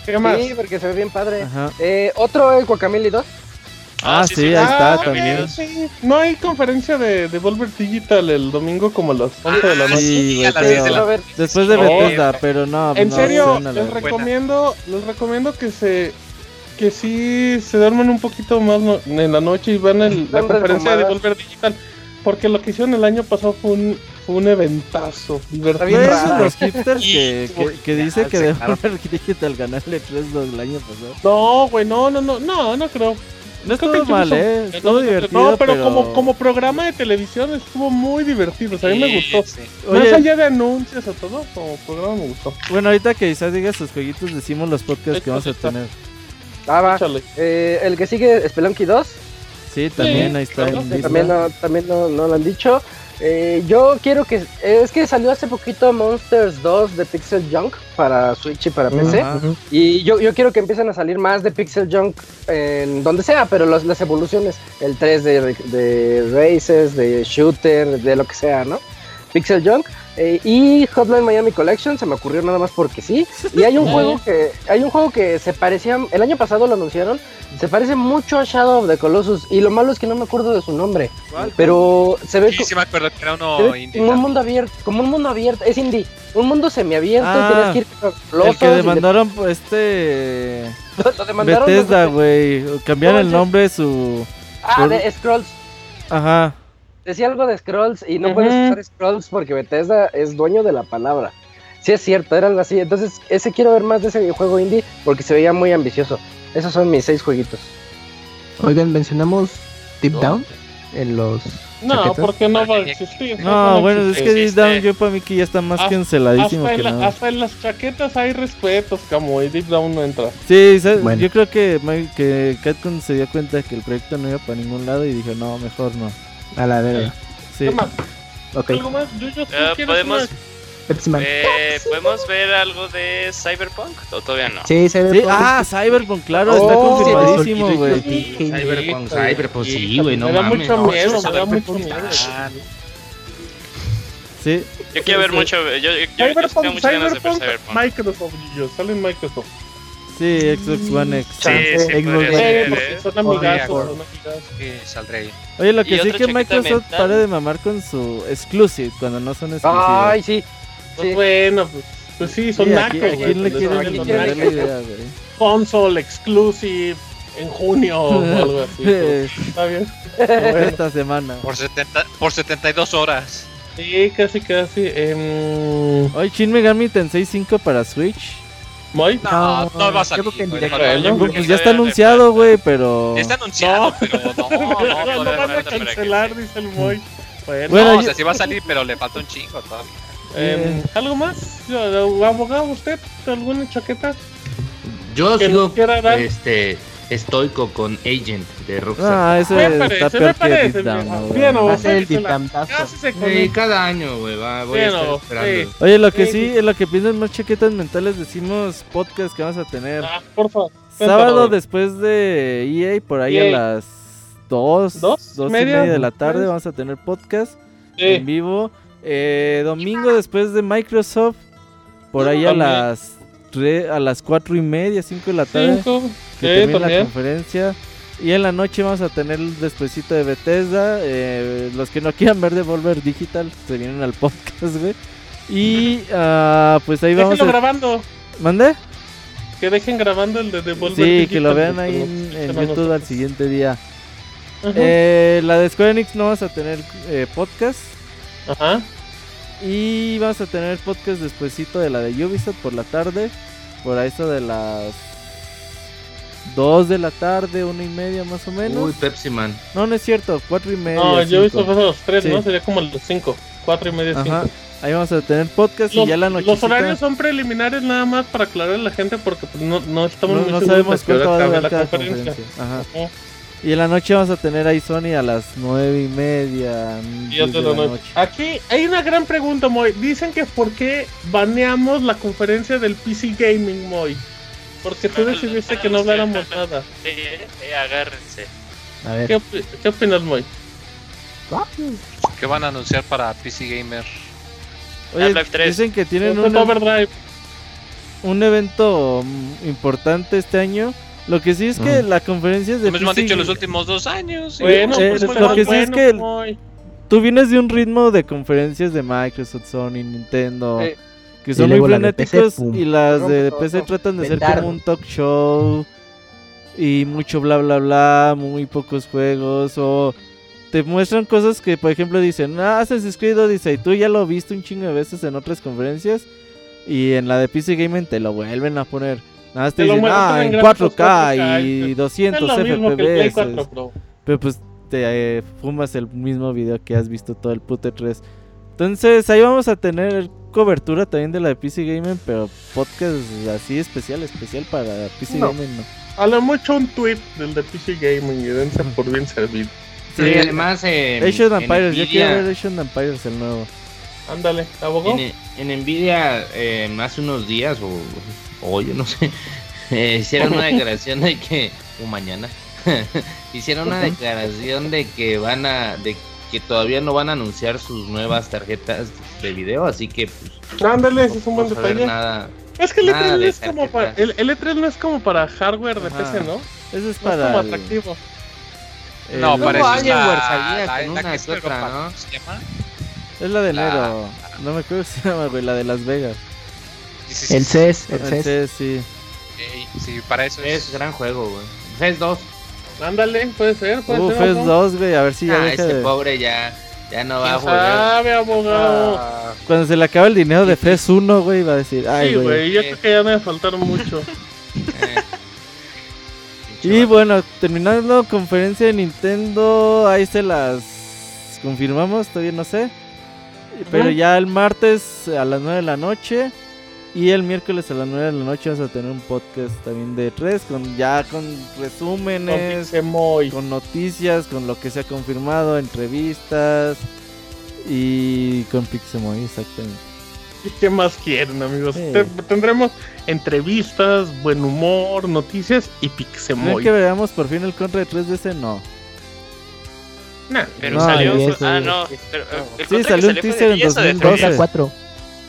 ¿Qué más?
Sí, porque se ve bien padre.
Ajá.
Eh, otro el Guacamole 2.
Ah,
Ah,
sí,
sí, sí,
ahí
sí.
está
Ah,
también.
bien, sí. No hay conferencia de Devolver Digital el domingo como a las 11 de la
Ah,
noche.
Sí,
sí, a
güey,
las 10 de
pero-
la
Quiero eh, ver.
Después de
No.
Bethesda, pero no.
En
no,
serio,
suena la
les
verga.
re-
recomiendo, les recomiendo que se que sí se duerman un poquito más no- en la noche y vean el- la
Están
conferencia de
resumadas.
Devolver Digital. Porque lo que hicieron el año pasado fue un, fue un eventazo. Divertido.
bien
Güey,
rara.
esos los hipsters que,
Y-
que, que dice
Ya,
que
se
Devolver Digital ganó el E3 del año pasado.
No, güey, no, no, no, no, no creo.
No
Creo
estuvo
que incluso-
mal, ¿eh?
No,
Estuvo
no,
divertido.
no, pero, Como, como programa de televisión estuvo muy divertido. O sea, a mí me
Sí,
gustó.
sí.
Más
Oye,
allá de anuncios o todo, como programa me gustó.
Bueno, ahorita que quizás digas sus jueguitos, decimos los podcasts que vamos a
Está.
tener.
Ah, va.
Échale.
Eh, el que sigue, Spelunky 2.
Sí, también ahí está
claro,
en
sí,
Disney.
También, no, también no, no lo han dicho. Eh, yo quiero que. Es que salió hace poquito Monsters 2 de Pixel Junk para Switch y para PC.
Ajá.
Y yo, yo quiero que empiecen a salir más de Pixel Junk en donde sea, pero los- las evoluciones. El 3 de, de Races, de Shooter, de lo que sea, ¿no? Pixel Junk. eh, y Hotline Miami Collection, se me ocurrió nada más porque sí. Y hay un juego que hay un juego que se parecía, el año pasado lo anunciaron, se parece mucho a Shadow of the Colossus. Y lo malo es que no me acuerdo de su nombre. Pero se ve,
Sí,
co-
sí me acuerdo que era
se
uno
ve
indie.
como un mundo abierto, como un mundo abierto, es indie, un mundo semiabierto,
Ah,
y tienes que ir con
El
colosos y
que
de-
demandaron pues, este.
lo- lo demandaron, ¿no?
Bethesda, güey. o Cambiaron el
Oye.
nombre de su.
Ah,
Por-
de Scrolls.
Ajá.
Decía algo de Scrolls y no
Ujú.
puedes usar Scrolls porque Bethesda es dueño de la palabra. Sí, es cierto, eran así. Entonces, ese quiero ver más de ese juego indie porque se veía muy ambicioso. Esos son mis seis jueguitos.
Oigan, mencionamos Deep Down en los.
No,
chaquetas?
porque no va a existir. eso
No, bueno, es
existe.
que Deep Down,
existe.
yo para mí que ya está más
Hasta-
canceladísimo
Hasta
que
en, la- ah,
nada.
hasta en las chaquetas hay respetos, como y Deep Down no entra.
Sí, ¿sabes?
Bueno.
yo creo que, Mike- que Capcom se dio cuenta que el proyecto no iba para ningún lado y dijo, no, mejor no.
A la verga.
Sí.
¿Qué más?
Ok.
¿Algo más? Yo, yo,
Ah, podemos-
Pepsi Man.
Eh, ¿Podemos ver algo de Cyberpunk? ¿O todavía no?
Sí, se ve
Sí,
por-
ah, Cyberpunk, claro,
Oh,
está
sí,
confirmadísimo, güey.
Cyberpunk, Cyberpunk, sí, güey, no
me da
mames.
mucho
no,
miedo,
eso
me da
Cyberpunk
mucho miedo.
Ah,
Sí,
Yo quiero ver mucho. Yo, yo, yo- yo tengo
Cyberpunk,
muchas ganas de ver
Cyberpunk,
Cyberpunk.
Microsoft, yo, sale en Microsoft.
sí, Xbox One X.
Sí, sí,
Xbox
podría
Game.
Eh,
ser,
porque
eh.
Oh,
son
por-
amigazos, son amigazos.
Sí, saldré ahí.
Oye, lo que
Y
sí
otra
que
chaqueta
Microsoft
mental.
para de mamar con su exclusive cuando no son exclusivos.
Ay, sí.
Pues
Sí.
bueno, pues, pues sí,
Sí,
son
¿a
nacos,
quién-
güey.
¿A quién le
pues,
quieren
son
vender
nacos.
la idea, güey?
Console exclusive en junio o algo así. pues,
Eh,
Está bien.
Esta semana.
Por, 70, por 72 horas.
Sí, casi, casi. em,
Hoy Shin Megami Tensei 5 para Switch.
Moy.
No, no,
No,
va a salir.
yo creo que en
güey,
directo,
no, no,
¿no?
yo creo que
Pues
Porque
ya está
todavía no hay
anunciado,
fecha.
güey, pero...
Está anunciado, pero no, no, no,
no,
todavía
van a
falta para que-
cancelar, dice el Moy. Bueno,
Bueno,
No,
yo-
o sea, sí va a salir, pero le falta un chingo todavía.
em,
Eh.
¿algo más? Yo, Abogado, ¿usted alguna chaqueta?
Yo
Que
sigo
Eh,
no quiera dar.
este, estoico con Agent de Rockstar.
Ah, eso
Me
está
parece, me
peor que
parece,
Deep Down,
mira.
no,
Bien,
güey.
o-
Va a ser el
Sí,
titantazo.
Casi se
Sí,
conecta.
cada año, güey, va, voy
Sí,
a
no,
estar esperando.
Oye, lo que
Sí,
sí, lo que piensan más chaquetas mentales, decimos podcast que vamos a tener.
Ah, por favor.
Sábado
cuéntalo.
después de EA, por ahí
EA.
a las 2,
¿Dos?
2 y
¿Media?
media de la tarde
¿Tres?
vamos a tener podcast en
Sí, Ah.
vivo. Eh, domingo después de Microsoft, por ahí a
También.
las, tre- a las 4 y media, 5 de la tarde,
cinco.
que
Sí,
termina la
también.
conferencia. Y en la noche vamos a tener el despuesito de Bethesda. eh, los que no quieran ver Devolver Digital se vienen al podcast, güey. Y ah, pues ahí vamos
Déjenlo
a...
grabando.
¿Mande?
Que dejen grabando el de Devolver
Sí, que
Digital,
lo vean
porque
ahí
nos
en, en
escuchan a
YouTube al
nosotros.
siguiente día.
Ajá.
Eh, la de Square Enix no vas a tener eh, podcast. Eh,
Ajá.
Y vamos a tener podcast despuesito de la de Ubisoft por la tarde. Por ahí eso de las 2 de la tarde, una y media más o menos.
Uy, Pepsi Man.
No, no es cierto, cuatro y media.
No, yo he
cinco.
visto a los tres,
Sí.
¿no? Sería como los cinco. Cuatro y media,
Ajá.
cinco.
Ahí vamos a tener podcast y
Los,
ya la
los
noche.
horarios son preliminares nada más para aclarar a la gente porque pues, no, no estamos
no,
muy
no
seguros
sabemos
de que
cuánto va a
acabe
durar
la
cada
conferencia.
conferencia. Ajá.
Ujú.
Y en la noche vamos a tener ahí Sony a las nueve y media. diez
Días de la noche. Aquí hay una gran pregunta, Moy. Dicen que por qué baneamos la conferencia del PC Gaming, Moy. Porque tú decidiste que no habláramos nada.
Sí, eh, eh, agárrense.
A ver.
¿Qué, opi- qué opinas, Moy?
¿Qué van a anunciar para PC Gamer? Ah,
Oye,
Half-Life 3.
dicen que tienen
Sunset
un,
Overdrive.
un evento mm, importante este año. Lo que sí es que la conferencia es de
Lo mismo han
PC.
dicho los últimos dos años. y-
Bueno,
eh,
pues
lo
muy
que
mal,
sí es
bueno,
que-
Moy.
Tú vienes de un ritmo de conferencias de Microsoft, Sony, Nintendo,
Eh,
que
y
son muy
luego la de PC,
frenéticos
pum.
y las
Rompe
de
todo,
PC
¿no?
tratan de ser
Vendardo.
como un talk show y mucho bla bla bla, muy pocos juegos o te muestran cosas que por ejemplo dicen, ah, Assassin's Creed Odyssey, tú ya lo viste un chingo de veces en otras conferencias y en la de PC Gaming te lo vuelven a poner. Nada más te,
Te lo
dicen,
muestran
ah,
en
en
gráficos
4K,
4K,
y
es
200
Es lo mismo que el Play 4
FPS.
Pro.
Pero pues te eh, fumas el mismo video que has visto todo el puto 3. Entonces ahí vamos a tener cobertura también de la de PC Gaming, pero podcast así especial, especial para PC
No.
Gaming, no.
A lo mucho un tweet del de PC Gaming y dense por bien servido.
Sí, además. eh,
Age of
en
Empires, yo
Nvidia-
quiero ver Age of Empires el nuevo.
Ándale, abogado.
En, en Nvidia, eh, hace unos días, o hoy, yo no sé, eh, hicieron una declaración de que, o mañana, hicieron una declaración de que van a, de que todavía no van a anunciar sus nuevas tarjetas de video, así que pues,
Ándale, ese
no
es un buen
vamos a ver
detalle.
nada.
Es que el E3
Nada
no
de
es como para.
tarjetas.
El, el E3 no es como para hardware de
Ajá.
PC, ¿no?
Eso es
No es
para.
como
el-
atractivo.
el-
No, para eso es
Alienware
la,
salía
la,
con
la
una
que es
que otra,
Europa,
¿no?
¿cómo se llama?
Es la de
la-
enero. No me acuerdo si se llama, güey, la de Las Vegas.
Sí, sí, sí,
El
sí,
CES, el
Ah,
CES.
sí, sí.
sí, sí, para eso es.
Es gran juego, güey. FES 2.
Ándale, puede ser, puede
Uh,
ser.
FES
abogado.
2, güey, a ver si ya
ah,
deja
este
de-
pobre ya, ya no va a
¿Quién
jugar. Ah,
sabe, abogado?
Ah, Cuando se le acabe el dinero de FES 1, güey, va a decir, ay,
sí,
güey.
güey, yo creo que ya me va a faltar mucho.
eh.
Y bueno, terminando conferencia de Nintendo, ahí se las confirmamos, todavía no sé. Pero ya el martes a las 9 de la noche y el miércoles a las 9 de la noche vamos a tener un podcast también de 3 con ya con
Con
resúmenes,
Pixemoy.
con noticias, con lo que se ha confirmado, entrevistas y con Pixemoy exactamente.
¿Y ¿Qué más quieren, amigos?
Sí.
Te- tendremos entrevistas, buen humor, noticias y
¿Creen
Pixemoy.
que veamos por fin el contra de 3DS? No.
Nah,
Pero
No,
salió.
y
eso-
ah, no. Pero, el
Sí,
sí,
salió
salió, que
un
salió
teaser
fue de
en
10 o de
2012.
30.
4.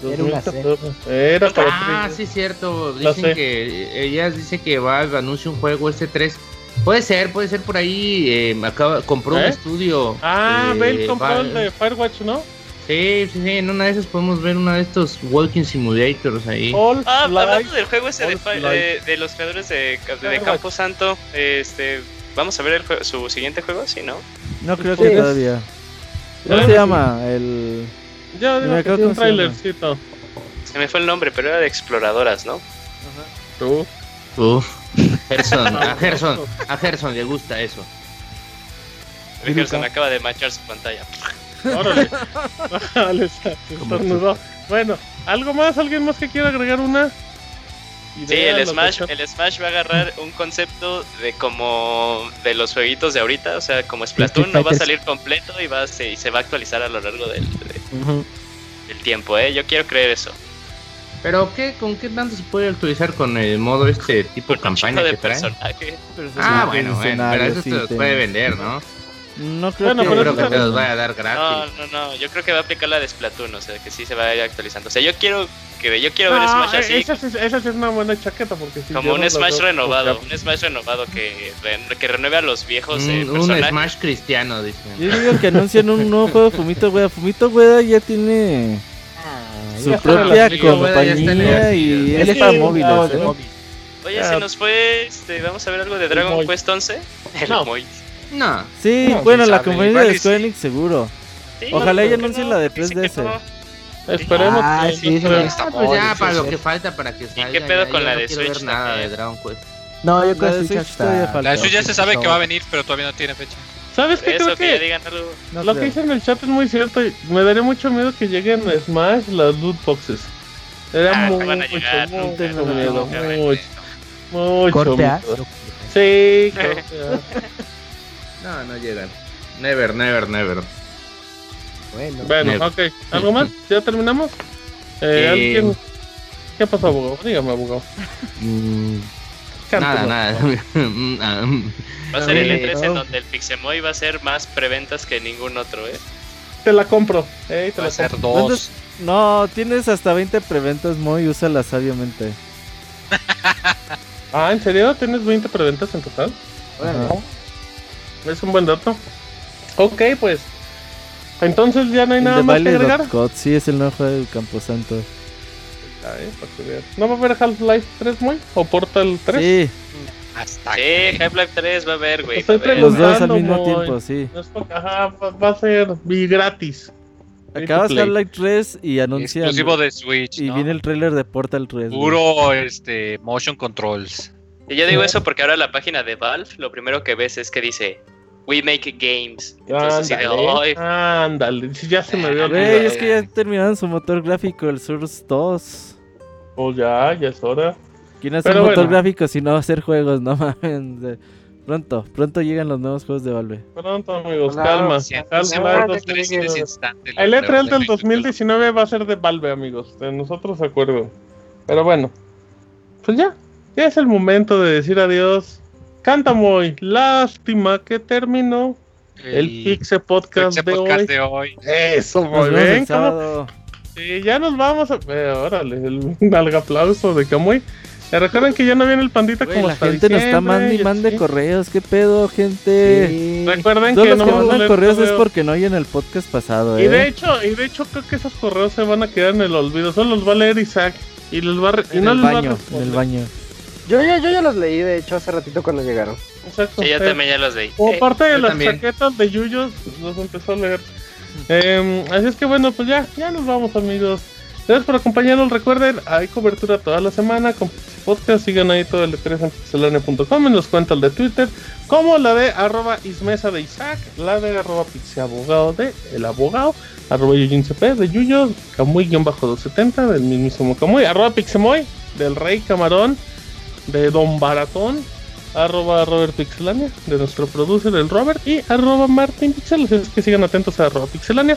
Era una C.
2014. Era para
Ah,
tres.
sí, cierto.
La
Dicen
sé.
que ellas dice que Valve anuncia un juego este 3. Puede ser, puede ser por ahí. eh, acaba, compró
¿Eh?
un estudio.
Ah,
eh,
ve el control
Valve.
de Firewatch, ¿no?
Sí, sí, sí, en una de esas podemos ver uno de estos Walking Simulators ahí.
All
Ah, hablando
Light.
del juego ese de,
All
fa-
Light.
de, de los creadores de, de,
Ah.
Firewatch.
Campo Santo, este, vamos a ver el jue- su siguiente juego, sí, ¿no?
No creo
Sí.
que todavía. ¿Cómo
Bueno,
se
sí.
llama? El...
Ya, digo
Me
que
acuerdo
sí, un
cómo se llama.
trailercito.
Se me fue el nombre, pero era de exploradoras, ¿no?
Tú.
Uf. Gerson, a Gerson, a Gerson le gusta eso.
Richardson acaba de machar su pantalla.
Órale. Órale, está- estornudó. Bueno, ¿algo más? ¿Alguien más que quiera agregar una?
Sí,
idea,
el
lo
Smash,
que sea.
el Smash va a agarrar un concepto de como de los jueguitos de ahorita, o sea, como Splatoon no va a
Fighters.
salir completo y va a se, y se va a actualizar a lo largo del, de-
Ujú.
del tiempo, ¿eh? Yo quiero creer eso.
Pero qué, ¿con qué tanto se puede actualizar con el modo este tipo
Con un
campaña
chico de
que trae?
personaje.
Ah, bueno, bueno, pero eso
sí,
se los
te-
puede vender, ¿no?
No creo
Bueno,
que...
Yo
pero
creo que
eso
se los vaya a dar
No,
gratis.
no, no, yo creo que va a aplicar la de Splatoon, o sea, que sí se va a ir actualizando. O sea, yo quiero que yo quiero ver
No,
Smash así,
Ah, esa, sí, esa sí es una buena chaqueta porque si
como
yo no
un
la
Smash
veo-
renovado, un Smash renovado que, re- que renueve a los viejos eh,
Mm, Un, un
personajes.
Smash cristiano, dicen.
Yo digo que anuncian un nuevo juego de Fumito Ueda. Fumito Ueda ya tiene su
Ah, ya está
propia
relajado,
Ueda, ya está en
compañía y
Él
es
está
para
en
móviles.
lado de
¿eh?
móvil.
Oye,
Ah.
se nos fue, este, vamos a ver algo de
El
Dragon
Moy.
Quest 11. El
No.
Moy.
No,
Sí,
No,
bueno,
quién
la
sabe,
compañía
igual
de
y
Square
sí.
Enix seguro.
Sí,
Ojalá
¿por
ya
qué
anuncien la de
Dice que
3DS.
no.
Esperemos
Ah,
que-
sí, sí,
pero-
sí.
Ah, pues ya,
sí,
para
sí.
lo que falta para que salga.
pedo
ya,
con
yo
la
no
de
quiero ver
Switch
nada de
también?
Dragon Quest.
No, yo
La
creo
de
que Switch
Switch todavía
hasta...
falta.
La suya ya
sí,
se sabe
no.
que va a venir, pero todavía no tiene fecha.
¿Sabes qué?
Eso,
Creo
que ya
que
digan algo.
No
lo que
creo.
dice en el chat es muy cierto. y Me daría mucho miedo que lleguen a Smash las loot boxes. Era
Ah,
mucho,
van a llegar,
mucho,
nunca,
mucho
nunca,
miedo.
nunca,
Mucho, mucho
Corte A.
miedo. Sí, corte A.
No, no llegan. Never, never, never.
Bueno.
Bueno,
Never.
ok. ¿Algo más? ¿Ya terminamos? Eh,
Eh,
¿alguien- ¿Qué pasó, abogado? Dígame, abogado.
Mm,
Cántelo.
nada, nada. Mm, ah, mm.
Va a ser el
Eh,
E3 en donde el Pixemoy va a ser más preventas que ningún otro, ¿eh?
Te la compro. Eh, te
Va
la
a
compro.
ser
¿Cuántos?
dos.
No, tienes hasta 20 preventas, Moy, úsalas sabiamente.
Ah, ¿en serio? ¿Tienes 20 preventas en total?
Ajá.
Es un buen dato. Ok, pues. Entonces ya no hay
El
nada
de
más que
Baile
agregar.
Dot Cod, sí, es el nuevo juego del Camposanto.
Ay, eh, para que veas. ¿No va a haber Half-Life 3, muy? ¿O Portal 3?
Sí,
Hasta
Sí,
que-
Half-Life 3 va a haber, güey.
Estoy
va a haber.
los dos al
Pensando,
mismo
Moy.
tiempo, sí.
No es pa- Ajá, va, va a ser y gratis. Free to
Acabas
play.
Half-Life 3 y anuncian.
exclusivo de Switch.
Y
¿no?
viene el trailer de Portal 3. güey.
Puro este, motion controls.
Y yo digo eso porque ahora la página de Valve, lo primero que ves es que dice, We make games. Entonces, así de,
Ándale.
"Ay,
Ándale. Sí, Ya se me vio
Güey,
olvidado.
es que ya terminaron su motor gráfico, el Source 2.
Oh, ya, ya es hora.
¿Quién hace
Pero
un motor
bueno.
gráfico si no va a hacer juegos? No mames. de- Pronto, pronto llegan los nuevos juegos de Valve.
Pronto, amigos,
Claro,
calma.
Sí,
Calma.
seguro
dos,
los tres en ese
tres,
instante,
El
lo
E3
creo,
del 2019 va a ser de Valve, amigos. De nosotros se acuerdan. Pero bueno. Pues ya. Ya es el momento de decir adiós. Canta muy. Lástima que terminó el Pixe Podcast,
Pixe
de,
Podcast
hoy.
de hoy.
Eso,
Nos
muy
vemos
bien.
el
¿cómo?
sábado.
Sí, ya nos vamos. A... eh, órale, el largo aplauso de Camuy. Eh, Recuerden que ya no viene el pandita
Güey,
como
la
hasta
gente nos está
diciembre,
mandando y
así.
mande correos. ¿Qué pedo, gente?
Recuerden
Todos
que
los
no vamos
que
a
mandan
leer
correos es
correos.
porque no oyen el podcast pasado,
Y de
¿eh?
hecho, y de hecho creo que esos correos se van a quedar en el olvido. Solo los va a leer Isaac y los va a re- y
En
no
el
les va a
baño, en
responder.
el baño.
Yo, yo, yo ya los leí, de hecho, hace ratito cuando llegaron.
Exacto.
Sí, yo
Eh,
también ya los leí.
Como
Eh,
parte de
yo
las
también.
chaquetas de Yuyos, los empezó a leer. Em, así es que bueno, pues ya, ya nos vamos amigos. Gracias por acompañarnos. Recuerden, hay cobertura toda la semana con podcast. Sigan ahí todo el de 3 en pixelania.com en los cuentas de Twitter, como la de arroba ismesa de Isaac, la de arroba pixeabogado de el abogado, arroba yuyuncp de Yuyo, Camuy-270 del mismísimo Camuy, arroba pixemoy del rey camarón, de don baratón, arroba Robert Pixelania, de nuestro producer el Robert, y arroba Martín Pixel, así es que sigan atentos a arroba Pixelania.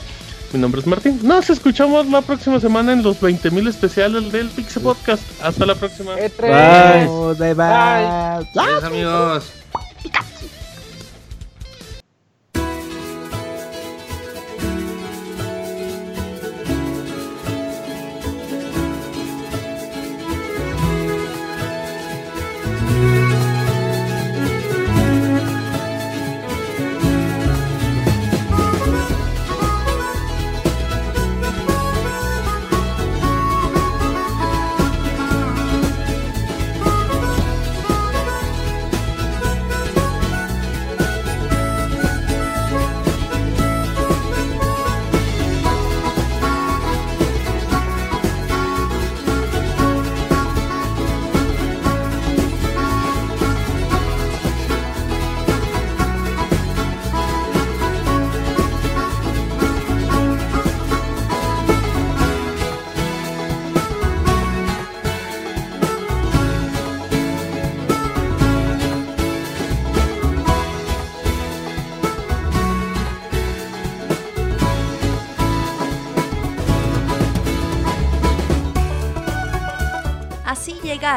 Mi nombre es Martín. Nos escuchamos la próxima semana en los 20.000 especiales del Pixel Podcast. Hasta la próxima.
E E3.
Bye.
Vamos, bye,
Bye.
bye.
Adiós, amigos.
Thank
Así llega